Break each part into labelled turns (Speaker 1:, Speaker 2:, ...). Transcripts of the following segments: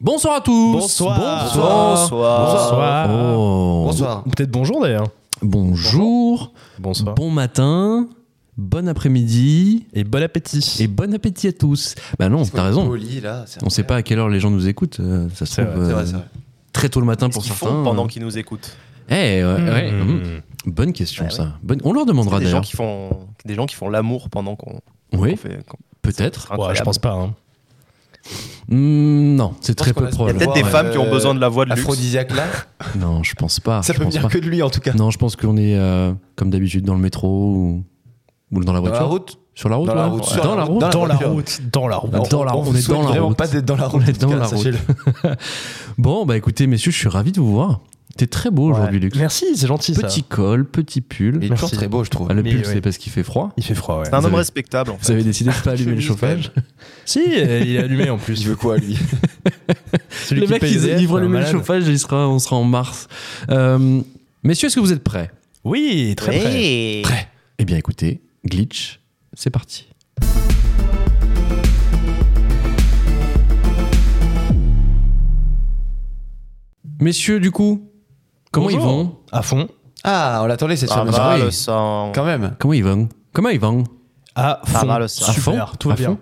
Speaker 1: Bonsoir à tous.
Speaker 2: Bonsoir.
Speaker 1: Bonsoir.
Speaker 2: Bonsoir.
Speaker 1: Oh.
Speaker 2: Bonsoir.
Speaker 3: Ou Peut-être bonjour d'ailleurs.
Speaker 1: Bonjour.
Speaker 3: Bonsoir.
Speaker 1: Bon matin. Bon après-midi.
Speaker 3: Et bon appétit.
Speaker 1: Et bon appétit à tous. Bah non, t'as raison.
Speaker 2: Poli, là, c'est
Speaker 1: On sait pas à quelle heure les gens nous écoutent. euh, Ça se
Speaker 3: C'est
Speaker 1: trouve
Speaker 3: vrai,
Speaker 2: incroyable. C'est
Speaker 1: euh,
Speaker 2: vrai, c'est vrai.
Speaker 1: très tôt le matin pour
Speaker 4: qu'ils
Speaker 1: certains. euh.
Speaker 4: font pendant qu'ils nous écoutent.
Speaker 1: Eh ouais, ouais,
Speaker 3: Mmh.
Speaker 1: mmh. Bonne question
Speaker 4: Ouais,
Speaker 1: ça. Bonne- On leur demandera
Speaker 4: Des gens
Speaker 1: d'ailleurs.
Speaker 4: qui font des gens qui font l'amour pendant qu'on
Speaker 1: Oui,
Speaker 4: qu'on fait qu'on-
Speaker 1: peut-être.
Speaker 3: Ouais, je
Speaker 4: incroyable.
Speaker 3: pense pas. hein.
Speaker 1: Mmh, non, c'est
Speaker 2: pense
Speaker 1: très
Speaker 2: qu'on
Speaker 1: peu
Speaker 4: Il y
Speaker 2: a- il y a
Speaker 4: a
Speaker 1: probable.
Speaker 4: peut-être des
Speaker 2: Voir,
Speaker 4: femmes qui ont
Speaker 2: euh,
Speaker 4: besoin de la voix de luxe.
Speaker 2: Aphrodisiaque là,
Speaker 1: Non, je pense pas. Ah,
Speaker 2: ça
Speaker 1: je
Speaker 2: peut
Speaker 1: pense
Speaker 2: venir
Speaker 1: pas.
Speaker 2: que de lui en tout cas.
Speaker 1: Non, je pense qu'on est euh, comme d'habitude dans le métro ou, ou dans la
Speaker 2: Dans
Speaker 1: voiture.
Speaker 2: la route,
Speaker 1: Sur la route,
Speaker 2: Dans la
Speaker 1: ouais.
Speaker 2: route.
Speaker 1: Dans, la route.
Speaker 3: Dans la
Speaker 2: voiture.
Speaker 3: route. Dans la route.
Speaker 1: Dans la
Speaker 2: on
Speaker 1: route,
Speaker 2: vous
Speaker 1: on est
Speaker 2: souhaite
Speaker 1: dans la
Speaker 2: vraiment
Speaker 1: route.
Speaker 2: pas d'être dans la route.
Speaker 1: On est
Speaker 2: en tout
Speaker 1: dans
Speaker 2: cas,
Speaker 1: la
Speaker 2: sachez-le.
Speaker 1: Bon, bah écoutez, messieurs, je suis ravi de vous voir. T'es très beau aujourd'hui, Luc.
Speaker 3: Merci, c'est gentil ça.
Speaker 1: Petit col, petit pull.
Speaker 2: Il est
Speaker 3: Merci.
Speaker 2: toujours très beau, je trouve.
Speaker 1: Ah, le
Speaker 3: Mais
Speaker 1: pull,
Speaker 3: oui.
Speaker 1: c'est parce qu'il fait froid.
Speaker 3: Il fait froid, ouais.
Speaker 4: C'est un
Speaker 1: Vous
Speaker 4: homme
Speaker 1: avez-
Speaker 4: respectable en
Speaker 1: Vous
Speaker 4: fait.
Speaker 1: avez décidé de pas allumer le
Speaker 2: Chemise,
Speaker 1: chauffage.
Speaker 3: Hein Si, euh, il est allumé en plus.
Speaker 2: Il veut quoi lui
Speaker 3: Celui
Speaker 1: les
Speaker 3: qui
Speaker 1: mecs,
Speaker 3: paye
Speaker 1: ils,
Speaker 3: EDF,
Speaker 1: ils vont
Speaker 3: c'est un
Speaker 1: allumer le
Speaker 3: malade.
Speaker 1: chauffage et il sera, on sera en mars. Euh, messieurs, est-ce que vous êtes prêts
Speaker 3: Oui, très près.
Speaker 4: Oui.
Speaker 1: Eh bien, écoutez, glitch, c'est parti. Messieurs, du coup, comment ils
Speaker 3: Bonjour.
Speaker 1: vont
Speaker 3: À fond.
Speaker 2: Ah, on l'attendait cette
Speaker 4: Ça
Speaker 2: semaine.
Speaker 4: va
Speaker 1: oui.
Speaker 4: bah, le sang.
Speaker 2: Quand même.
Speaker 1: Comment ils vont Comment ils vont
Speaker 3: À
Speaker 4: Ça
Speaker 3: fond.
Speaker 4: va, le sang.
Speaker 1: À fond
Speaker 3: Super, tout va
Speaker 1: À
Speaker 3: bien.
Speaker 1: fond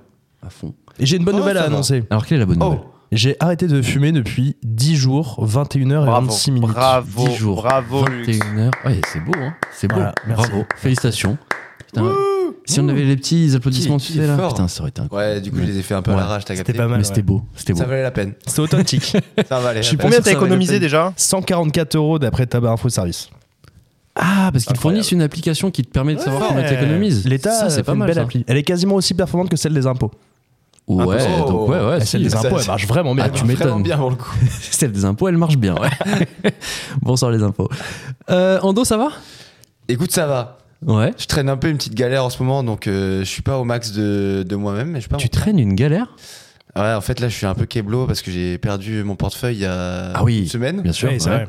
Speaker 1: À fond.
Speaker 3: Et j'ai une bonne
Speaker 2: Oh,
Speaker 3: nouvelle
Speaker 2: ça
Speaker 3: à
Speaker 2: va.
Speaker 3: annoncer.
Speaker 1: Alors, quelle est la bonne nouvelle
Speaker 2: Oh,
Speaker 3: J'ai arrêté de fumer depuis 10 jours, 21h et
Speaker 4: Bravo.
Speaker 3: 26 minutes.
Speaker 4: Bravo.
Speaker 1: 10 jours,
Speaker 4: Bravo. Luc.
Speaker 1: 21h. Ouais, c'est beau, hein C'est beau.
Speaker 3: Voilà, merci.
Speaker 1: Bravo. Félicitations. Putain, si on avait les petits applaudissements,
Speaker 2: Qui-
Speaker 1: tu
Speaker 2: qui
Speaker 1: sais,
Speaker 2: est
Speaker 1: là.
Speaker 2: fort.
Speaker 1: Putain, ça aurait été incroyable.
Speaker 2: Ouais, du coup, je les ai fait un peu à
Speaker 1: Ouais.
Speaker 2: l'arrache, t'as capté.
Speaker 3: C'était pas mal.
Speaker 1: Mais c'était
Speaker 3: ouais.
Speaker 1: beau. C'était beau.
Speaker 2: Ça valait la peine.
Speaker 3: C'était authentique.
Speaker 2: Ça valait.
Speaker 3: Je suis
Speaker 1: Ça
Speaker 4: Combien
Speaker 2: la peine.
Speaker 4: t'as
Speaker 1: valait la
Speaker 4: économisé
Speaker 1: peine.
Speaker 4: déjà
Speaker 3: 144 euros d'après Tabac Info Service.
Speaker 1: Ah, parce qu'ils
Speaker 4: Incroyable.
Speaker 1: fournissent une application qui te permet de savoir
Speaker 3: Ouais.
Speaker 1: comment t'économises.
Speaker 3: L'État,
Speaker 1: Ça, c'est pas mal.
Speaker 3: Belle
Speaker 1: ça.
Speaker 3: appli. Elle est quasiment aussi performante que celle des impôts.
Speaker 1: Ouais,
Speaker 2: Impossible.
Speaker 1: donc ouais, ouais.
Speaker 3: Et
Speaker 1: Ah, si,
Speaker 3: celle des
Speaker 1: ça-
Speaker 3: impôts, elle marche vraiment bien.
Speaker 1: Ah, tu
Speaker 2: Vraiment
Speaker 1: m'étonnes.
Speaker 2: bien pour le coup.
Speaker 1: Celle des impôts, elle marche bien, ouais. Bonsoir les impôts. Euh, Ando, ça va
Speaker 2: Écoute, ça va.
Speaker 1: Ouais.
Speaker 2: Je traîne un peu une petite galère en ce moment, donc euh, je suis pas au max de, de moi-même, mais je suis pas.
Speaker 1: Tu traînes une galère
Speaker 2: Ouais, en fait, là, je suis un peu keblo parce que j'ai perdu mon portefeuille il y a
Speaker 1: Ah oui.
Speaker 2: une semaine.
Speaker 1: Bien sûr.
Speaker 3: Oui, c'est
Speaker 1: ouais.
Speaker 3: vrai.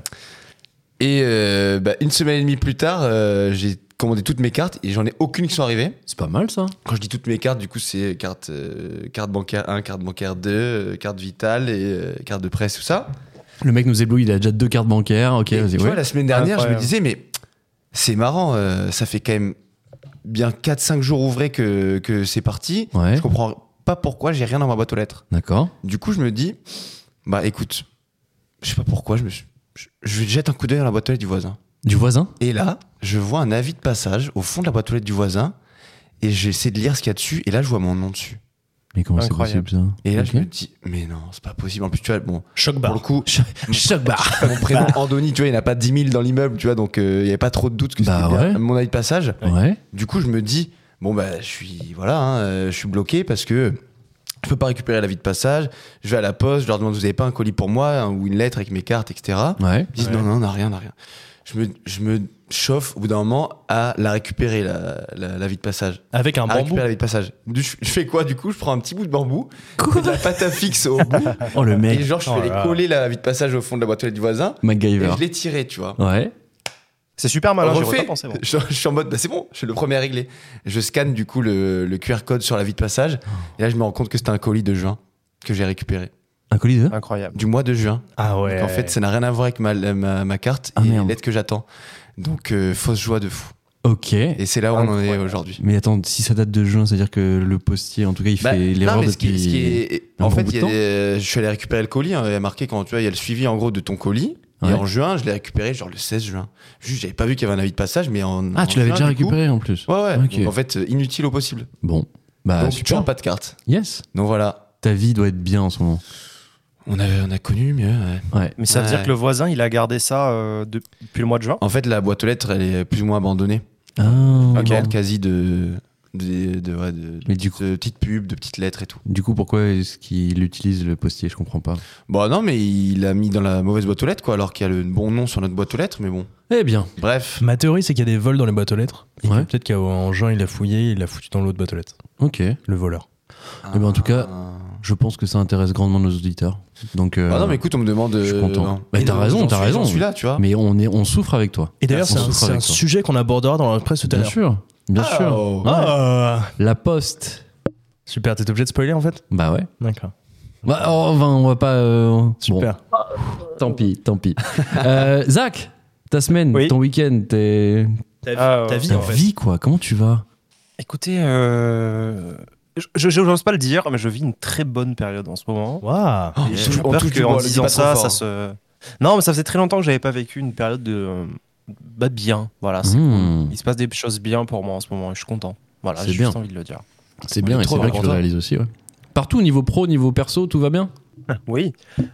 Speaker 2: Et euh, bah, une semaine et demie plus tard, euh, j'ai commandé toutes mes cartes et j'en ai aucune qui sont arrivées.
Speaker 1: C'est pas mal ça.
Speaker 2: Quand je dis toutes mes cartes, du coup, c'est carte, euh, carte bancaire 1, carte bancaire 2, euh, carte vitale et euh, carte de presse, tout ça.
Speaker 1: Le mec nous éblouit, il a déjà deux cartes bancaires. Ok,
Speaker 2: Et
Speaker 1: vas-y.
Speaker 2: tu
Speaker 1: ouais.
Speaker 2: vois, la semaine dernière, je me
Speaker 3: Incroyable.
Speaker 2: disais, mais c'est marrant, euh, ça fait quand même bien 4-5 jours ouvrés que, que c'est parti.
Speaker 1: Ouais.
Speaker 2: Je comprends pas pourquoi j'ai rien dans ma boîte aux lettres.
Speaker 1: D'accord.
Speaker 2: Du coup, je me dis, bah écoute, je sais pas pourquoi, je me suis- je, je jette un coup d'œil dans la boîte aux lettres du voisin.
Speaker 1: Du voisin
Speaker 2: Et là, je vois un avis de passage au fond de la boîte aux lettres du voisin et j'essaie de lire ce qu'il y a dessus et là, je vois mon nom dessus.
Speaker 1: Mais comment c'est
Speaker 4: Incroyable.
Speaker 1: possible ça
Speaker 2: Et là,
Speaker 1: Ok.
Speaker 2: je me dis, mais non, c'est pas possible. En plus, tu vois, bon,
Speaker 3: Choc
Speaker 2: pour
Speaker 3: bar.
Speaker 2: le coup,
Speaker 1: Choc bar.
Speaker 2: mon prénom Andoni, tu vois, il n'y en a pas 10 000 dans l'immeuble, tu vois, donc euh, il n'y avait pas trop de doute que c'était
Speaker 1: Bah
Speaker 2: bien
Speaker 1: ouais.
Speaker 2: mon avis de passage.
Speaker 1: Ouais.
Speaker 2: Du coup, je me dis, bon, bah, je suis, voilà, hein, euh, je suis bloqué parce que je peux pas récupérer l'avis de passage. Je vais à la poste, je leur demande, vous avez pas un colis pour moi hein, ou une lettre avec mes cartes, etc.
Speaker 1: Ouais.
Speaker 2: Ils disent, non, non, on n'a rien, on n'a rien. Je me, je me chauffe au bout d'un moment à la récupérer, la, la, l'avis de passage.
Speaker 3: Avec un
Speaker 2: à
Speaker 3: bambou.
Speaker 2: récupérer l'avis de passage. Du- Je je fais quoi du coup Je prends un petit bout de bambou, de la pâte à fixe au bout,
Speaker 1: Oh le
Speaker 2: Ah, et
Speaker 1: mec.
Speaker 2: genre je
Speaker 3: Oh
Speaker 2: fais les
Speaker 3: là.
Speaker 2: coller l'avis de passage au fond de la boîte aux lettres du voisin, et
Speaker 1: MacGyver.
Speaker 2: je l'ai tiré, tu vois.
Speaker 1: Ouais.
Speaker 4: C'est super malin.
Speaker 2: On
Speaker 4: j'aurais
Speaker 2: refait.
Speaker 4: pas pensé, moi.
Speaker 2: Je, je suis en mode, bah, c'est bon, je suis le premier à régler. Je scanne du coup le, le QR code sur la vie de passage. Et là, je me rends compte que c'était un colis de juin que j'ai récupéré.
Speaker 1: Un colis de
Speaker 4: Incroyable.
Speaker 2: Du mois de juin.
Speaker 3: Ah ouais.
Speaker 2: Donc,
Speaker 5: Eh.
Speaker 2: en fait, ça n'a rien à voir avec ma, la- ma, ma carte
Speaker 1: Ah,
Speaker 2: et
Speaker 1: merde.
Speaker 2: les lettres que j'attends. Donc, euh, fausse joie de fou.
Speaker 1: Ok.
Speaker 2: Et c'est là où on en est
Speaker 4: Incroyable.
Speaker 2: aujourd'hui.
Speaker 1: Mais attends, si ça date de juin, c'est-à-dire que le postier, en tout cas, il
Speaker 2: Bah,
Speaker 1: fait
Speaker 2: non,
Speaker 1: l'erreur
Speaker 2: mais ce qui-
Speaker 1: depuis.
Speaker 2: ce qui est-
Speaker 1: un
Speaker 2: en
Speaker 1: bon
Speaker 2: fait,
Speaker 1: bout de
Speaker 2: il y a
Speaker 1: temps.
Speaker 2: des- je suis allé récupérer le colis. hein, Il y a marqué quand tu vois, il y a le suivi en gros de ton colis.
Speaker 1: Ouais.
Speaker 2: Et en juin, je l'ai récupéré genre le 16 juin. Juste, j'avais pas vu qu'il y avait un avis de passage, mais en.
Speaker 1: Ah,
Speaker 2: en
Speaker 1: tu l'avais
Speaker 2: juin,
Speaker 1: déjà
Speaker 2: du coup-
Speaker 1: récupéré en plus.
Speaker 2: Ouais, ouais.
Speaker 1: Ok.
Speaker 2: Donc, en fait, euh, inutile au possible.
Speaker 1: Bon. Bah,
Speaker 2: Donc, tu
Speaker 1: super.
Speaker 2: as pas de carte.
Speaker 1: Yes.
Speaker 2: Donc voilà.
Speaker 1: Ta vie doit être bien en ce moment.
Speaker 2: On a, on a connu mieux. ouais.
Speaker 1: Ouais.
Speaker 4: Mais ça veut
Speaker 2: Ouais.
Speaker 4: dire que le voisin, il a gardé ça euh, de- depuis le mois de juin.
Speaker 2: En fait, la boîte aux lettres, elle est plus ou moins abandonnée.
Speaker 1: Ah.
Speaker 2: Elle garde quasi de, de, de, ouais, de- de
Speaker 1: Mais du
Speaker 2: petites- de petites pubs, de petites lettres et tout.
Speaker 1: Du coup, pourquoi est-ce qu'il utilise le postier Je comprends pas.
Speaker 2: Bon, non, mais il a mis dans la mauvaise boîte aux lettres, quoi, alors qu'il y a le bon nom sur notre boîte aux lettres, mais bon.
Speaker 1: Eh bien.
Speaker 2: Bref.
Speaker 3: Ma théorie, c'est qu'il y a des vols dans les boîtes aux lettres. Et que
Speaker 1: Ouais.
Speaker 3: Peut-être qu'en juin, il a fouillé, il l'a foutu dans l'autre boîte aux lettres.
Speaker 1: Ok.
Speaker 3: Le voleur.
Speaker 1: Eh ben, en tout cas,
Speaker 2: Ah.
Speaker 1: Je pense que ça intéresse grandement nos auditeurs. Donc. euh,
Speaker 2: Ah non, mais écoute, on me demande.
Speaker 1: je suis
Speaker 2: euh,
Speaker 1: content.
Speaker 2: non.
Speaker 1: Bah,
Speaker 2: Et
Speaker 1: t'as
Speaker 2: non,
Speaker 1: raison,
Speaker 2: j'en
Speaker 1: t'as
Speaker 2: suis-
Speaker 1: raison.
Speaker 2: j'en suis là, tu vois.
Speaker 1: mais on, est, on souffre avec toi.
Speaker 3: Et d'ailleurs,
Speaker 1: On
Speaker 3: c'est un,
Speaker 1: souffre
Speaker 3: c'est
Speaker 1: avec
Speaker 3: un
Speaker 1: toi.
Speaker 3: sujet qu'on abordera dans la presse tout à
Speaker 1: Bien
Speaker 3: l'heure.
Speaker 1: sûr. Bien
Speaker 2: Ah,
Speaker 1: sûr.
Speaker 2: oh.
Speaker 3: Ah.
Speaker 1: La poste.
Speaker 3: Super, t'es obligé de spoiler en fait
Speaker 1: Bah ouais.
Speaker 3: D'accord.
Speaker 1: Bah, oh, enfin, on va pas. euh, bon,
Speaker 3: Super.
Speaker 1: tant pis, tant pis. Euh, Zach, ta semaine,
Speaker 4: Oui.
Speaker 1: ton week-end, t'es-
Speaker 4: Ah,
Speaker 5: ta
Speaker 4: ouais.
Speaker 5: vie,
Speaker 1: ta
Speaker 5: en fait.
Speaker 1: vie, quoi. Comment tu vas
Speaker 4: Écoutez, euh, je je- j'ose pas le dire, mais je vis une très bonne période en ce moment.
Speaker 5: Waouh.
Speaker 4: Et
Speaker 2: touche-
Speaker 4: Ah, j'ai
Speaker 2: on
Speaker 4: peur
Speaker 2: touche du
Speaker 4: qu'en
Speaker 2: bois, le dis
Speaker 4: disant
Speaker 2: pas trop
Speaker 4: ça,
Speaker 2: fort.
Speaker 4: ça se. Non, mais ça faisait très longtemps que j'avais pas vécu une période de euh, bah bien. Voilà, c'est
Speaker 1: Hmm.
Speaker 4: cool. il se passe des choses bien pour moi en ce moment et je suis content. Voilà,
Speaker 1: C'est
Speaker 4: j'ai
Speaker 1: bien.
Speaker 4: juste envie de le dire.
Speaker 1: C'est bien,
Speaker 2: est
Speaker 1: et
Speaker 2: trop
Speaker 1: c'est bien
Speaker 2: dans
Speaker 1: que tu
Speaker 2: le
Speaker 1: le réalises aussi. ouais. Partout, niveau pro, niveau perso, tout va bien
Speaker 4: Oui,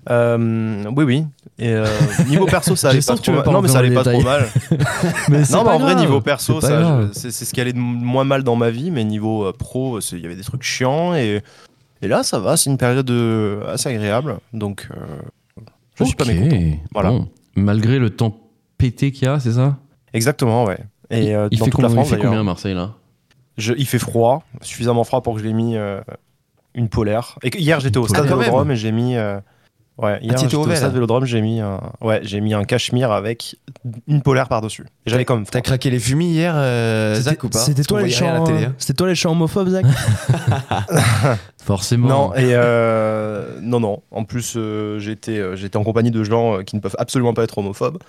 Speaker 4: Euh, oui, oui. Et euh, niveau perso, ça
Speaker 1: Je
Speaker 4: allait
Speaker 1: sens que
Speaker 4: pas
Speaker 1: tu
Speaker 4: trop
Speaker 1: vas
Speaker 4: mal.
Speaker 1: pas
Speaker 4: Non,
Speaker 1: en
Speaker 4: mais ça allait pas
Speaker 1: faire
Speaker 4: trop
Speaker 1: le
Speaker 4: mal.
Speaker 1: mais
Speaker 4: Non, mais en vrai, niveau perso,
Speaker 1: C'est pas
Speaker 4: ça, je-
Speaker 1: grave.
Speaker 4: c'est c'est ce qui allait de moins mal dans ma vie, mais niveau euh, pro, c'est- il y avait des trucs chiants. Et, et là, ça va, c'est une période euh, assez agréable. Donc, euh, je suis pas mécontent. Voilà.
Speaker 1: Bon. Malgré le temps pété qu'il y a, c'est ça
Speaker 4: Exactement, ouais. Et
Speaker 1: Il-
Speaker 4: euh,
Speaker 1: il,
Speaker 4: dans
Speaker 1: fait
Speaker 4: toute la
Speaker 1: combien, il
Speaker 4: France,
Speaker 1: fait combien à
Speaker 4: d'ailleurs.
Speaker 1: Marseille, là
Speaker 4: Je- Il fait froid, suffisamment froid pour que je l'ai mis euh, une polaire. Et que- hier, j'étais au stade
Speaker 2: polaire. Ah, quand
Speaker 4: Vélodrome et j'ai mis. euh, ouais, hier,
Speaker 2: t'étais
Speaker 4: j'étais
Speaker 2: au
Speaker 4: au
Speaker 2: Vel.
Speaker 4: stade Vélodrome, j'ai mis, un, ouais, j'ai mis un cachemire avec une polaire par-dessus. Et J'avais comme.
Speaker 2: T'as craqué les fumis hier, euh, Zach, ou pas
Speaker 3: C'était
Speaker 2: Parce qu'on
Speaker 3: toi, les
Speaker 2: voyait rien à la
Speaker 3: chants,
Speaker 2: télé,
Speaker 3: euh,
Speaker 2: hein.
Speaker 3: c'était toi les chants homophobes, Zach
Speaker 1: Forcément.
Speaker 4: Non, et euh, non, non. En plus, euh, j'étais euh, j'étais en compagnie de gens euh, qui ne peuvent absolument pas être homophobes.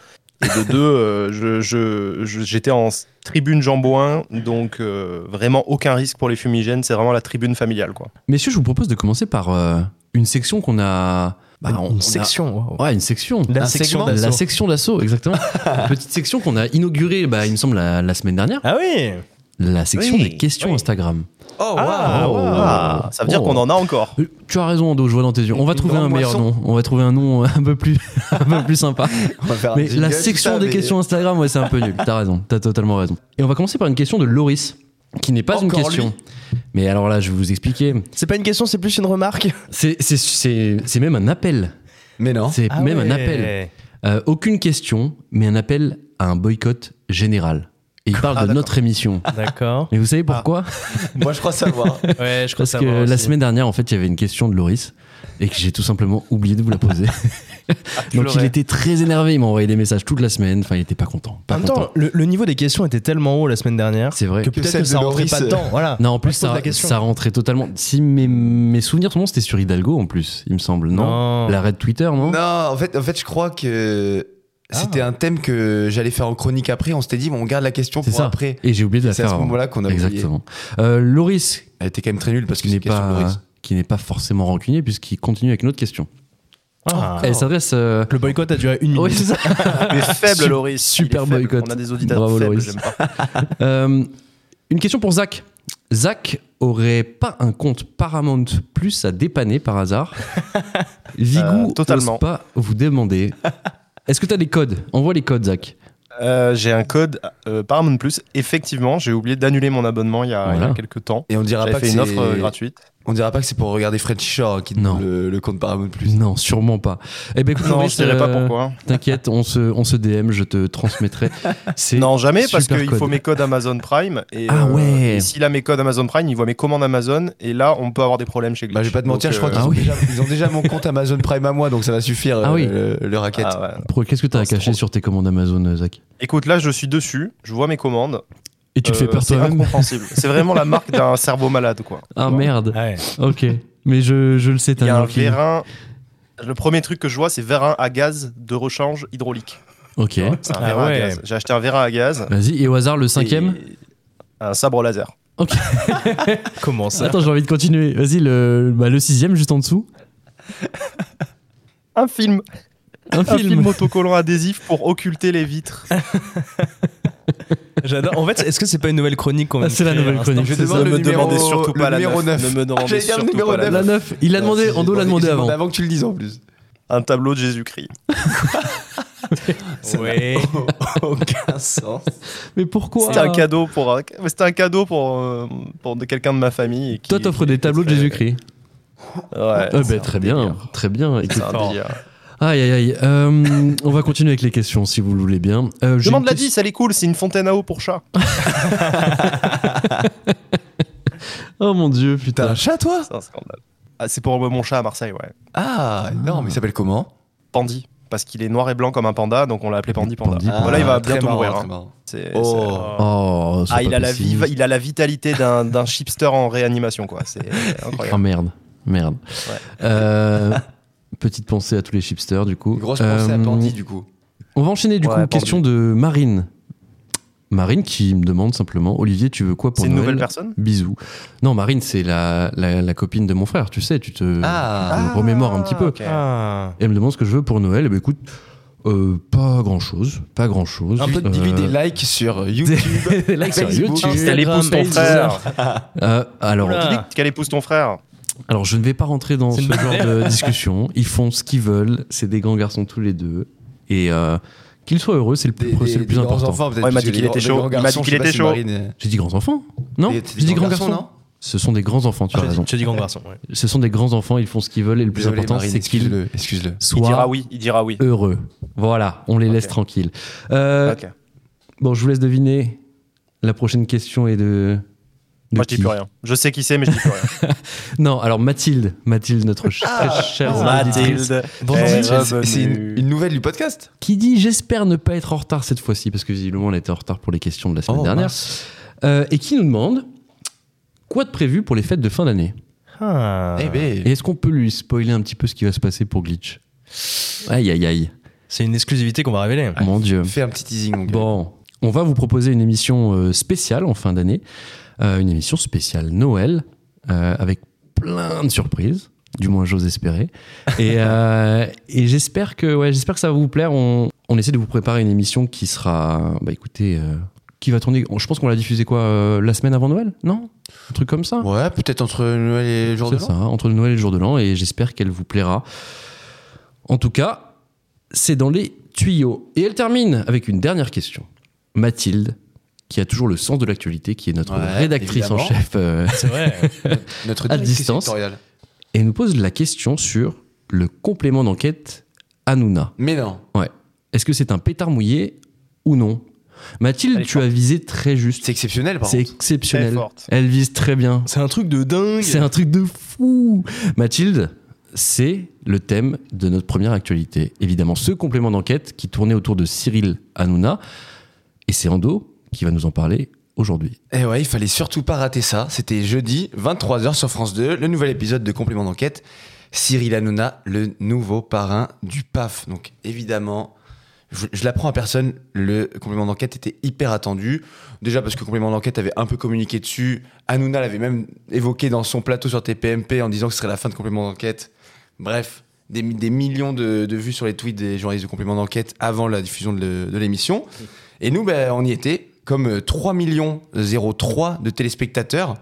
Speaker 4: Et de deux, euh, je- je- je- j'étais en s- tribune jambouin, donc euh, vraiment aucun risque pour les fumigènes. C'est vraiment la tribune familiale, quoi.
Speaker 1: Messieurs, je vous propose de commencer par euh, une section qu'on a. bah, on- on a-
Speaker 3: Une section. waouh.
Speaker 1: Ouais, une section.
Speaker 3: La
Speaker 2: Un
Speaker 3: section
Speaker 2: segment
Speaker 1: La
Speaker 3: d'assaut.
Speaker 1: section d'assaut, exactement. Petite section qu'on a inaugurée, bah, il me semble, la, la semaine dernière.
Speaker 5: Ah oui
Speaker 1: La section
Speaker 5: Oui,
Speaker 1: des questions
Speaker 5: oui.
Speaker 1: Instagram.
Speaker 2: Oh,
Speaker 5: Ah,
Speaker 2: waouh.
Speaker 5: ouais.
Speaker 4: Ah, ça veut dire
Speaker 1: oh.
Speaker 4: qu'on en a encore.
Speaker 1: Euh, Tu as raison, Ando, je vois dans tes yeux. On va
Speaker 2: Une
Speaker 1: trouver un
Speaker 2: grande
Speaker 1: meilleur
Speaker 2: moisson.
Speaker 1: nom. On va trouver un nom euh, un peu plus, un peu plus sympa.
Speaker 2: On va faire un
Speaker 1: Mais
Speaker 2: jingle,
Speaker 1: la
Speaker 2: tout
Speaker 1: section
Speaker 2: ça,
Speaker 1: des
Speaker 2: hein. mais-
Speaker 1: questions Instagram, ouais, c'est un peu nul. T'as raison, t'as totalement raison. Et on va commencer par une question de Loris, qui n'est pas une
Speaker 2: Encore
Speaker 1: question. Mais alors là, je vais vous expliquer.
Speaker 3: C'est pas une question, c'est plus une remarque.
Speaker 1: C'est- C'est c'est- c'est même un appel.
Speaker 2: Mais non.
Speaker 1: C'est
Speaker 5: Ah
Speaker 1: même un
Speaker 5: ouais.
Speaker 1: appel. Euh, aucune question, mais un appel à un boycott général. Et il parle de notre émission.
Speaker 5: D'accord.
Speaker 1: Mais vous savez pourquoi
Speaker 2: Moi, je crois savoir.
Speaker 5: Ouais, je crois
Speaker 1: Parce que
Speaker 5: savoir
Speaker 1: la
Speaker 5: aussi.
Speaker 1: semaine dernière, en fait, il y avait une question de Loris et que j'ai tout simplement oublié de vous la poser. Donc il
Speaker 4: l'aurais.
Speaker 1: était très énervé, il m'a envoyé des messages toute la semaine. Enfin, il était pas content.
Speaker 5: En
Speaker 1: Pas
Speaker 5: même
Speaker 1: content.
Speaker 5: temps, le, le niveau des questions était tellement haut la semaine dernière
Speaker 1: C'est vrai.
Speaker 5: que
Speaker 2: celle
Speaker 5: peut-être que
Speaker 2: de
Speaker 5: ça rentrait
Speaker 2: Loris,
Speaker 5: pas
Speaker 2: euh,
Speaker 5: dedans. Voilà.
Speaker 1: Non, en plus,
Speaker 5: je pose
Speaker 1: ça,
Speaker 5: la question.
Speaker 1: ça rentrait totalement. Si mes, mes souvenirs sont bons, c'était sur Hidalgo en plus, il me semble, non, L'arrêt de Twitter, non,
Speaker 2: non, en fait, en fait, je crois que c'était un thème que j'allais faire en chronique après. On s'était dit, bon, on garde la question
Speaker 1: C'est
Speaker 2: pour
Speaker 1: ça.
Speaker 2: après.
Speaker 1: Et j'ai oublié de
Speaker 2: Et
Speaker 1: la
Speaker 2: C'est à hein.
Speaker 1: faire.
Speaker 2: ce
Speaker 1: avant.
Speaker 2: moment-là qu'on a oublié.
Speaker 1: Exactement. Euh, Loris,
Speaker 2: Elle était quand même très nulle parce
Speaker 1: qui
Speaker 2: que
Speaker 1: n'est
Speaker 2: c'est une question de Loris.
Speaker 1: pas, qui n'est pas forcément rancunier, puisqu'il continue avec une autre question.
Speaker 5: Ah.
Speaker 1: Elle s'adresse. euh,
Speaker 3: Le boycott a duré une minute.
Speaker 1: Oui, c'est ça.
Speaker 4: Mais faible,
Speaker 1: Sup-
Speaker 4: Loris. il est
Speaker 1: super
Speaker 4: faible.
Speaker 1: boycott.
Speaker 4: On a des auditeurs
Speaker 1: Bravo,
Speaker 4: faibles,
Speaker 1: Loris.
Speaker 4: j'aime pas.
Speaker 1: Euh, une question pour Zach. Zach aurait pas un compte Paramount Plus à dépanner par hasard Vigou,
Speaker 4: Euh, totalement.
Speaker 1: n'ose pas vous demander. Est-ce que tu as des codes Envoie les codes, Zach.
Speaker 4: Euh, j'ai un code euh, Paramount Plus. Effectivement, j'ai oublié d'annuler mon abonnement il y a, il y a
Speaker 1: Voilà.
Speaker 4: quelques temps.
Speaker 2: Et on dira
Speaker 4: J'avais
Speaker 2: pas que
Speaker 4: fait une
Speaker 2: c'est-
Speaker 4: offre euh, gratuite.
Speaker 2: On dira pas que c'est pour regarder Fred Shore qui
Speaker 1: Non.
Speaker 2: donne le, le compte Paramount Plus.
Speaker 1: Non, sûrement pas. Eh ben, écoute,
Speaker 4: Non,
Speaker 1: Maurice,
Speaker 4: je dirais pas
Speaker 1: euh,
Speaker 4: pourquoi.
Speaker 1: T'inquiète, on se, on se DM, je te transmettrai. C'est-
Speaker 4: Non, jamais, parce
Speaker 1: Super
Speaker 4: qu'il
Speaker 1: code.
Speaker 4: faut mes codes Amazon Prime. Et, euh,
Speaker 1: Ah ouais.
Speaker 4: et s'il a mes codes Amazon Prime, il voit mes commandes Amazon. Et là, on peut avoir des problèmes chez Glitch.
Speaker 2: Bah, je vais pas te
Speaker 4: Donc,
Speaker 2: mentir, je crois
Speaker 4: euh,
Speaker 2: qu'ils
Speaker 1: Ah
Speaker 2: ont,
Speaker 1: oui.
Speaker 2: déjà- ils ont déjà mon compte Amazon Prime à moi, donc ça va suffire
Speaker 1: Ah
Speaker 2: euh,
Speaker 1: oui.
Speaker 2: le, le racket.
Speaker 4: ah ouais.
Speaker 1: Pour- Qu'est-ce que t'as
Speaker 4: Non, c'est
Speaker 1: caché
Speaker 4: trop.
Speaker 1: sur tes commandes Amazon, euh, Zach
Speaker 4: Écoute, là, je suis dessus, je vois mes commandes.
Speaker 1: Et tu te fais
Speaker 4: Euh,
Speaker 1: peur
Speaker 4: C'est
Speaker 1: toi-même
Speaker 4: incompréhensible. c'est vraiment la marque d'un cerveau malade, quoi.
Speaker 1: Ah
Speaker 4: Tu vois.
Speaker 1: merde,
Speaker 5: Ouais.
Speaker 1: ok. Mais je, je le sais,
Speaker 4: Il
Speaker 1: t'as
Speaker 4: y a un
Speaker 1: manqué.
Speaker 4: vérin. Le premier truc que je vois, c'est vérin à gaz de rechange hydraulique.
Speaker 1: Ok,
Speaker 4: C'est un
Speaker 5: Ah
Speaker 4: vérin à
Speaker 5: ouais.
Speaker 4: gaz. J'ai acheté un vérin à gaz.
Speaker 1: vas-y. Et au hasard, le cinquième
Speaker 4: et Un sabre laser.
Speaker 5: Comment ça
Speaker 1: Attends, j'ai envie de continuer. Vas-y, le, bah, le sixième, juste en dessous.
Speaker 4: Un film.
Speaker 1: Un
Speaker 4: Un film
Speaker 1: film. Ah,
Speaker 4: autocollant adhésif pour occulter les vitres.
Speaker 5: J'adore. En fait, est-ce que c'est pas une nouvelle chronique qu'on vient de
Speaker 1: C'est la
Speaker 5: créer,
Speaker 1: nouvelle
Speaker 5: hein
Speaker 1: chronique.
Speaker 2: Je
Speaker 1: c'est
Speaker 2: demande
Speaker 1: ça.
Speaker 4: Ne
Speaker 2: le
Speaker 4: me demandez
Speaker 2: numéro-
Speaker 4: surtout pas
Speaker 2: le
Speaker 4: la
Speaker 2: numéro
Speaker 4: 9.
Speaker 2: neuf.
Speaker 4: Ne me demandez
Speaker 2: J'allais dire le
Speaker 4: surtout
Speaker 2: numéro
Speaker 4: pas la
Speaker 2: neuf.
Speaker 1: La neuf, il l'a demandé,
Speaker 2: Merci.
Speaker 1: Ando l'a demandé
Speaker 2: J'ai
Speaker 1: avant.
Speaker 2: Avant que tu le dises en plus.
Speaker 4: Un tableau de Jésus-Christ.
Speaker 5: Ouais.
Speaker 2: Aucun sens.
Speaker 1: Mais pourquoi
Speaker 4: C'était un cadeau pour, un- mais c'était un cadeau pour, euh, pour de quelqu'un de ma famille. et qui-
Speaker 1: Toi, t'offres des tableaux de
Speaker 4: Ouais,
Speaker 1: Jésus-Christ.
Speaker 4: Ouais,
Speaker 1: Eh
Speaker 4: c'est
Speaker 1: ben,
Speaker 4: un
Speaker 1: très
Speaker 4: délire.
Speaker 1: bien, très bien.
Speaker 4: C'est
Speaker 1: Écoute,
Speaker 4: un
Speaker 5: Fort.
Speaker 4: délire.
Speaker 1: Aïe, aïe, aïe. Euh, on va continuer avec les questions, si vous le voulez bien. Euh, j'ai
Speaker 4: Demande
Speaker 1: une
Speaker 4: la
Speaker 1: question-
Speaker 4: 10, elle est cool, c'est une fontaine à eau pour chat.
Speaker 1: Oh mon dieu,
Speaker 2: T'as
Speaker 1: putain.
Speaker 2: un chat, toi
Speaker 4: C'est un scandale. Ah, c'est pour mon chat à Marseille, ouais.
Speaker 2: Ah, non, mais il s'appelle comment
Speaker 4: Pandy. Parce qu'il est noir et blanc comme un panda, donc on l'a appelé Pandy Panda.
Speaker 1: Pandy Panda.
Speaker 4: voilà, il va
Speaker 2: Ah, très
Speaker 4: bientôt
Speaker 2: marrant,
Speaker 4: mourir.
Speaker 2: très
Speaker 4: hein.
Speaker 2: marrant.
Speaker 4: C'est- c'est-
Speaker 2: Oh.
Speaker 1: Oh, c'est
Speaker 4: Ah,
Speaker 1: pas
Speaker 4: il a, la
Speaker 1: possible.
Speaker 4: vive- il a la vitalité d'un d'un chipster en réanimation, quoi. C'est
Speaker 1: Oh
Speaker 4: incroyable.
Speaker 1: merde. Merde.
Speaker 4: Ouais.
Speaker 1: Euh, petite pensée à tous les chipsters, du coup.
Speaker 2: Une grosse pensée à
Speaker 1: Euh,
Speaker 2: Pandy, du coup.
Speaker 1: On va enchaîner, du
Speaker 4: Ouais,
Speaker 1: coup.
Speaker 4: Pandy.
Speaker 1: Question de Marine. Marine qui me demande simplement Olivier, tu veux quoi pour
Speaker 4: C'est une
Speaker 1: Noël
Speaker 4: nouvelle personne
Speaker 1: Bisous. Non, Marine, c'est la, la, la copine de mon frère, tu sais, tu te
Speaker 2: Ah.
Speaker 1: te remémores un petit peu.
Speaker 4: ok.
Speaker 5: Ah.
Speaker 1: Et elle me demande ce que je veux pour Noël. Et ben écoute, euh, pas grand chose, pas grand chose.
Speaker 2: Un peu de
Speaker 1: Euh,
Speaker 2: des likes sur YouTube.
Speaker 1: des likes sur
Speaker 2: Facebook.
Speaker 1: YouTube.
Speaker 4: Qu'elle épouse ton frère.
Speaker 1: Euh, alors,
Speaker 5: Oula.
Speaker 4: Dis Qu'elle épouse ton frère.
Speaker 1: alors, je ne vais pas rentrer dans ce
Speaker 5: C'est une
Speaker 1: genre
Speaker 5: bonne
Speaker 1: de discussion. Ils font ce qu'ils veulent. C'est des grands garçons tous les deux. Et euh, qu'ils soient heureux, c'est le plus, c'est le plus important.
Speaker 4: Ouais, il m'a dit qu'il était chaud. Il m'a dit qu'il était chaud.
Speaker 1: J'ai dit grands enfants Non,
Speaker 2: Des-
Speaker 1: j'ai
Speaker 2: des
Speaker 1: dit grands garçons. ce sont des grands enfants, tu
Speaker 4: Ah,
Speaker 1: as
Speaker 5: Je
Speaker 1: raison.
Speaker 5: dis- Je dis grand garçon. ouais.
Speaker 1: Ce sont des grands enfants, ils font ce qu'ils veulent et le plus
Speaker 2: Désolé,
Speaker 1: important,
Speaker 2: Marine,
Speaker 1: c'est qu'ils
Speaker 2: excuse-le, Excuse-le.
Speaker 1: soient
Speaker 4: Il dira oui, il dira oui.
Speaker 1: heureux. Voilà, on les laisse
Speaker 4: Ok.
Speaker 1: tranquilles. Euh,
Speaker 4: Ok.
Speaker 1: Bon, je vous laisse deviner. La prochaine question est de. de
Speaker 4: Moi, je
Speaker 1: qui
Speaker 4: dis plus rien. Je sais qui c'est, mais je dis plus rien.
Speaker 1: Non, alors Mathilde, Mathilde, notre ch-
Speaker 4: Ah,
Speaker 1: très chère auditrice,
Speaker 5: Bonjour,
Speaker 4: Eh,
Speaker 5: Mathilde.
Speaker 4: revenue.
Speaker 2: C'est une, une nouvelle du podcast.
Speaker 1: qui dit j'espère ne pas être en retard cette fois-ci parce que visiblement elle était en retard pour les questions de la semaine
Speaker 2: Oh,
Speaker 1: dernière
Speaker 2: mince.
Speaker 1: Euh, et qui nous demande quoi de prévu pour les fêtes de fin d'année
Speaker 5: Ah.
Speaker 2: Eh ben,
Speaker 1: et est-ce qu'on peut lui spoiler un petit peu ce qui va se passer pour Glitch Aïe aïe aïe,
Speaker 5: C'est une exclusivité qu'on va révéler.
Speaker 1: mon dieu.
Speaker 2: fais un petit teasing, mon gars.
Speaker 1: Bon, on va vous proposer une émission euh, spéciale en fin d'année, Euh, une émission spéciale Noël, euh, avec plein de surprises, du moins j'ose espérer. Et, euh, et j'espère que, ouais, j'espère que ça va vous plaire. On, on essaie de vous préparer une émission qui sera, bah écoutez, euh, qui va tourner. Je pense qu'on l'a diffusée quoi, euh, la semaine avant Noël, non Un truc comme ça.
Speaker 2: Ouais, peut-être entre Noël et le jour de
Speaker 1: C'est ça, hein,
Speaker 2: l'an.
Speaker 1: entre Noël et le jour de l'an, et j'espère qu'elle vous plaira. En tout cas, c'est dans les tuyaux. Et elle termine avec une dernière question. Mathilde, qui a toujours le sens de l'actualité, qui est notre
Speaker 2: Ouais,
Speaker 1: rédactrice en
Speaker 2: évidemment.
Speaker 1: chef, euh,
Speaker 5: C'est vrai.
Speaker 2: Notre
Speaker 1: À
Speaker 2: directrice
Speaker 1: distance.
Speaker 2: éditoriale.
Speaker 1: et elle nous pose la question sur le complément d'enquête Hanouna.
Speaker 2: Mais non.
Speaker 1: Ouais. Est-ce que c'est un pétard mouillé ou non Mathilde,
Speaker 4: Elle est
Speaker 1: tu as visé très juste.
Speaker 2: C'est exceptionnel, par
Speaker 1: C'est
Speaker 2: contre.
Speaker 1: exceptionnel.
Speaker 4: Très forte.
Speaker 1: Elle vise très bien.
Speaker 5: C'est un truc de dingue.
Speaker 1: C'est un truc de fou. Mathilde, c'est le thème de notre première actualité. Évidemment, ce complément d'enquête qui tournait autour de Cyril Hanouna. Et c'est Ando qui va nous en parler aujourd'hui.
Speaker 2: Eh ouais, il fallait surtout pas rater ça. C'était jeudi, 23h sur France 2, le nouvel épisode de Complément d'enquête. Cyril Hanouna, le nouveau parrain du PAF. Donc évidemment, je, je l'apprends à personne, le complément d'enquête était hyper attendu. Déjà parce que complément d'enquête avait un peu communiqué dessus. Hanouna l'avait même évoqué dans son plateau sur TPMP en disant que ce serait la fin de complément d'enquête. Bref, des, mi- des millions de, de vues sur les tweets des journalistes de complément d'enquête avant la diffusion de le- de l'émission. Et nous, ben, on y était, comme euh, 3 millions 03 de téléspectateurs,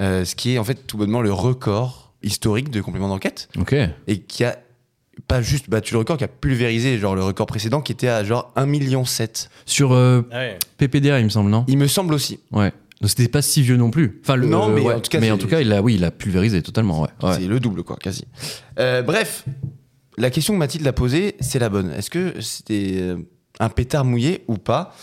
Speaker 2: euh, ce qui est en fait tout bonnement le record historique de complément d'enquête
Speaker 1: Ok.
Speaker 2: et qui a pas juste battu le record, qui a pulvérisé genre le record précédent qui était à genre 1,7 million.
Speaker 1: Sur euh,
Speaker 5: Ah ouais.
Speaker 1: PPDA, il me semble, non
Speaker 2: Il me semble aussi.
Speaker 1: Ouais. Donc c'était pas si vieux non plus. Enfin, le, euh,
Speaker 2: Non, mais
Speaker 1: ouais.
Speaker 2: en tout cas,
Speaker 1: mais
Speaker 2: c'est-
Speaker 1: en tout cas, il a, oui, il a pulvérisé totalement. Ouais. Ouais.
Speaker 2: C'est le double, quoi, quasi. Euh, bref, la question que Mathilde a posée, c'est la bonne. Est-ce que c'était euh, un pétard mouillé ou pas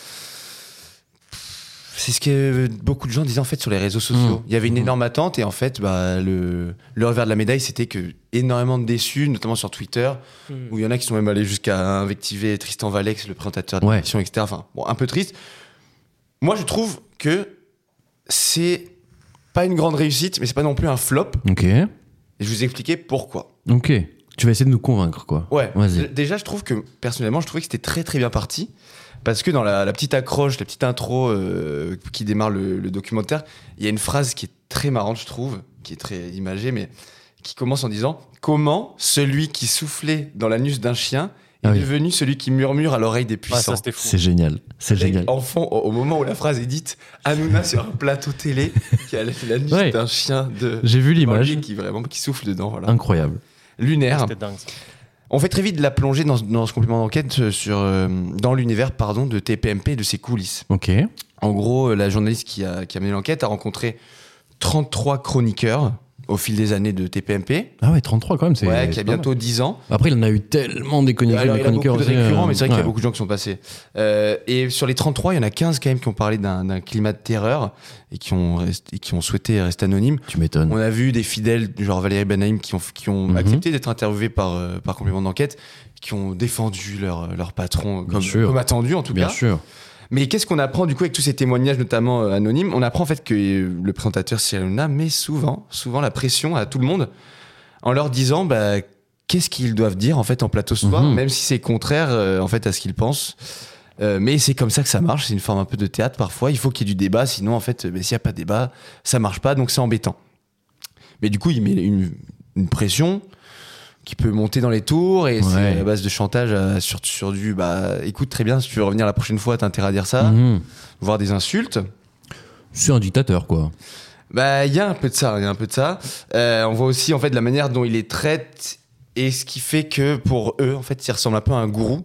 Speaker 2: C'est ce que euh, beaucoup de gens disaient en fait sur les réseaux sociaux.
Speaker 1: Mmh.
Speaker 2: Il y avait une
Speaker 1: Mmh.
Speaker 2: énorme attente et en fait, bah, le, le revers de la médaille, c'était que énormément de déçus, notamment sur Twitter,
Speaker 1: Mmh.
Speaker 2: où il y en a qui sont même allés jusqu'à invectiver Tristan Valex, le présentateur de
Speaker 1: Ouais.
Speaker 2: l'émission, etc. Enfin, bon, un peu triste. Moi, je trouve que c'est pas une grande réussite, mais c'est pas non plus un flop.
Speaker 1: Ok.
Speaker 2: Et je vous ai expliqué pourquoi.
Speaker 1: Ok. Tu vas essayer de nous convaincre, quoi.
Speaker 2: Ouais.
Speaker 1: Vas-y.
Speaker 2: Déjà, je trouve que personnellement, je trouvais que c'était très très bien parti. Parce que dans la, la petite accroche, la petite intro euh, qui démarre le, le documentaire, il y a une phrase qui est très marrante, je trouve, qui est très imagée, mais qui commence en disant Comment celui qui soufflait dans l'anus d'un chien est
Speaker 1: Ah oui.
Speaker 2: devenu celui qui murmure à l'oreille des
Speaker 4: Ah,
Speaker 2: puissants
Speaker 4: ça, c'était fou.
Speaker 1: C'est génial. C'est
Speaker 2: Et
Speaker 1: génial.
Speaker 2: En fond, au, au moment où la phrase est dite, Hanouna sur un plateau télé qui a l'anus
Speaker 1: Ouais.
Speaker 2: d'un chien de
Speaker 1: J'ai vu l'image.
Speaker 2: qui vraiment qui souffle dedans, voilà.
Speaker 1: Incroyable.
Speaker 2: Lunaire.
Speaker 4: C'était dingue. ça.
Speaker 2: On fait très vite de la plongée dans, dans ce complément d'enquête euh, sur, euh, dans l'univers pardon de TPMP et de ses coulisses.
Speaker 1: Ok.
Speaker 2: En gros, euh, la journaliste qui a, qui a mené l'enquête a rencontré 33 chroniqueurs au fil des années de TPMP,
Speaker 1: Ah ouais, 33 quand même. c'est-
Speaker 2: ouais, qui a
Speaker 1: c'est pas mal.
Speaker 2: bientôt 10 ans.
Speaker 1: Après, il en a eu tellement des chroniqueurs.
Speaker 2: Alors,
Speaker 1: des
Speaker 2: il y a
Speaker 1: chroniqueurs
Speaker 2: beaucoup de
Speaker 1: aussi, euh,
Speaker 2: récurrents, mais c'est vrai qu'il y a
Speaker 1: ouais.
Speaker 2: beaucoup de gens qui sont passés. Euh, et sur les 33, il y en a 15 quand même qui ont parlé d'un d'un climat de terreur et qui ont, rest- et qui ont souhaité rester anonymes.
Speaker 1: Tu m'étonnes.
Speaker 2: On a vu des fidèles, genre Valérie Benahim, qui ont, qui ont
Speaker 1: Mhm.
Speaker 2: accepté d'être interviewés par, euh, par complément d'enquête, qui ont défendu leur, leur patron,
Speaker 1: Bien
Speaker 2: comme,
Speaker 1: sûr.
Speaker 2: comme attendu en tout
Speaker 1: Bien
Speaker 2: cas.
Speaker 1: sûr.
Speaker 2: Mais qu'est-ce qu'on apprend du coup avec tous ces témoignages, notamment euh, anonymes On apprend en fait que euh, le présentateur Cyril Hanouna met souvent, souvent la pression à tout le monde en leur disant bah, qu'est-ce qu'ils doivent dire en fait en plateau ce soir,
Speaker 1: Mhm.
Speaker 2: même si c'est contraire euh, en fait à ce qu'ils pensent. Euh, mais c'est comme ça que ça marche, c'est une forme un peu de théâtre parfois. Il faut qu'il y ait du débat, sinon en fait, euh, ben, s'il n'y a pas de débat, ça marche pas, donc c'est embêtant. Mais du coup, il met une, une pression qui peut monter dans les tours et
Speaker 1: Ouais.
Speaker 2: c'est à base de chantage euh, sur, sur du bah écoute très bien si tu veux revenir la prochaine fois t'as intérêt à dire ça,
Speaker 1: Mhm.
Speaker 2: voire des insultes.
Speaker 1: C'est un dictateur, quoi.
Speaker 2: Bah, il y a un peu de ça, il y a un peu de ça. Euh, on voit aussi en fait la manière dont il les traite et ce qui fait que pour eux, en fait, il ressemble un peu à un gourou.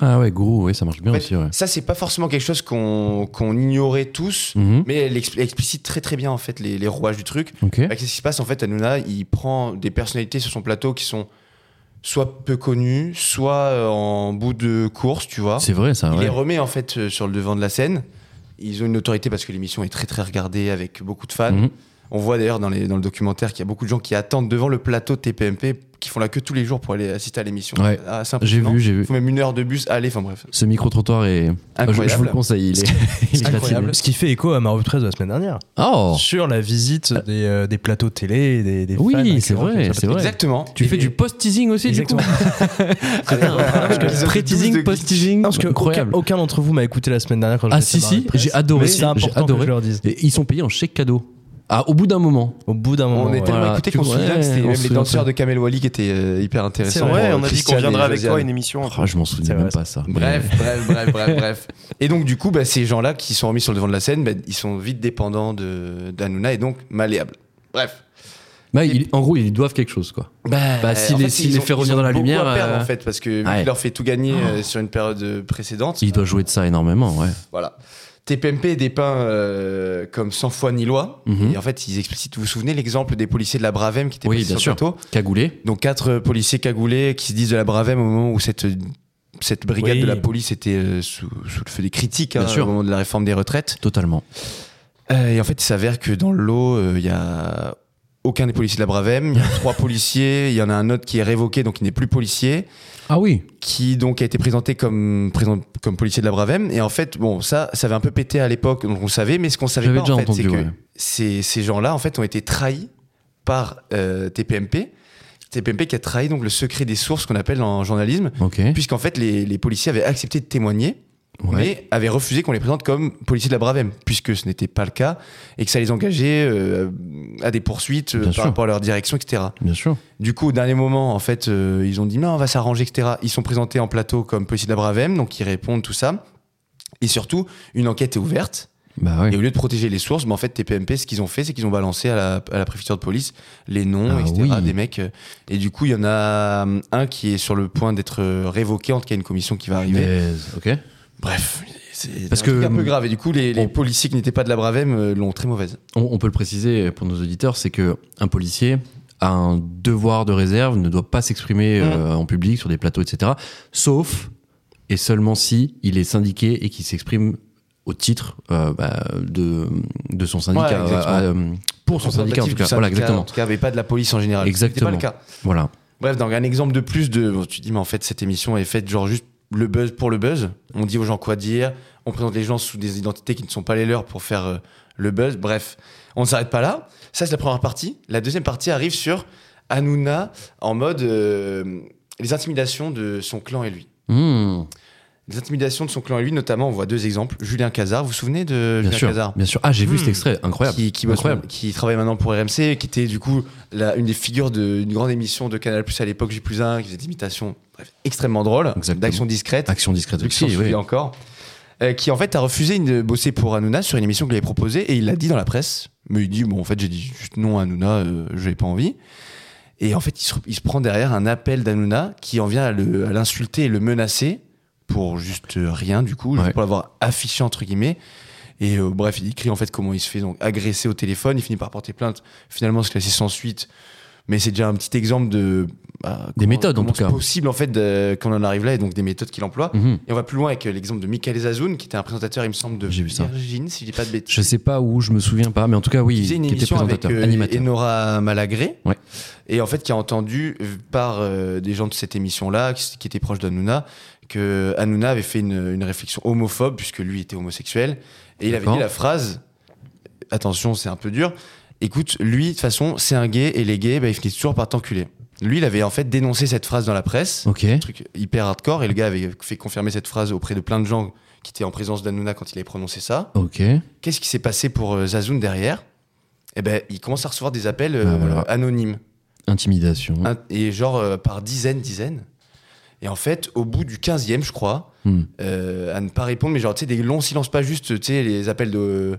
Speaker 1: Ah ouais, gourou, oui, ça marche bien
Speaker 2: Ouais.
Speaker 1: aussi, ouais.
Speaker 2: Ça, c'est pas forcément quelque chose qu'on qu'on ignorait tous,
Speaker 1: Mhm.
Speaker 2: mais elle, expl- elle explicite très très bien en fait les, les rouages du truc.
Speaker 1: Ok.
Speaker 2: Bah, Qu'est-ce qui se passe en fait Hanouna, il prend des personnalités sur son plateau qui sont soit peu connues, soit euh, en bout de course, tu vois.
Speaker 1: C'est vrai, ça,
Speaker 2: Il les
Speaker 1: ouais.
Speaker 2: remet en fait euh, sur le devant de la scène. Ils ont une autorité parce que l'émission est très très regardée avec beaucoup de fans.
Speaker 1: Mhm.
Speaker 2: On voit d'ailleurs dans, les- dans le documentaire qu'il y a beaucoup de gens qui attendent devant le plateau TPMP, qui font la queue tous les jours pour aller assister à l'émission.
Speaker 1: Ouais.
Speaker 2: Ah, c'est
Speaker 1: J'ai
Speaker 2: impressionnant.
Speaker 1: vu, j'ai
Speaker 2: Il
Speaker 1: vu.
Speaker 2: faut même une heure de bus à aller. Enfin bref,
Speaker 1: Ce micro-trottoir est. Ah, je- Je, vous le
Speaker 2: incroyable.
Speaker 1: conseille, il est, il est gratiné.
Speaker 2: incroyable.
Speaker 5: Ce qui fait écho à ma revue 13 de la semaine dernière.
Speaker 1: Oh
Speaker 5: Sur la visite des, euh, des plateaux télé, des, des
Speaker 1: Oui,
Speaker 5: fans,
Speaker 1: c'est
Speaker 5: etc.
Speaker 1: vrai,
Speaker 5: Ça,
Speaker 1: c'est vrai.
Speaker 2: Exactement.
Speaker 1: Tu fais du post-teasing aussi,
Speaker 5: Exactement.
Speaker 1: du coup Ah,
Speaker 2: Allez,
Speaker 1: Pré-teasing, post-teasing.
Speaker 5: Non, parce que
Speaker 1: Incroyable.
Speaker 5: aucun, aucun d'entre vous m'a écouté la semaine dernière quand je
Speaker 1: Ah,
Speaker 5: l'ai
Speaker 1: si,
Speaker 5: fait dans la
Speaker 1: si,
Speaker 5: presse.
Speaker 1: j'ai adoré,
Speaker 5: Mais c'est
Speaker 1: j'ai
Speaker 5: important que
Speaker 1: adoré.
Speaker 5: je leur dise.
Speaker 1: Et ils sont payés en chèque cadeau. Ah, au bout d'un moment.
Speaker 5: Au bout d'un moment.
Speaker 2: On est
Speaker 5: ouais.
Speaker 2: tellement
Speaker 1: Voilà,
Speaker 2: écoutés
Speaker 1: tu
Speaker 2: qu'on se
Speaker 1: vois,
Speaker 2: souvient que c'était
Speaker 1: on
Speaker 2: même
Speaker 1: se
Speaker 2: les
Speaker 1: souvient
Speaker 2: danseurs de Kamel Wally qui étaient euh, hyper
Speaker 4: C'est
Speaker 2: intéressants.
Speaker 4: vrai,
Speaker 2: pour,
Speaker 4: on a dit qu'on
Speaker 2: Christiane et
Speaker 4: viendrait avec
Speaker 2: Josiane.
Speaker 4: toi à une
Speaker 2: Oh,
Speaker 4: émission.
Speaker 1: Ah, je m'en souviens
Speaker 5: C'est
Speaker 1: même
Speaker 5: vrai,
Speaker 1: pas ça.
Speaker 2: Bref, bref, bref, bref, bref. Et donc, du coup, bah, ces gens-là qui sont remis sur le devant de la scène, bah, ils sont vite dépendants de- d'Hanouna et donc malléables. Bref.
Speaker 1: Bah, il- en gros, ils doivent quelque chose, quoi. Bah, s'il
Speaker 2: en
Speaker 1: les-
Speaker 2: fait,
Speaker 1: s'il
Speaker 2: ils
Speaker 1: les
Speaker 2: ont-
Speaker 1: fait
Speaker 2: ils
Speaker 1: revenir
Speaker 2: ont
Speaker 1: dans la
Speaker 2: beaucoup
Speaker 1: lumière,
Speaker 2: à perdre,
Speaker 1: euh,
Speaker 2: en fait, parce que vu
Speaker 1: ouais. Oh.
Speaker 2: qu'il leur fait tout gagner euh, sur une période précédente,
Speaker 1: Ils doivent jouer de ça énormément, ouais.
Speaker 2: voilà. TPMP est dépeint euh, comme sans foi ni loi.
Speaker 1: Mhm.
Speaker 2: Et en fait, ils explicitent. Vous vous souvenez l'exemple des policiers de la Bravem qui étaient
Speaker 1: Oui,
Speaker 2: passés
Speaker 1: bien
Speaker 2: sur le plateau
Speaker 1: Cagoulé.
Speaker 2: Donc quatre euh, policiers cagoulés qui se disent de la Bravem au moment où cette cette brigade
Speaker 5: Oui.
Speaker 2: de la police était euh, sous, sous le feu des critiques
Speaker 1: Bien
Speaker 2: hein,
Speaker 1: sûr.
Speaker 2: au moment de la réforme des retraites.
Speaker 1: Totalement.
Speaker 2: Euh, et en fait, il s'avère que dans le lot, euh, il y a aucun des policiers de la Bravem. Il y a trois policiers. Il y en a un autre qui est révoqué, donc il n'est plus policier,
Speaker 1: Ah oui.
Speaker 2: qui donc a été présenté comme présent- comme policier de la Bravem. Et en fait, bon, ça, ça avait un peu pété à l'époque, donc on savait, mais ce qu'on savait
Speaker 1: J'avais
Speaker 2: pas,
Speaker 1: déjà
Speaker 2: en fait, c'est
Speaker 1: entendu,
Speaker 2: que
Speaker 1: ouais.
Speaker 2: ces, ces gens-là, en fait, ont été trahis par euh, TPMP. TPMP qui a trahi donc le secret des sources qu'on appelle en journalisme,
Speaker 1: Ok.
Speaker 2: puisqu'en fait les, les policiers avaient accepté de témoigner
Speaker 1: Ouais.
Speaker 2: mais avait refusé qu'on les présente comme policiers de la Bravem, puisque ce n'était pas le cas, et que ça les engageait euh, à des poursuites euh,
Speaker 1: Bien
Speaker 2: par
Speaker 1: sûr.
Speaker 2: rapport à leur direction, etc.
Speaker 1: Bien sûr.
Speaker 2: Du coup, au dernier moment, en fait, euh, ils ont dit, non, on va s'arranger, etc. Ils sont présentés en plateau comme policiers de la Bravem, donc ils répondent tout ça. Et surtout, une enquête est ouverte.
Speaker 1: Bah
Speaker 2: Et
Speaker 1: ouais.
Speaker 2: au lieu de protéger les sources, mais en fait, TPMP, ce qu'ils ont fait, c'est qu'ils ont balancé à la, à la préfecture de police les noms,
Speaker 1: Ah
Speaker 2: etc.,
Speaker 1: oui.
Speaker 2: des mecs. euh, Et du coup, il y en a euh, un qui est sur le point d'être euh, révoqué, en tout cas, une commission qui va arriver.
Speaker 1: Punaise. Ok.
Speaker 2: Bref, c'est
Speaker 1: Parce
Speaker 2: un
Speaker 1: que-
Speaker 2: truc un peu grave. Et du coup, les, les
Speaker 1: On-
Speaker 2: policiers qui n'étaient pas de la Bravem euh, l'ont très mauvaise.
Speaker 1: On, on peut le préciser pour nos auditeurs, c'est que un policier a un devoir de réserve, ne doit pas s'exprimer euh, en public sur des plateaux, etc. Sauf et seulement si il est syndiqué et qu'il s'exprime au titre euh, bah, de, de son syndicat,
Speaker 2: Ouais, exactement.
Speaker 1: euh, euh, pour son syndicat en tout cas. Voilà, exactement.
Speaker 2: En tout cas, avait pas de la police en général.
Speaker 1: Exactement.
Speaker 2: C'était pas le cas.
Speaker 1: Voilà.
Speaker 2: Bref, donc un exemple de plus de. bon, tu te dis, mais en fait, cette émission est faite genre juste le buzz pour le buzz. On dit aux gens quoi dire. On présente les gens sous des identités qui ne sont pas les leurs pour faire euh, le buzz. Bref, on ne s'arrête pas là. Ça, c'est la première partie. La deuxième partie arrive sur Hanouna en mode euh, les intimidations de son clan et lui.
Speaker 1: Mmh.
Speaker 2: Les intimidations de son clan et lui, notamment, on voit deux exemples. Julien Cazard, vous vous souvenez de
Speaker 1: Bien
Speaker 2: Julien
Speaker 1: sûr.
Speaker 2: Cazard
Speaker 1: Bien sûr. Ah, j'ai vu
Speaker 5: Hmm.
Speaker 1: cet extrait. Incroyable.
Speaker 2: qui, qui, bosse-
Speaker 1: Incroyable.
Speaker 2: qui travaille maintenant pour RMC, qui était du coup la- une des figures de- d'une grande émission de Canal Plus à l'époque, J plus 1, qui faisait des imitations bref, extrêmement drôles,
Speaker 1: Exactement.
Speaker 2: d'action discrète,
Speaker 1: Action discrète
Speaker 2: vu que sur
Speaker 1: aussi,
Speaker 2: ce
Speaker 1: oui.
Speaker 2: sujet encore, euh, qui en fait a refusé de bosser pour Hanouna sur une émission que lui avait proposée et il l'a dit dans la presse. Mais il dit, bon, en fait, j'ai dit juste non à Hanouna, euh, j'avais pas envie. Et en fait, il se, il se prend derrière un appel d'Hanouna qui en vient à le- à l'insulter et le menacer pour juste euh, rien, du coup, juste
Speaker 1: Ouais.
Speaker 2: pour l'avoir affiché, entre guillemets. Et euh, bref, il écrit en fait comment il se fait donc agresser au téléphone. Il finit par porter plainte. Finalement, se classer sans suite. Mais c'est déjà un petit exemple de. bah,
Speaker 1: Des méthodes, en
Speaker 2: comment
Speaker 1: tout
Speaker 2: c'est
Speaker 1: cas.
Speaker 2: possible, en fait, de- qu'on en arrive là et donc des méthodes qu'il emploie.
Speaker 1: Mhm.
Speaker 2: Et on va plus loin avec euh, l'exemple de Michael Zazoun, qui était un présentateur, il me semble, de
Speaker 1: J'ai vu ça.
Speaker 2: Virgin, si je dis pas de bêtises.
Speaker 1: Je sais pas où, je me souviens pas, mais en tout cas,
Speaker 2: Qui
Speaker 1: oui,
Speaker 2: faisait une
Speaker 1: qui était
Speaker 2: émission avec
Speaker 1: présentateur,
Speaker 2: euh,
Speaker 1: animateur.
Speaker 2: Enora Malagré.
Speaker 1: Ouais.
Speaker 2: Et en fait, qui a entendu euh, par euh, des gens de cette émission-là, qui, qui étaient proches d'Anouna, que Hanouna avait fait une, une réflexion homophobe, puisque lui était homosexuel. Et il avait
Speaker 1: D'accord.
Speaker 2: dit la phrase Attention, c'est un peu dur. Écoute, lui, de toute façon, c'est un gay, et les gays, bah, ils finissent toujours par t'enculer. Lui, il avait en fait dénoncé cette phrase dans la presse,
Speaker 1: Ok.
Speaker 2: un truc hyper hardcore, et le gars avait fait confirmer cette phrase auprès de plein de gens qui étaient en présence d'Anouna quand il avait prononcé ça.
Speaker 1: Ok.
Speaker 2: Qu'est-ce qui s'est passé pour euh, Zazoun derrière Eh ben, il commence à recevoir des appels euh,
Speaker 1: Ah, voilà.
Speaker 2: anonymes,
Speaker 1: Intimidation.
Speaker 2: Un- et genre euh, par dizaines, dizaines. Et en fait, au bout du 15e, je crois,
Speaker 1: Hmm.
Speaker 2: euh, à ne pas répondre, mais genre, tu sais, des longs silences, pas juste, tu sais, les appels de,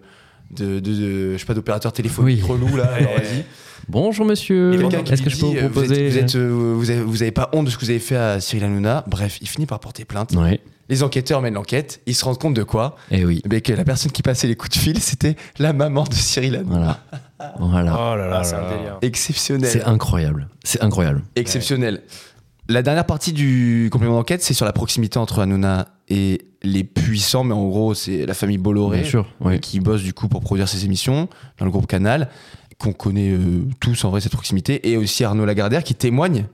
Speaker 2: de, de, de- je sais pas, d'opérateurs téléphoniques
Speaker 1: Oui.
Speaker 2: relous, là, alors vas-y.
Speaker 1: Bonjour
Speaker 2: Et
Speaker 1: monsieur.
Speaker 2: quelqu'un qui
Speaker 1: Est-ce
Speaker 2: lui
Speaker 1: que je peux vous
Speaker 2: dit, euh, vous êtes-
Speaker 1: proposer
Speaker 2: vous, êtes, euh, vous, avez, vous avez pas honte de ce que vous avez fait à Cyril Hanouna Bref, il finit par porter plainte.
Speaker 1: Ouais.
Speaker 2: Les enquêteurs mènent l'enquête. Ils se rendent compte de quoi
Speaker 1: Eh oui.
Speaker 2: Eh ben, Que la personne qui passait les coups de fil, c'était la maman de Cyril Hanouna.
Speaker 1: Voilà. Voilà.
Speaker 2: Ah,
Speaker 4: Oh là
Speaker 5: Ah,
Speaker 4: là, Ah, c'est un délire.
Speaker 1: C'est
Speaker 2: Exceptionnel.
Speaker 1: incroyable. C'est incroyable.
Speaker 2: Exceptionnel. La dernière partie du complément d'enquête, c'est sur la proximité entre Hanouna et les puissants, mais en gros, c'est la famille Bolloré.
Speaker 1: Bien sûr. Oui.
Speaker 2: qui bosse du coup pour produire ses émissions dans le groupe Canal, qu'on connaît euh, tous en vrai cette proximité, et aussi Arnaud Lagardère qui témoigne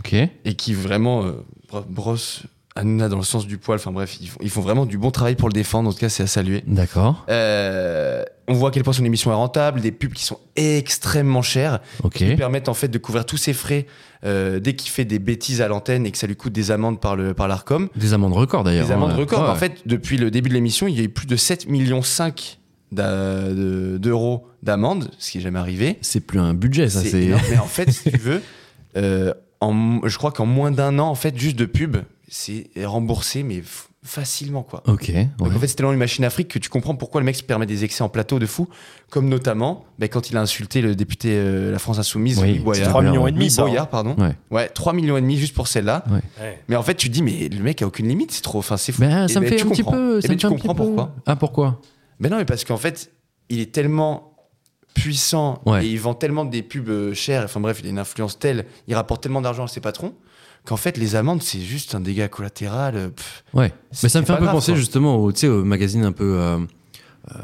Speaker 1: Ok.
Speaker 2: et qui vraiment euh, bro- brosse Hanouna dans le sens du poil. Enfin bref, ils font, ils font vraiment du bon travail pour le défendre, en tout cas c'est à saluer.
Speaker 1: D'accord.
Speaker 2: Euh, on voit à quel point son émission est rentable, des pubs qui sont extrêmement chères,
Speaker 1: Ok.
Speaker 2: qui permettent en fait de couvrir tous ses frais euh, dès qu'il fait des bêtises à l'antenne et que ça lui coûte des amendes par l'ARCOM. Par l'Arcom.
Speaker 1: Des amendes records d'ailleurs.
Speaker 2: Des amendes
Speaker 1: hein.
Speaker 2: records.
Speaker 1: Ouais.
Speaker 2: En fait, depuis le début de l'émission, il y a eu plus de 7,5 millions d'a- de- d'euros d'amendes, ce qui n'est jamais arrivé.
Speaker 1: C'est plus un budget, ça.
Speaker 2: C'est
Speaker 1: C'est.
Speaker 2: énorme. Mais en fait, si tu veux, euh, en- je crois qu'en moins d'un an, en fait, juste de pub, c'est remboursé, mais f- facilement, quoi.
Speaker 1: Ok. ouais.
Speaker 2: Donc en fait, c'est tellement une machine afrique que tu comprends pourquoi le mec se permet des excès en plateau de fou, comme notamment ben, quand il a insulté le député euh, La France Insoumise,
Speaker 1: Oui,
Speaker 2: Louis Boyard.
Speaker 1: c'est
Speaker 4: 3 millions et
Speaker 2: Louis
Speaker 4: demi, ça. hein.
Speaker 2: Boyard, pardon.
Speaker 1: Ouais.
Speaker 2: Ouais, 3 millions et demi juste pour celle-là.
Speaker 1: Ouais.
Speaker 5: Ouais.
Speaker 2: Mais en fait, tu te dis, mais le mec a aucune limite, c'est trop. Enfin, c'est fou.
Speaker 1: Ben, ça
Speaker 2: Eh
Speaker 1: me
Speaker 2: ben,
Speaker 1: fait
Speaker 2: tu
Speaker 1: un petit
Speaker 2: comprends.
Speaker 1: peu.
Speaker 2: Eh
Speaker 1: Ça
Speaker 2: ben,
Speaker 1: me
Speaker 2: tu
Speaker 1: fait un petit
Speaker 2: comprends
Speaker 1: peu-
Speaker 2: pourquoi.
Speaker 1: Ah pourquoi
Speaker 2: Mais non, mais parce qu'en fait, il est tellement puissant
Speaker 1: Ouais.
Speaker 2: et il vend tellement des pubs euh, chères. Enfin bref, il a une influence telle, il rapporte tellement d'argent à ses patrons qu'en fait, les amendes, c'est juste un dégât collatéral. euh, pff.
Speaker 1: Ouais.
Speaker 2: C'est-
Speaker 1: Mais ça me
Speaker 2: c'est
Speaker 1: fait un
Speaker 2: pas
Speaker 1: peu
Speaker 2: grave,
Speaker 1: penser
Speaker 2: quoi.
Speaker 1: justement aux, tu sais, aux magazines un peu euh,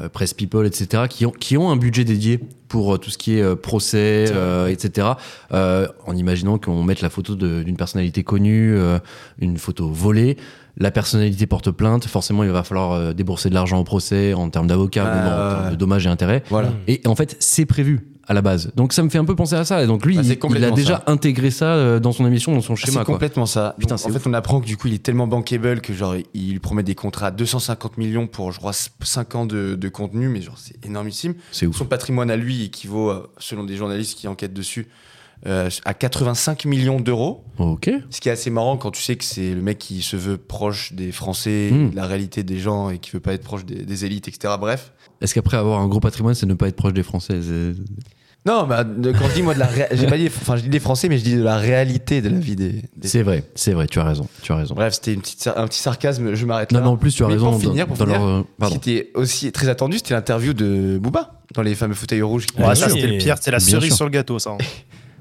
Speaker 1: euh, Press People, etc., qui ont, qui ont un budget dédié pour euh, tout ce qui est euh, procès, euh, etc., euh, en imaginant qu'on mette la photo de- d'une personnalité connue, euh, une photo volée. La personnalité porte plainte, forcément il va falloir euh, débourser de l'argent au procès en termes d'avocat,
Speaker 2: Ah,
Speaker 1: mais non, en termes de
Speaker 2: ouais.
Speaker 1: dommages et intérêts.
Speaker 2: Voilà.
Speaker 1: Et en fait, c'est prévu à la base. Donc ça me fait un peu penser à ça. Et donc lui,
Speaker 2: Bah, c'est
Speaker 1: il- il, a
Speaker 2: complètement Ah,
Speaker 1: déjà intégré ça euh, dans son émission, dans son schéma.
Speaker 2: C'est
Speaker 1: quoi.
Speaker 2: complètement ça.
Speaker 1: Putain,
Speaker 2: Donc,
Speaker 1: c'est
Speaker 2: en
Speaker 1: ouf.
Speaker 2: fait, on apprend que du coup, il est tellement bankable que genre, il lui promet des contrats à 250 millions pour, je crois, 5 ans de, de contenu, mais genre, c'est énormissime.
Speaker 1: C'est ouf.
Speaker 2: Son patrimoine à lui équivaut, euh, selon des journalistes qui enquêtent dessus, euh, à 85 millions d'euros.
Speaker 1: Ok.
Speaker 2: Ce qui est assez marrant quand tu sais que c'est le mec qui se veut proche des Français,
Speaker 1: Mm.
Speaker 2: de la réalité des gens et qui veut pas être proche des, des élites, etc. Bref.
Speaker 1: Est-ce qu'après avoir un gros patrimoine, c'est ne pas être proche des Français c'est-
Speaker 2: Non, bah, de- quand je dis moi de la, ré- j'ai pas dit, enfin je dis des Français, mais je dis de la réalité de la vie des. des-
Speaker 1: C'est vrai, c'est vrai, tu as raison, tu as raison.
Speaker 2: Bref, c'était une petite, un petit sarcasme. Je m'arrête là.
Speaker 1: Non, mais en plus, tu as
Speaker 2: Mais
Speaker 1: raison.
Speaker 2: pour
Speaker 1: dans-
Speaker 2: finir, pour
Speaker 1: dans
Speaker 2: finir,
Speaker 1: leur, euh,
Speaker 2: Ce qui
Speaker 1: pardon.
Speaker 2: était aussi très attendu, c'était l'interview de Booba dans les fameux fauteuils rouges.
Speaker 4: Ouais,
Speaker 5: Bien
Speaker 4: ça
Speaker 5: sûr.
Speaker 4: c'était le pire, c'est la
Speaker 1: Bien
Speaker 4: cerise
Speaker 1: sûr.
Speaker 4: sur le gâteau ça. hein.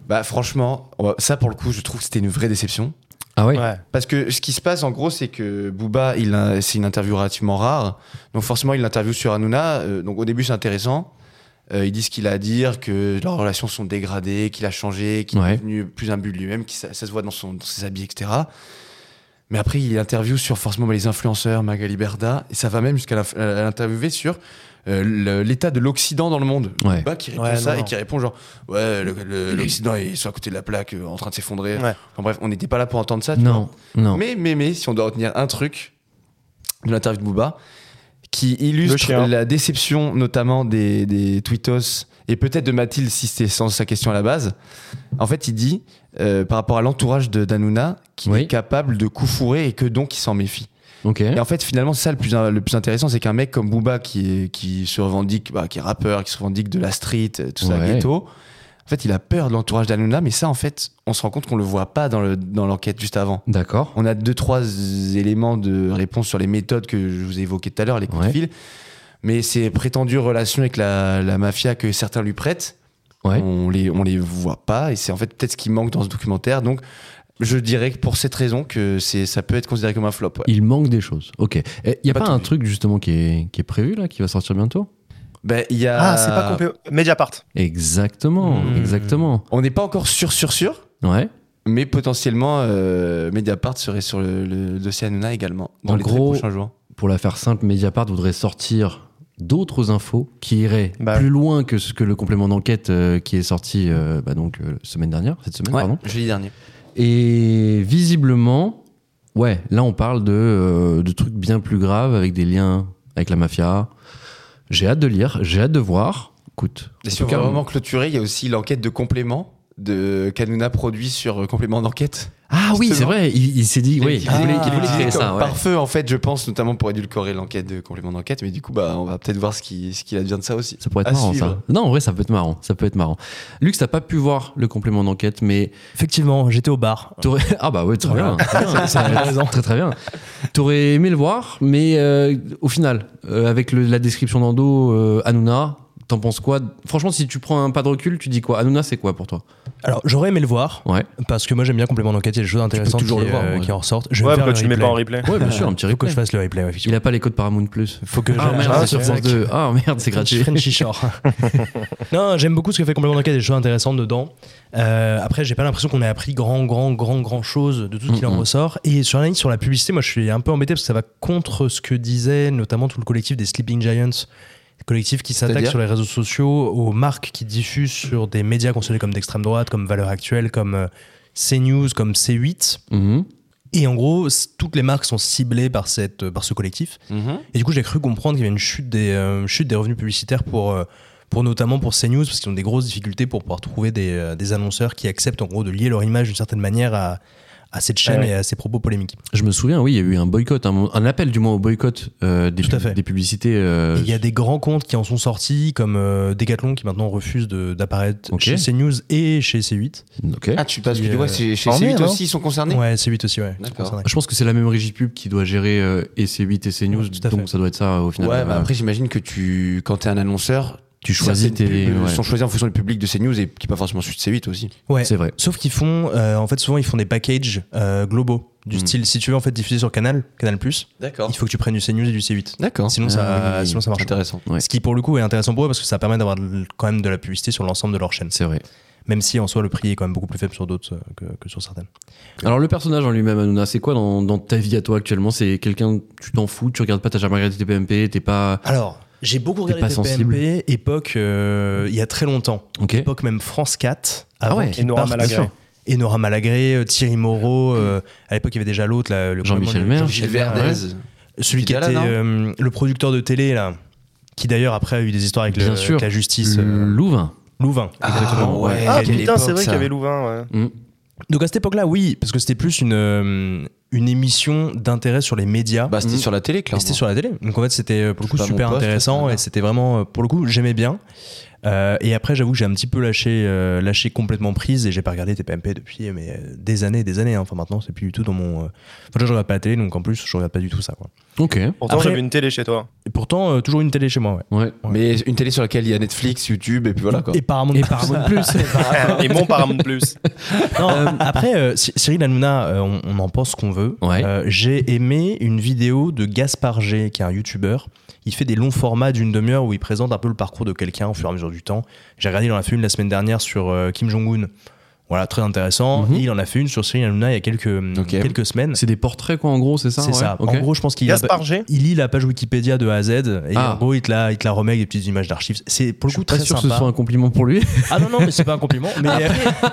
Speaker 2: Bah franchement, on va- ça pour le coup, je trouve que c'était une vraie déception.
Speaker 1: Ah ouais,
Speaker 2: Parce que ce qui se passe en gros, c'est que Booba, il a- c'est une interview relativement rare. Donc forcément, il l'interview sur Hanouna. Euh, donc au début, c'est intéressant. Euh, il dit ce qu'il a à dire, que leurs relations sont dégradées, qu'il a changé, qu'il
Speaker 1: Ouais.
Speaker 2: est devenu plus imbu de lui-même, que ça, ça se voit dans, son, dans ses habits, etc. Mais après, il interview sur forcément bah, les influenceurs, Magali Berda, et ça va même jusqu'à l'inf- à l'interviewer sur euh, le- l'état de l'Occident dans le monde.
Speaker 1: ouais.
Speaker 2: Booba qui répond
Speaker 5: Ouais,
Speaker 2: ça
Speaker 5: non,
Speaker 2: et
Speaker 5: non.
Speaker 2: qui répond genre ouais le- le- l'Occident ils sont à côté de la plaque euh, en train de s'effondrer.
Speaker 4: Ouais.
Speaker 2: Enfin bref, on n'était pas là pour entendre ça. tu vois.
Speaker 1: Non, non.
Speaker 2: Mais, mais, mais, si on doit retenir un truc de l'interview de Booba, qui
Speaker 4: Le
Speaker 2: illustre
Speaker 4: chien.
Speaker 2: la déception notamment des, des tweetos et peut-être de Mathilde si c'était sans sa question à la base. En fait, il dit euh, par rapport à l'entourage de Danuna qu'il
Speaker 1: Oui. Hein
Speaker 2: est capable de coup fourrer et que donc il s'en méfie.
Speaker 1: Ok.
Speaker 2: Et en fait, finalement, c'est ça le plus, le plus intéressant, c'est qu'un mec comme Booba qui, est- qui se revendique, bah, qui est rappeur, qui se revendique de la street, euh, tout ça,
Speaker 1: Ouais.
Speaker 2: ghetto. En fait, il a peur de l'entourage d'Anouna, mais ça, en fait, on se rend compte qu'on le voit pas dans le- dans l'enquête juste avant.
Speaker 1: D'accord.
Speaker 2: On a deux, trois éléments de réponse sur les méthodes que je vous ai évoquées tout à l'heure, les coups
Speaker 1: Ouais.
Speaker 2: de fil. Mais ces prétendues relations avec la, la mafia que certains lui prêtent,
Speaker 1: Ouais.
Speaker 2: on les, on les voit pas. Et c'est en fait peut-être ce qui manque dans ce documentaire. Donc, je dirais que pour cette raison que c'est, ça peut être considéré comme un flop. ouais.
Speaker 1: Il manque des choses. Ok. Il n'y a
Speaker 2: Pas
Speaker 1: pas,
Speaker 2: tout
Speaker 1: un
Speaker 2: vu.
Speaker 1: truc justement qui est, qui est prévu là, qui va sortir bientôt
Speaker 2: Ben, il y a...
Speaker 4: Ah, c'est pas complet. Mediapart.
Speaker 1: Exactement,
Speaker 5: Hmm.
Speaker 1: exactement.
Speaker 2: On n'est pas encore sûr, sûr, sûr.
Speaker 1: Ouais.
Speaker 2: Mais potentiellement, euh, Mediapart serait sur le, le dossier Hanouna également dans
Speaker 1: En
Speaker 2: les très
Speaker 1: gros,
Speaker 2: prochains jours.
Speaker 1: Pour la faire simple, Mediapart voudrait sortir d'autres infos qui iraient
Speaker 4: Bah.
Speaker 1: plus loin que ce que le complément d'enquête euh, qui est sorti euh, bah donc euh, semaine dernière, cette semaine, pardon.
Speaker 2: jeudi dernier.
Speaker 1: Et visiblement, ouais, là on parle de, euh, de trucs bien plus graves avec des liens avec la mafia. J'ai hâte de lire, j'ai hâte de voir. Écoute,
Speaker 2: Et
Speaker 1: en
Speaker 2: si
Speaker 1: tout
Speaker 2: on veut
Speaker 1: cas,
Speaker 2: vraiment clôturer, il y a aussi l'enquête de complément de Canuna produit sur euh, complément d'enquête.
Speaker 1: Ah oui, c'est
Speaker 2: Justement.
Speaker 1: vrai, il, il s'est dit, oui, il
Speaker 2: Ah,
Speaker 1: voulait, il voulait
Speaker 2: utilisé
Speaker 1: créer
Speaker 2: comme
Speaker 1: ça. ouais.
Speaker 2: Pare-feu, en fait, je pense, notamment pour édulcorer l'enquête de complément d'enquête. Mais du coup, bah, on va peut-être voir ce qui, ce qu'il advient de ça aussi.
Speaker 1: Ça pourrait être
Speaker 2: À
Speaker 1: marrant,
Speaker 2: suivre.
Speaker 1: ça. Non, en vrai, ça peut être marrant. Ça peut être marrant. Lux, t'as pas pu voir le complément d'enquête, mais
Speaker 5: Effectivement, j'étais au bar.
Speaker 1: t'aurais. Ah bah oui, très
Speaker 5: Voilà.
Speaker 1: bien. très bien, très très bien. T'aurais aimé le voir, mais euh, au final, euh, avec le- la description d'Ando, euh, Hanouna, t'en penses quoi Franchement, si tu prends un pas de recul, tu dis quoi Hanouna, c'est quoi pour toi
Speaker 5: Alors, j'aurais aimé le voir,
Speaker 1: Ouais.
Speaker 5: parce que moi j'aime bien complément d'enquête, il y a des choses intéressantes
Speaker 1: toujours
Speaker 5: qui,
Speaker 1: le voir,
Speaker 5: euh,
Speaker 1: ouais.
Speaker 5: qui en ressortent. Je vais
Speaker 4: Ouais,
Speaker 5: me faire
Speaker 4: pourquoi tu
Speaker 5: le
Speaker 4: mets
Speaker 5: replay.
Speaker 4: pas en replay
Speaker 1: Ouais, bien sûr, un petit
Speaker 5: Faut que
Speaker 1: replay.
Speaker 5: je fasse le replay, ouais, effectivement.
Speaker 1: Il a pas les codes Paramount Plus.
Speaker 5: Faut que
Speaker 1: Ah
Speaker 5: j'aille-
Speaker 1: merde,
Speaker 4: ah,
Speaker 1: c'est
Speaker 4: sur
Speaker 1: sur France 2. Ah merde, c'est gratuit.
Speaker 5: Frenchy Shore. non, j'aime beaucoup ce que fait Complément d'enquête, il y a des choses intéressantes dedans. Euh, après, j'ai pas l'impression qu'on ait appris grand, grand, grand, grand chose de tout ce qu'il
Speaker 1: Mhm.
Speaker 5: en ressort. Et sur la ligne, sur la publicité, moi je suis un peu embêté parce que ça va contre ce que disait notamment tout le collectif des Sleeping Giants. Collectif qui s'attaque
Speaker 2: C'est-à-dire
Speaker 5: sur les réseaux sociaux aux marques qui diffusent sur des médias considérés comme d'extrême droite, comme Valeurs Actuelles, comme euh, CNews, comme C8.
Speaker 1: Mhm.
Speaker 5: Et en gros, c- toutes les marques sont ciblées par, cette, euh, par ce collectif.
Speaker 1: Mhm.
Speaker 5: Et du coup, j'ai cru comprendre qu'il y avait une chute des, euh, chute des revenus publicitaires pour, euh, pour notamment pour CNews, parce qu'ils ont des grosses difficultés pour pouvoir trouver des, euh, des annonceurs qui acceptent en gros de lier leur image d'une certaine manière à, à cette
Speaker 1: Ah
Speaker 5: chaîne
Speaker 4: Ouais.
Speaker 5: et à ses propos polémiques.
Speaker 1: Je me souviens, oui, il y a eu un boycott, un, moment- un appel du moins au boycott euh, des,
Speaker 5: Tout à
Speaker 1: pub-
Speaker 5: fait.
Speaker 1: des publicités. euh,
Speaker 5: Et Il y a des grands comptes qui en sont sortis, comme euh, Decathlon, qui maintenant refuse de- d'apparaître
Speaker 1: Ok.
Speaker 5: chez CNews et chez C8.
Speaker 1: ok.
Speaker 2: Ah, tu passes
Speaker 5: Et,
Speaker 2: du doigt
Speaker 5: euh,
Speaker 2: chez, chez
Speaker 4: en
Speaker 2: C8
Speaker 4: bien, non
Speaker 2: aussi, ils sont
Speaker 1: Ah
Speaker 2: concernés
Speaker 5: Ouais, C8 aussi, ouais.
Speaker 2: D'accord.
Speaker 5: c'est concerné.
Speaker 1: Je pense que c'est la même régie pub qui doit gérer euh, et C8 et CNews,
Speaker 5: Ouais, tout à
Speaker 1: donc
Speaker 5: fait.
Speaker 1: ça doit être ça au final.
Speaker 2: Ouais,
Speaker 1: Euh,
Speaker 2: bah après, j'imagine que tu, quand t'es un annonceur,
Speaker 1: tu choisis tes.
Speaker 2: certaines pubs, euh,
Speaker 1: ouais.
Speaker 2: sont choisies en fonction du public de CNews et qui pas forcément sur C8 aussi.
Speaker 5: Ouais.
Speaker 1: C'est vrai.
Speaker 5: Sauf qu'ils font, euh, en fait, souvent ils font des packages euh, globaux, du
Speaker 2: Mhm.
Speaker 1: Hmm.
Speaker 5: style si tu veux en fait diffuser sur Canal, Canal+,
Speaker 2: D'accord.
Speaker 5: il faut que tu prennes du CNews et du C8.
Speaker 2: D'accord.
Speaker 5: Sinon, ça,
Speaker 1: Oh. Ah oui.
Speaker 5: sinon ça marche pas.
Speaker 2: Intéressant.
Speaker 1: Ouais.
Speaker 5: Ce qui pour le coup est intéressant pour eux parce que ça permet d'avoir de- quand même de la publicité sur l'ensemble de leur chaîne.
Speaker 1: C'est vrai.
Speaker 5: Même si en soi le prix est quand même beaucoup plus faible sur d'autres euh, que, que sur certaines.
Speaker 1: Alors le personnage en lui-même, Hanouna, c'est quoi dans, dans ta vie à toi actuellement C'est quelqu'un, tu t'en fous, tu regardes pas, t'as jamais regardé tes PMP, t'es pas.
Speaker 5: Alors, j'ai beaucoup
Speaker 1: T'es
Speaker 5: regardé
Speaker 1: pas sensible.
Speaker 5: PMP, époque euh, il y a très longtemps.
Speaker 1: Ok.
Speaker 5: Époque même France 4.
Speaker 1: Ah
Speaker 5: avant
Speaker 1: ouais.
Speaker 5: qu'ils
Speaker 4: Et Nora
Speaker 5: partent.
Speaker 4: Malagré. Bien sûr.
Speaker 5: Et Nora Malagré, euh, Thierry Moreau. euh, à l'époque, il y avait déjà l'autre, là, le
Speaker 1: Jean-Michel Maire.
Speaker 5: Jean-Michel Maire, ouais. Celui qui
Speaker 2: Qui était
Speaker 5: était
Speaker 2: là,
Speaker 5: euh, le producteur de télé, là. Qui d'ailleurs après a eu des histoires avec, le-
Speaker 1: Bien sûr.
Speaker 5: avec la justice. euh,
Speaker 1: Louvain.
Speaker 5: Louvain. exactement.
Speaker 2: ouais.
Speaker 5: Qui a
Speaker 4: Ah,
Speaker 1: Eh,
Speaker 5: une
Speaker 4: putain, c'est vrai
Speaker 2: ça.
Speaker 4: qu'il y avait Louvain, ouais.
Speaker 1: Mmh.
Speaker 5: Donc à cette époque-là, oui, parce que c'était plus une, euh, une émission d'intérêt sur les médias.
Speaker 2: Bah, c'était
Speaker 1: Mhm.
Speaker 2: sur la télé,
Speaker 5: Et
Speaker 2: clairement.
Speaker 5: c'était sur la télé. Donc en fait, c'était euh, pour le
Speaker 2: Je
Speaker 5: coup
Speaker 2: sais pas, mon
Speaker 5: super
Speaker 2: poste,
Speaker 5: intéressant
Speaker 2: etc.
Speaker 5: et c'était vraiment, euh, pour le coup, j'aimais bien. Euh, et après, j'avoue que j'ai un petit peu lâché, euh, lâché complètement prise et j'ai pas regardé TPMP depuis euh, mais, euh, des années et des années. hein. Enfin maintenant, c'est plus du tout dans mon. euh, Enfin, déjà, je regarde pas la télé, donc en plus, je regarde pas du tout ça. Quoi.
Speaker 1: Ok.
Speaker 4: Pourtant,
Speaker 5: Après-
Speaker 4: j'avais une télé chez toi.
Speaker 5: Et pourtant, euh, toujours une télé chez moi. Ouais.
Speaker 1: Ouais.
Speaker 2: Mais une télé sur laquelle il y a Netflix, YouTube, et puis voilà quoi.
Speaker 5: Et Paramount.
Speaker 1: Et Paramount Plus. Ah.
Speaker 4: Et mon Paramount Plus.
Speaker 5: Non, après, euh, Cy- Cyril Hanouna, euh, on, on en pense ce qu'on veut.
Speaker 1: Ouais.
Speaker 5: Euh, J'ai aimé une vidéo de Gaspard G, qui est un youtubeur. Il fait des longs formats d'une demi-heure où il présente un peu le parcours de quelqu'un au fur et à mesure du temps. J'ai regardé, il en a fait une la semaine dernière sur euh, Kim Jong-un. Voilà, très intéressant.
Speaker 1: Mhm.
Speaker 5: Et il en a fait une sur Cyril Hanouna il y a quelques,
Speaker 2: Ok.
Speaker 5: quelques semaines.
Speaker 1: C'est des portraits quoi en gros, c'est ça
Speaker 5: C'est
Speaker 1: ouais
Speaker 5: ça.
Speaker 1: Ok.
Speaker 5: En gros, je pense qu'il a-
Speaker 4: Gaspard G.
Speaker 5: il lit la page Wikipédia de A à Z et
Speaker 1: Ah.
Speaker 5: en gros, il te, la, il te la remet avec des petites images d'archives. C'est pour
Speaker 1: je
Speaker 5: le coup
Speaker 1: suis pas
Speaker 5: très
Speaker 1: sûr
Speaker 5: sympa.
Speaker 1: que ce soit un compliment pour lui.
Speaker 5: Ah non, non, mais c'est pas un compliment. Mais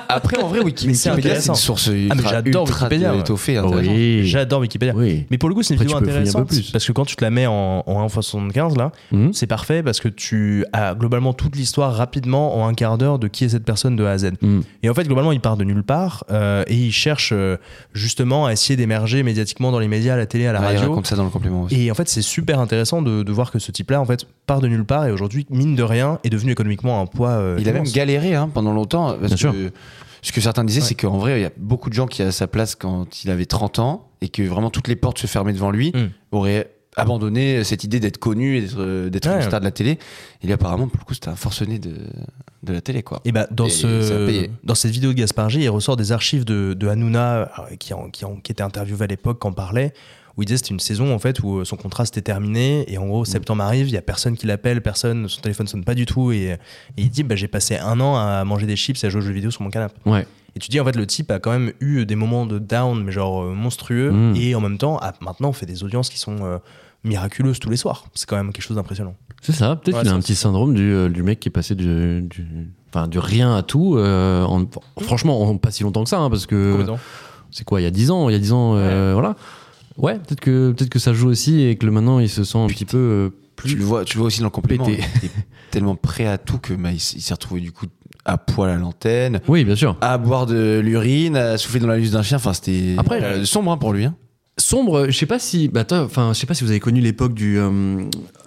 Speaker 2: Après, en vrai, Wiki-
Speaker 5: Mais c'est
Speaker 2: Wikipédia, c'est
Speaker 5: intéressant.
Speaker 2: Ah, une source
Speaker 5: mais
Speaker 2: ultra,
Speaker 5: j'adore
Speaker 2: ultra
Speaker 5: Wikipédia, ouais.
Speaker 2: étoffée. intéressante.
Speaker 1: Oui.
Speaker 5: j'adore Wikipédia.
Speaker 1: Oui.
Speaker 5: Mais pour le coup, c'est une
Speaker 1: Après,
Speaker 5: vidéo
Speaker 1: tu peux fouiller un peu
Speaker 5: intéressante
Speaker 1: plus.
Speaker 5: parce que quand tu te la mets en, en 1,75 là,
Speaker 1: Mhm.
Speaker 5: c'est parfait parce que tu as globalement toute l'histoire rapidement en un quart d'heure de qui est cette personne de A à Z.
Speaker 1: Mhm.
Speaker 5: Et en fait, globalement, il part de nulle part euh, et il cherche euh, justement à essayer d'émerger médiatiquement dans les médias, à la télé, à la
Speaker 2: Ah, il
Speaker 5: radio.
Speaker 2: raconte ça dans le complément aussi.
Speaker 5: Et en fait, c'est super intéressant de, de voir que ce type-là, en fait, part de nulle part et aujourd'hui, mine de rien, est devenu économiquement un poids. euh,
Speaker 2: Il a même
Speaker 5: immense.
Speaker 2: galéré hein, pendant longtemps. Parce
Speaker 1: Bien
Speaker 2: que
Speaker 1: sûr.
Speaker 2: Ce que certains disaient,
Speaker 5: Ouais.
Speaker 2: c'est qu'en vrai, il y a beaucoup de gens qui à sa place quand il avait 30 ans et que vraiment toutes les portes se fermaient devant lui,
Speaker 5: Mm.
Speaker 2: auraient abandonné cette idée d'être connu et d'être, euh, d'être
Speaker 5: Ouais.
Speaker 2: une star de la télé. Et lui, apparemment, pour le coup, c'était un forcené de, de la télé, quoi.
Speaker 5: Et bah, dans,
Speaker 2: Et ça a
Speaker 5: ce,
Speaker 2: payé.
Speaker 5: dans cette vidéo de Gaspard G, il ressort des archives de, de Hanouna, euh, qui, en- qui, en- qui était interviewé à l'époque, qui en parlait, où il disait c'était une saison en fait où euh, son contrat s'était terminé, et en
Speaker 1: Mm.
Speaker 5: gros, septembre arrive, il n'y a personne qui l'appelle, personne, son téléphone sonne pas du tout, et, et il dit bah, j'ai passé un an à manger des chips et à jouer aux jeux vidéo sur mon canapé.
Speaker 1: Ouais.
Speaker 5: Et tu dis en fait, le type a quand même eu des moments de down, mais genre euh, monstrueux,
Speaker 1: Mm.
Speaker 5: et en même temps, a- maintenant, on fait des audiences qui sont. euh, miraculeuse tous les soirs. C'est quand même quelque chose d'impressionnant.
Speaker 1: C'est ça, peut-être
Speaker 4: Ouais,
Speaker 1: qu'il a
Speaker 4: ça,
Speaker 1: un petit syndrome du, euh, du mec qui est passé du, du, enfin, du rien à tout. euh, en- franchement, en pas si longtemps que ça, hein, parce que
Speaker 4: Complètement.
Speaker 1: c'est quoi, il y a 10 ans Il y a 10 ans, euh, voilà. Ouais, peut-être que, peut que ça joue aussi et que le maintenant il se sent un petit peu euh,
Speaker 2: Tu
Speaker 1: plus.
Speaker 2: le vois, tu le vois aussi dans le compliment.
Speaker 1: Pété.
Speaker 2: Il est tellement prêt à tout que bah, il s- il s'est retrouvé du coup à poil à l'antenne,
Speaker 1: Oui, bien sûr.
Speaker 2: à boire de l'urine, à souffler dans la luce d'un chien. Enfin, c'était
Speaker 1: Après,
Speaker 2: euh, sombre hein, pour lui. hein.
Speaker 1: Sombre, euh, je sais pas si, bah, toi, enfin, je sais pas si vous avez connu l'époque du euh,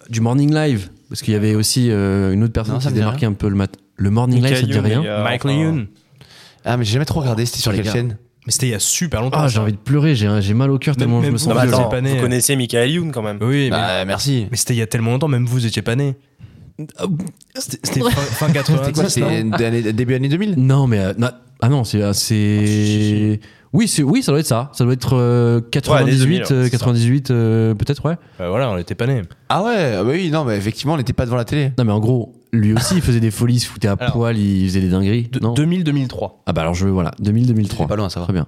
Speaker 1: du morning live, parce qu'il y avait aussi euh, une autre personne
Speaker 2: Non,
Speaker 1: qui
Speaker 2: ça
Speaker 1: se
Speaker 2: me dit
Speaker 1: démarquait un peu le matin. Le morning live, ça te dit rien
Speaker 4: Euh,
Speaker 5: Michael Youn.
Speaker 2: Ah, mais j'ai jamais trop regardé. C'était sur
Speaker 1: Les
Speaker 2: quelle
Speaker 1: gars.
Speaker 2: chaîne
Speaker 5: Mais c'était il y a super longtemps.
Speaker 1: Ah, j'ai envie de pleurer, j'ai j'ai mal au cœur tellement
Speaker 5: Même-
Speaker 1: je me
Speaker 5: même
Speaker 1: sens
Speaker 5: vous,
Speaker 1: violent.
Speaker 5: attends. c'est pas né.
Speaker 4: vous connaissiez Michael Youn quand même.
Speaker 5: Oui, mais,
Speaker 1: Ah,
Speaker 2: Bah, merci.
Speaker 5: mais c'était il y a tellement longtemps, même vous étiez pas né. Ah, C'était c'était fin, fin
Speaker 2: C'était quoi
Speaker 5: 90.
Speaker 2: C'était
Speaker 5: non
Speaker 2: d'année- début année 2000
Speaker 1: Non, mais euh, na- ah non, c'est euh, c'est oui, c'est oui, ça doit être ça. Ça doit être euh, 98,
Speaker 4: 2000, ouais,
Speaker 1: euh,
Speaker 4: c'est ça.
Speaker 1: 98 euh, peut-être, ouais.
Speaker 5: Bah voilà, on était pas né.
Speaker 2: Ah ouais, ah bah oui, non, mais effectivement, on n'était pas devant la télé.
Speaker 1: Non, mais en gros, lui aussi, il faisait des folies, il se foutait à
Speaker 4: Alors,
Speaker 1: poil, il faisait des dingueries. non
Speaker 5: 2000-2003.
Speaker 1: Ah bah alors je voilà, 2000, 2003.
Speaker 2: Pas loin, ça va.
Speaker 1: Très bien.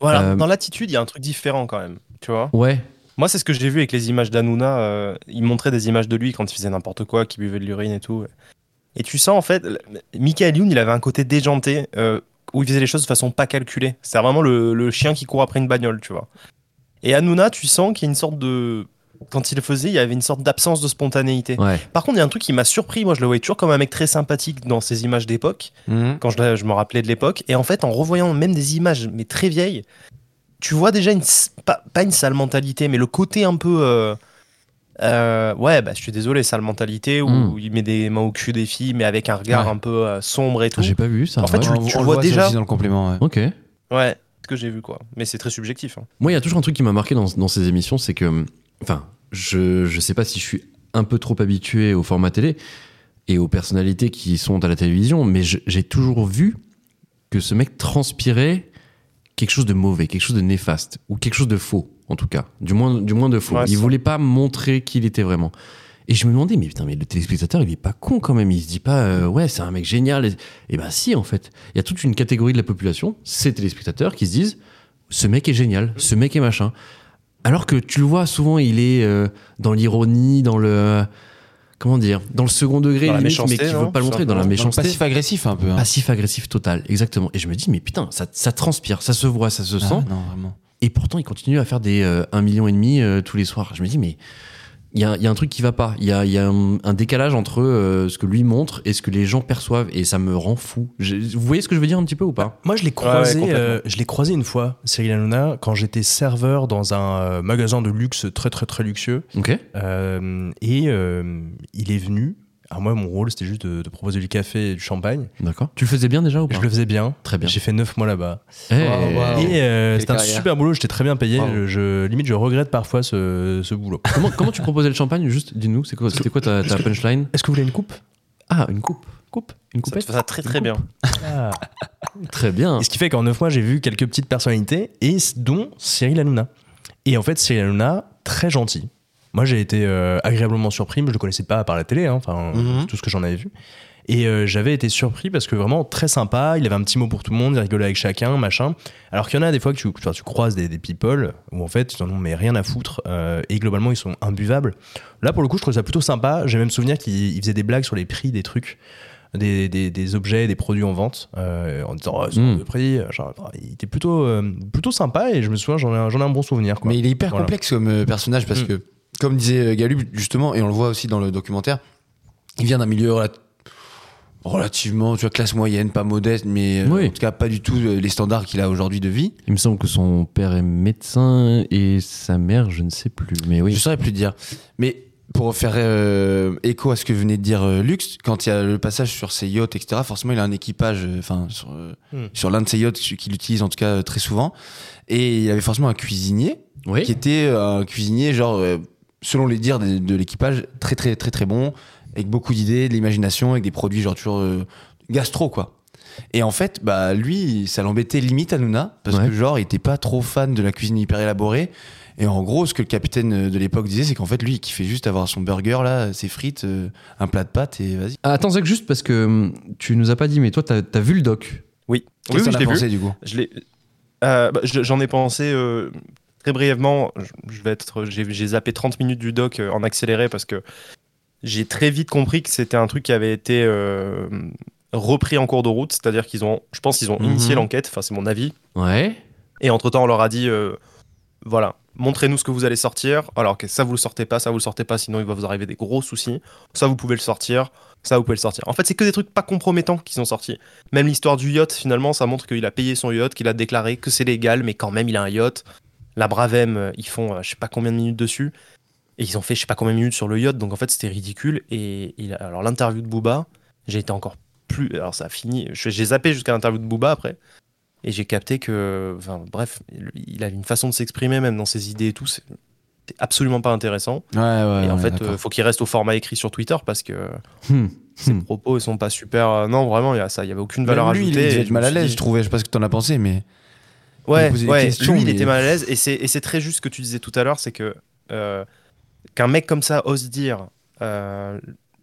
Speaker 4: Voilà,
Speaker 1: Euh,
Speaker 4: dans l'attitude, il y a un truc différent quand même. Tu vois
Speaker 1: Ouais.
Speaker 4: Moi, c'est ce que j'ai vu avec les images d'Anouna. euh, il montrait des images de lui quand il faisait n'importe quoi, qu'il buvait de l'urine et tout. Et tu sens, en fait, l- Michael Youn, il avait un côté déjanté euh, où il faisait les choses de façon pas calculée. C'est vraiment le, le chien qui court après une bagnole, tu vois. Et Hanouna, tu sens qu'il y a une sorte de. Quand il le faisait, il y avait une sorte d'absence de spontanéité.
Speaker 1: Ouais.
Speaker 4: Par contre, il y a un truc qui m'a surpris. Moi, je le voyais toujours comme un mec très sympathique dans ses images d'époque quand je, la- je me rappelais de l'époque. Et en fait, en revoyant même des images, mais très vieilles, tu vois déjà une, s- pas, pas une sale mentalité, mais le côté un peu. euh, euh, ouais, bah, je suis désolé, sale mentalité, où
Speaker 2: Hmm.
Speaker 1: Mm.
Speaker 4: il met des mains au cul des filles, mais avec un regard
Speaker 1: Ouais.
Speaker 4: un peu euh, sombre et tout.
Speaker 1: Ah, J'ai pas vu ça.
Speaker 4: En fait,
Speaker 1: ouais.
Speaker 4: tu-
Speaker 2: On- on le
Speaker 4: vois
Speaker 2: voit, ça
Speaker 4: déjà
Speaker 2: aussi dans le complément. ouais.
Speaker 1: OK.
Speaker 4: Ouais, ce que j'ai vu, quoi. Mais c'est très subjectif. hein.
Speaker 1: Moi, il y a toujours un truc qui m'a marqué dans, dans ces émissions, c'est que, enfin, je, je sais pas si je suis un peu trop habitué au format télé et aux personnalités qui sont à la télévision, mais je- j'ai toujours vu que ce mec transpirait quelque chose de mauvais, quelque chose de néfaste, ou quelque chose de faux, en tout cas, du moins, du moins de faux.
Speaker 4: Ouais,
Speaker 1: il
Speaker 4: ça.
Speaker 1: voulait pas montrer qui il était vraiment. Et je me demandais, mais putain, mais le téléspectateur, il est pas con quand même. Il se dit pas, euh, ouais, c'est un mec génial. Et, et ben si, en fait, il y a toute une catégorie de la population, ces téléspectateurs, qui se disent, ce mec est génial, ce mec est machin. Alors que tu le vois souvent, il est euh, dans l'ironie, dans le comment dire, dans le second degré,
Speaker 4: Dans la
Speaker 1: limite, mais
Speaker 4: méchanceté,
Speaker 1: qui
Speaker 4: non
Speaker 1: veut pas le
Speaker 4: Tout
Speaker 1: montrer, dans la
Speaker 4: simplement.
Speaker 1: méchanceté,
Speaker 2: Passif agressif un peu. hein.
Speaker 1: passif agressif total, exactement. Et je me dis, mais putain, ça, ça transpire, ça se voit, ça se
Speaker 2: Ah,
Speaker 1: sent,
Speaker 2: non, vraiment.
Speaker 1: et pourtant il continue à faire des euh, 1,5 million et demi euh, tous les soirs. Je me dis, mais il y a, il y a un truc qui va pas. Il y a, il y a un, un décalage entre euh, ce que lui montre et ce que les gens perçoivent, et ça me rend fou. Je- vous voyez ce que je veux dire un petit peu ou pas
Speaker 5: Moi, je l'ai
Speaker 4: ouais,
Speaker 5: croisé,
Speaker 4: complètement.
Speaker 5: euh, je l'ai croisé une fois, Cyril Hanouna, quand j'étais serveur dans un euh, magasin de luxe très très très luxueux.
Speaker 1: Ok.
Speaker 5: Euh, et euh, il est venu. Alors moi, mon rôle, c'était juste de, de proposer du café et du champagne.
Speaker 1: D'accord. Tu le faisais bien déjà ou pas
Speaker 5: Je le faisais bien.
Speaker 1: Très bien.
Speaker 5: J'ai fait 9 mois là-bas.
Speaker 1: Eh,
Speaker 2: Wow, wow. Oh.
Speaker 5: et euh,
Speaker 2: Quelle
Speaker 5: c'était un
Speaker 2: carrière.
Speaker 5: super boulot, j'étais très bien payé.
Speaker 2: Bravo.
Speaker 5: Je, je- limite, je regrette parfois ce, ce boulot.
Speaker 1: Comment, comment tu proposais le champagne Juste dis-nous, c'est quoi, c'était quoi ta, ta punchline
Speaker 5: Est-ce que vous voulez une coupe
Speaker 1: Ah, une coupe. Coupe Une
Speaker 4: Ça,
Speaker 1: coupette
Speaker 4: ça très très bien.
Speaker 1: Très bien.
Speaker 5: Et ce qui fait qu'en 9 mois, j'ai vu quelques petites personnalités, et c- dont Cyril Hanouna. Et en fait, Cyril Hanouna, très gentil. Moi, j'ai été euh, agréablement surpris, mais je le connaissais pas par la télé, hein, enfin,
Speaker 2: Mhm.
Speaker 5: c'est tout ce que j'en avais vu. Et euh, j'avais été surpris parce que vraiment très sympa, il avait un petit mot pour tout le monde, il rigolait avec chacun, machin. Alors qu'il y en a des fois que tu, enfin, tu croises des, des people où en fait, tu n'en as mais rien à foutre, euh, et globalement, ils sont imbuvables. Là, pour le coup, je trouve ça plutôt sympa. J'ai même souvenir qu'il il faisait des blagues sur les prix des trucs, des, des- des objets, des produits en vente, euh, en disant oh, c'est
Speaker 1: Mm.
Speaker 5: le prix. Genre, il était plutôt, euh, plutôt sympa et je me souviens, j'en ai, un- j'en ai un bon souvenir. Quoi.
Speaker 2: Mais il est hyper
Speaker 5: Voilà.
Speaker 2: complexe comme euh, personnage parce
Speaker 5: Mm.
Speaker 2: que, comme disait euh, Galub, justement, et on le voit aussi dans le documentaire, il vient d'un milieu relat- relativement, tu vois, classe moyenne, pas modeste, mais euh,
Speaker 1: Oui.
Speaker 2: en tout cas pas du tout euh, les standards qu'il a aujourd'hui de vie.
Speaker 1: Il me semble que son père est médecin et sa mère, je ne sais plus. Mais
Speaker 2: Je
Speaker 1: oui.
Speaker 2: saurais plus dire. Mais pour faire euh, écho à ce que venait de dire euh, Lux, quand il y a le passage sur ses yachts, etc., forcément, il a un équipage, euh, enfin, sur, euh,
Speaker 5: Mm.
Speaker 2: sur l'un de ses yachts celui qu'il utilise en tout cas euh, très souvent. Et il avait forcément un cuisinier
Speaker 1: Oui.
Speaker 2: qui était euh, un cuisinier, genre, euh, selon les dires de, de l'équipage, très, très, très, très bon, avec beaucoup d'idées, de l'imagination, avec des produits, genre, toujours euh, gastro, quoi. Et en fait, bah, lui, ça l'embêtait limite à Nouna, parce
Speaker 1: Ouais.
Speaker 2: que, genre, il était pas trop fan de la cuisine hyper élaborée. Et en gros, ce que le capitaine euh, de l'époque disait, c'est qu'en fait, lui, il kiffait juste avoir son burger, là, ses frites, euh, un plat de pâtes, et vas-y.
Speaker 1: Ah, Attends, Zach, juste parce que hum, tu nous as pas dit, mais toi, t'as as vu le doc.
Speaker 4: Oui, oui,
Speaker 2: Qu'est-ce que
Speaker 4: oui,
Speaker 2: t'en
Speaker 4: je
Speaker 2: as
Speaker 4: l'ai vu.
Speaker 2: pensé, du coup
Speaker 4: Je l'ai- euh, bah, je- J'en ai pensé euh, très brièvement, je- je vais être, j'ai j'ai zappé 30 minutes du doc euh, en accéléré parce que j'ai très vite compris que c'était un truc qui avait été euh, repris en cours de route, c'est-à-dire qu'ils ont, je pense, qu'ils ont
Speaker 1: Mhm.
Speaker 4: initié l'enquête. Enfin, c'est mon avis.
Speaker 1: Ouais.
Speaker 4: Et entre-temps, on leur a dit, euh, voilà, montrez-nous ce que vous allez sortir. Alors que ça, vous le sortez pas, ça, vous le sortez pas, sinon il va vous arriver des gros soucis. Ça, vous pouvez le sortir, ça, vous pouvez le sortir. En fait, c'est que des trucs pas compromettants qui sont sortis. Même l'histoire du yacht, finalement, ça montre qu'il a payé son yacht, qu'il a déclaré que c'est légal, mais quand même, il a un yacht. La Bravem, euh, ils font euh, je sais pas combien de minutes dessus. Et ils ont fait je sais pas combien de minutes sur le yacht, donc en fait, c'était ridicule. Et il a- alors, l'interview de Booba, j'ai été encore plus. Alors, ça a fini. je- J'ai zappé jusqu'à l'interview de Booba après. Et j'ai capté que, enfin, bref, il- il a une façon de s'exprimer, même dans ses idées et tout. C'est c'est absolument pas intéressant.
Speaker 2: Ouais, ouais.
Speaker 4: et en fait, euh, faut qu'il reste au format écrit sur Twitter parce que
Speaker 1: Hmm.
Speaker 4: ses
Speaker 1: Hmm.
Speaker 4: propos, ils sont pas super. euh, non, vraiment, il y a ça, il y avait aucune valeur
Speaker 2: lui, il
Speaker 4: ajoutée.
Speaker 2: devait
Speaker 4: et
Speaker 2: être
Speaker 4: je
Speaker 2: mal
Speaker 4: me
Speaker 2: à
Speaker 4: suis
Speaker 2: l'aise,
Speaker 4: dit,
Speaker 2: je trouvais. Je sais pas ce que t'en as pensé, mais.
Speaker 4: Ouais,
Speaker 2: lui poser des
Speaker 4: ouais.
Speaker 2: questions,
Speaker 4: lui, il
Speaker 2: mais-
Speaker 4: était mal à l'aise. Et c'est, et c'est très juste ce que tu disais tout à l'heure, c'est que euh, qu'un mec comme ça ose dire euh,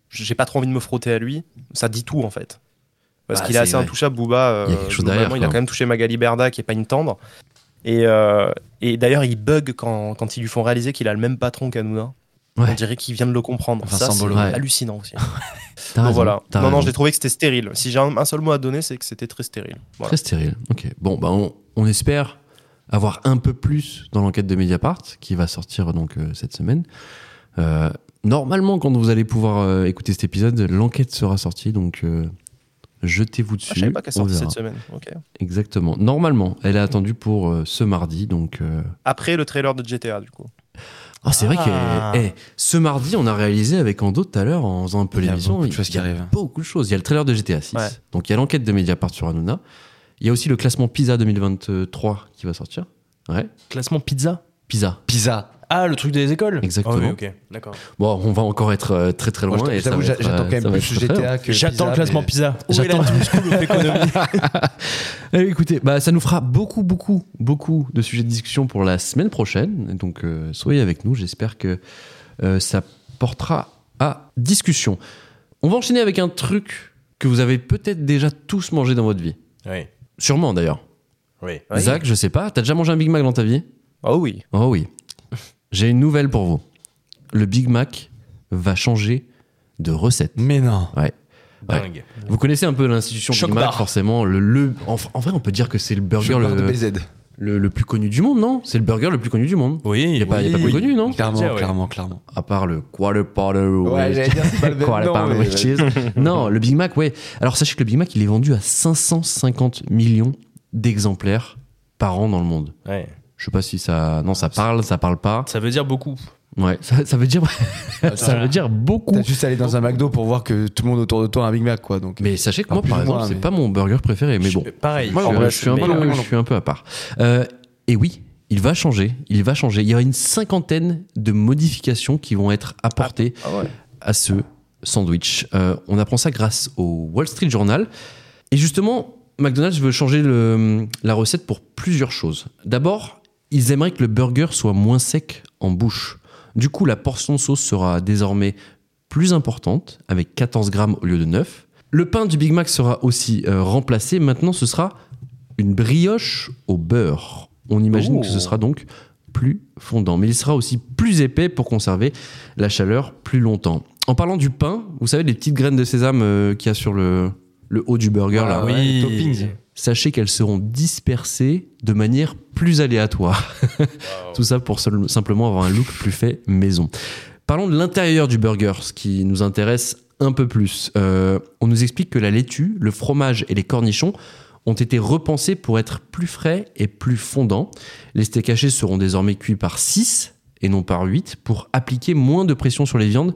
Speaker 4: j'ai pas trop envie de me frotter à lui, ça dit tout en fait. Parce
Speaker 1: Bah,
Speaker 4: qu'il est
Speaker 1: c'est
Speaker 4: assez
Speaker 1: vrai.
Speaker 4: intouchable, Booba. euh,
Speaker 1: Il y a quelque chose
Speaker 4: globalement,
Speaker 1: derrière,
Speaker 4: Il a
Speaker 1: quoi.
Speaker 4: quand même touché Magali Berda, qui est pas une tendre. Et, euh, et d'ailleurs, il bug quand, quand ils lui font réaliser qu'il a le même patron qu'Anouna.
Speaker 1: Ouais.
Speaker 4: On dirait qu'il vient de le comprendre.
Speaker 2: Vincent
Speaker 4: ça, c'est
Speaker 2: Bolloré.
Speaker 1: Ouais.
Speaker 4: hallucinant aussi.
Speaker 1: T'as
Speaker 4: Donc
Speaker 1: raison,
Speaker 4: voilà.
Speaker 1: t'as
Speaker 4: Non, non,
Speaker 1: raison.
Speaker 4: j'ai trouvé que c'était stérile. Si j'ai un, un seul mot à donner, c'est que c'était très stérile. Voilà. Ah,
Speaker 1: Très stérile. Ok. Bon, bah, on, on espère avoir un peu plus dans l'enquête de Mediapart qui va sortir donc euh, cette semaine. Euh, normalement, quand vous allez pouvoir euh, écouter cet épisode, l'enquête sera sortie. Donc, euh, jetez-vous
Speaker 4: Ah,
Speaker 1: dessus.
Speaker 4: je savais pas qu'elle
Speaker 1: on
Speaker 4: sortait
Speaker 1: verra.
Speaker 4: cette semaine. Ok.
Speaker 1: Exactement. Normalement, elle est attendue pour euh, ce mardi. Donc, euh,
Speaker 4: après le trailer de GTA du coup.
Speaker 1: ah, c'est vrai
Speaker 5: Ah.
Speaker 1: que eh, ce mardi, on a réalisé avec Ando tout à l'heure en faisant un peu
Speaker 2: Il y a
Speaker 1: l'émission.
Speaker 2: beaucoup de
Speaker 1: il-
Speaker 2: choses qui
Speaker 1: il y a
Speaker 2: arrivent.
Speaker 1: Beaucoup de choses. Il y a le trailer de GTA 6.
Speaker 4: Ouais.
Speaker 1: Donc il y a l'enquête de Mediapart sur Hanouna. Il y a aussi le classement PISA 2023 qui va sortir. Ouais.
Speaker 5: Classement pizza
Speaker 1: PISA.
Speaker 2: Pisa.
Speaker 5: Ah, le truc des écoles
Speaker 1: Exactement.
Speaker 5: Ah oui, ok, d'accord.
Speaker 1: Bon, on va encore être euh, très très loin.
Speaker 2: Moi, je
Speaker 1: et ça
Speaker 2: t'avoue,
Speaker 1: va
Speaker 2: j'a-
Speaker 1: être,
Speaker 2: j'attends
Speaker 1: euh,
Speaker 2: quand même
Speaker 1: ça va être
Speaker 2: plus
Speaker 1: très loin.
Speaker 2: GTA que.
Speaker 5: J'attends le
Speaker 2: Pisa,
Speaker 5: classement
Speaker 2: mais-
Speaker 5: pizza. Où est
Speaker 1: J'attends-
Speaker 5: la Team School of Economy
Speaker 1: Eh, écoutez, bah, ça nous fera beaucoup, beaucoup, beaucoup de sujets de discussion pour la semaine prochaine. Donc, euh, soyez avec nous. J'espère que euh, ça portera à discussion. On va enchaîner avec un truc que vous avez peut-être déjà tous mangé dans votre vie.
Speaker 5: Oui,
Speaker 1: Sûrement d'ailleurs.
Speaker 5: oui.
Speaker 1: Zach, je sais pas, t'as déjà mangé un Big Mac dans ta vie
Speaker 4: Ah oui.
Speaker 1: Oh oui. J'ai une nouvelle pour vous. Le Big Mac va changer de recette.
Speaker 2: Mais non.
Speaker 1: Ouais.
Speaker 5: Dingue.
Speaker 1: Vous connaissez un peu l'institution
Speaker 5: Choc
Speaker 1: Big Mac,
Speaker 5: bar.
Speaker 1: forcément. Le, le- en, en vrai, on peut dire que c'est le
Speaker 2: Je
Speaker 1: burger
Speaker 2: parle de
Speaker 1: le,
Speaker 2: BZ.
Speaker 1: le- le plus connu du monde, non C'est le burger le plus connu du monde.
Speaker 5: Oui,
Speaker 1: Il n'y a, pas- il y a pas plus
Speaker 2: oui.
Speaker 1: connu, non
Speaker 2: Clairement,
Speaker 5: dire, ouais.
Speaker 2: clairement, clairement.
Speaker 1: À part le Quarter Pounder
Speaker 2: Ouais, j'allais
Speaker 1: with-
Speaker 2: dire, c'est pas le même
Speaker 1: Quarter
Speaker 2: nom,
Speaker 1: Pounder
Speaker 2: mais-
Speaker 1: with Cheese. Non, le Big Mac, ouais. Alors, sachez que le Big Mac, il est vendu à 550 millions d'exemplaires par an dans le monde.
Speaker 5: Ouais.
Speaker 1: Je sais pas si ça. Non, ça parle, ça parle pas.
Speaker 5: Ça veut dire beaucoup.
Speaker 1: Ouais, ça, ça veut dire. ça veut dire beaucoup.
Speaker 2: T'as juste allé dans un McDo pour voir que tout le monde autour de toi a un Big Mac, quoi. Donc.
Speaker 1: Mais sachez que
Speaker 2: Ah,
Speaker 1: moi,
Speaker 2: plus
Speaker 1: par
Speaker 2: ou
Speaker 1: exemple,
Speaker 2: moins,
Speaker 1: c'est
Speaker 2: mais-
Speaker 1: pas mon burger préféré, mais bon.
Speaker 5: Je- Pareil.
Speaker 1: je,
Speaker 4: en vrai,
Speaker 1: je suis un
Speaker 4: mais-
Speaker 1: peu, je suis un peu à part. Euh, et oui, il va changer. Il va changer. Il y a une cinquantaine de modifications qui vont être apportées à ce sandwich. Euh, on apprend ça grâce au Wall Street Journal. Et justement, McDonald's veut changer le- la recette pour plusieurs choses. D'abord, ils aimeraient que le burger soit moins sec en bouche. Du coup, la portion de sauce sera désormais plus importante, avec 14 grammes au lieu de 9. Le pain du Big Mac sera aussi euh, remplacé. Maintenant, ce sera une brioche au beurre. On imagine que ce sera donc plus fondant, mais il sera aussi plus épais pour conserver la chaleur plus longtemps. En parlant du pain, vous savez les petites graines de sésame euh, qu'il y a sur le, le haut du burger là.
Speaker 5: oui.
Speaker 2: toppings.
Speaker 1: Sachez qu'elles seront dispersées de manière plus aléatoire. Tout ça pour seul- simplement avoir un look plus fait maison. Parlons de l'intérieur du burger, ce qui nous intéresse un peu plus. Euh, on nous explique que la laitue, le fromage et les cornichons ont été repensés pour être plus frais et plus fondants. Les steaks hachés seront désormais cuits par 6 et non par 8 pour appliquer moins de pression sur les viandes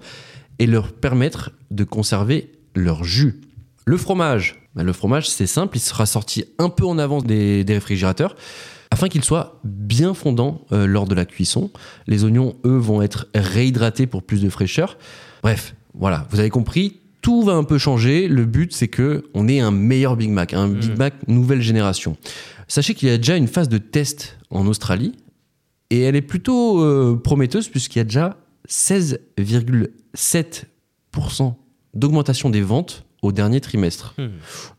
Speaker 1: et leur permettre de conserver leur jus. Le fromage, Bah, le fromage c'est simple, il sera sorti un peu en avance des, des réfrigérateurs afin qu'il soit bien fondant euh, lors de la cuisson. Les oignons, eux, vont être réhydratés pour plus de fraîcheur. Bref, voilà, vous avez compris, tout va un peu changer. Le but, c'est que on ait un meilleur Big Mac, un Big
Speaker 5: Mm.
Speaker 1: Mac nouvelle génération. Sachez qu'il y a déjà une phase de test en Australie et elle est plutôt euh, prometteuse puisqu'il y a déjà 16,7% d'augmentation des ventes au dernier trimestre.
Speaker 5: Hmm.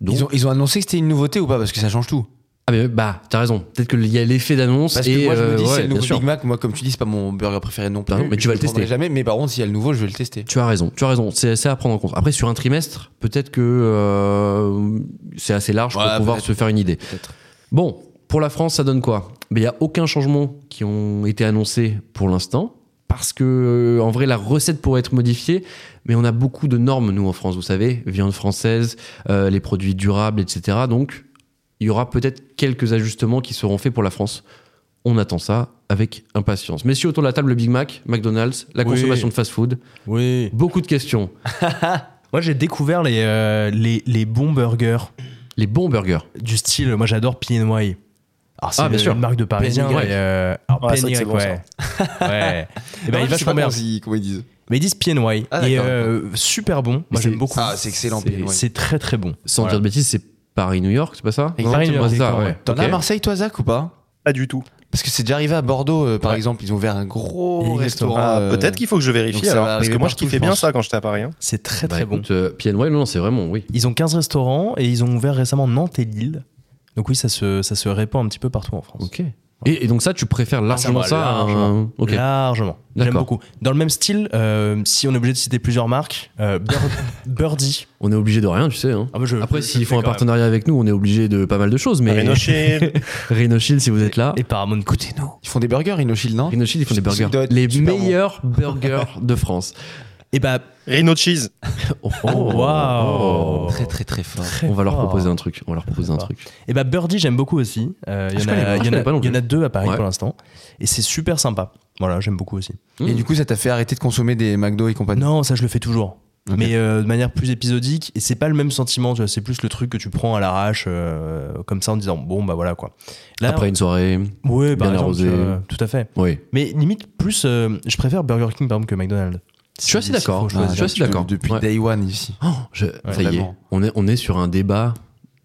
Speaker 1: Donc,
Speaker 2: Mm. ils, ont, ils ont annoncé que c'était une nouveauté ou pas Parce que ça change tout.
Speaker 1: Ah, mais bah, t'as raison. Peut-être qu'il y a l'effet d'annonce.
Speaker 2: Parce
Speaker 1: et,
Speaker 2: que moi, je me dis,
Speaker 1: euh,
Speaker 2: si
Speaker 1: ouais,
Speaker 2: c'est le nouveau
Speaker 1: bien sûr.
Speaker 2: Big Mac, moi, comme tu dis, c'est pas mon burger préféré non plus.
Speaker 1: Non, mais tu
Speaker 2: je
Speaker 1: vas le
Speaker 2: prendrai
Speaker 1: tester.
Speaker 2: jamais, mais par contre, s'il y a le nouveau, je vais le tester.
Speaker 1: Tu as raison, tu as raison. C'est c'est à prendre en compte. Après, sur un trimestre, peut-être que euh, c'est assez large
Speaker 2: Ouais,
Speaker 1: pour pouvoir
Speaker 2: peut-être.
Speaker 1: se faire une idée.
Speaker 2: Peut-être.
Speaker 1: Bon, pour la France, ça donne quoi Ben, Il n'y a aucun changement qui ont été annoncés pour l'instant. Parce que, euh, en vrai, la recette pourrait être modifiée, mais on a beaucoup de normes, nous, en France, vous savez, viande française, euh, les produits durables, etc. Donc, il y aura peut-être quelques ajustements qui seront faits pour la France. On attend ça avec impatience. Messieurs, autour de la table, le Big Mac, McDonald's, la
Speaker 5: Oui.
Speaker 1: consommation de fast-food,
Speaker 5: Oui.
Speaker 1: beaucoup de questions.
Speaker 5: Moi, j'ai découvert les, euh, les, les bons burgers
Speaker 1: Les bons burgers.
Speaker 5: du style. Moi, j'adore PNY. Alors, c'est
Speaker 1: Ah, bien
Speaker 5: une
Speaker 1: sûr.
Speaker 5: marque de parisien.
Speaker 1: PNY.
Speaker 5: et, euh, alors,
Speaker 4: Ouais, c'est vrai que c'est
Speaker 5: PNY,
Speaker 4: bon,
Speaker 5: ouais. ouais. Et ben, il va
Speaker 2: vachement
Speaker 5: bien.
Speaker 2: Comment ils disent
Speaker 5: Mais ils disent PNY.
Speaker 2: Ah,
Speaker 5: et
Speaker 2: d'accord.
Speaker 5: euh, super bon. Moi,
Speaker 1: c'est-
Speaker 5: j'aime beaucoup.
Speaker 2: Ah, c'est excellent.
Speaker 1: C'est-
Speaker 2: PNY.
Speaker 5: C'est très, très bon.
Speaker 1: Sans
Speaker 5: Voilà.
Speaker 1: dire de bêtises, c'est Paris-New York, c'est pas ça
Speaker 5: Exactement,
Speaker 1: Non, c'est ça,
Speaker 5: exactement,
Speaker 1: ouais.
Speaker 5: ouais.
Speaker 2: T'en as à
Speaker 1: Ok.
Speaker 2: Marseille, toi, Zach, ou pas
Speaker 4: Pas du tout.
Speaker 2: Parce que c'est déjà arrivé à Bordeaux, euh, par
Speaker 5: Ouais.
Speaker 2: exemple, ils ont ouvert un gros
Speaker 5: Exactement.
Speaker 2: restaurant.
Speaker 4: Ah,
Speaker 2: euh,
Speaker 4: Peut-être qu'il faut que je
Speaker 2: donc
Speaker 4: vérifie
Speaker 2: ça
Speaker 4: alors.
Speaker 2: va
Speaker 4: Parce que
Speaker 2: arriver
Speaker 4: moi, je
Speaker 2: partout,
Speaker 4: kiffais
Speaker 2: je
Speaker 4: bien
Speaker 2: pense.
Speaker 4: ça quand j'étais à Paris. hein.
Speaker 5: C'est très,
Speaker 1: Bah,
Speaker 5: très bon.
Speaker 1: écoute, euh, PNY, non, non, c'est vraiment, oui.
Speaker 5: Ils ont 15 restaurants et ils ont ouvert récemment Nantes et Lille. Donc, oui, ça se, ça se répand un petit peu partout en France.
Speaker 1: Ok. Et, et donc ça, tu préfères largement
Speaker 5: Ah, va,
Speaker 1: ça, à un-
Speaker 5: largement.
Speaker 1: Ok.
Speaker 5: Largement. J'aime
Speaker 1: D'accord.
Speaker 5: beaucoup. Dans le même style, euh, si on est obligé de citer plusieurs marques, euh, Bird- Birdie.
Speaker 1: On est obligé de rien, tu sais. hein.
Speaker 5: Ah, moi, je-
Speaker 1: Après,
Speaker 5: je- je
Speaker 1: s'ils
Speaker 5: fais
Speaker 1: font un
Speaker 5: quand même.
Speaker 1: partenariat avec nous, on est obligé de pas mal de choses. Mais
Speaker 4: Rhino Shield.
Speaker 1: Rhinoshield, si vous êtes là.
Speaker 5: Et Paramount, écoutez-nous.
Speaker 2: Ils font des burgers, Inoshield, non
Speaker 1: Rhinoshield, ils font des
Speaker 2: Ça
Speaker 1: burgers.
Speaker 2: doit être
Speaker 1: Les
Speaker 2: super bon.
Speaker 1: meilleurs burgers de France.
Speaker 5: Et bah,
Speaker 4: Rhino Cheese.
Speaker 1: Oh,
Speaker 5: Oh, waouh.
Speaker 1: Très, très, très fort. Oh, on va leur
Speaker 5: fort.
Speaker 1: proposer un truc. On va leur proposer un
Speaker 5: fort.
Speaker 1: truc.
Speaker 5: et bah Birdie, j'aime beaucoup aussi. Euh,
Speaker 1: Ah,
Speaker 5: Il y,
Speaker 1: je
Speaker 5: en
Speaker 1: connais pas,
Speaker 5: a-
Speaker 1: je
Speaker 5: il y en
Speaker 1: connais pas non
Speaker 5: a- il y en a deux à Paris
Speaker 1: Ouais.
Speaker 5: pour l'instant. Et c'est super sympa. Voilà, j'aime beaucoup aussi.
Speaker 2: Et du coup, ça t'a fait arrêter de consommer des McDo et compagnie
Speaker 5: Non, ça, je le fais toujours.
Speaker 2: Ok.
Speaker 5: Mais euh, de manière plus épisodique. Et c'est pas le même sentiment, tu vois. C'est plus le truc que tu prends à l'arrache, euh, comme ça, en disant, bon, bah voilà quoi. Là,
Speaker 1: Après une soirée.
Speaker 5: ouais, par
Speaker 1: bien
Speaker 5: exemple,
Speaker 1: arrosé.
Speaker 5: euh, tout à fait.
Speaker 1: Oui.
Speaker 5: Mais limite, plus, euh, je préfère Burger King par exemple que McDonald's.
Speaker 1: Je suis assez
Speaker 5: Si-
Speaker 1: d'accord.
Speaker 5: s'il
Speaker 1: Je suis
Speaker 5: faut
Speaker 2: Ah,
Speaker 5: choisir.
Speaker 1: assez d'accord.
Speaker 2: Depuis
Speaker 1: Ouais.
Speaker 2: Day One ici.
Speaker 1: Oh, je- ça y est.
Speaker 2: vraiment.
Speaker 1: On est, on est sur un débat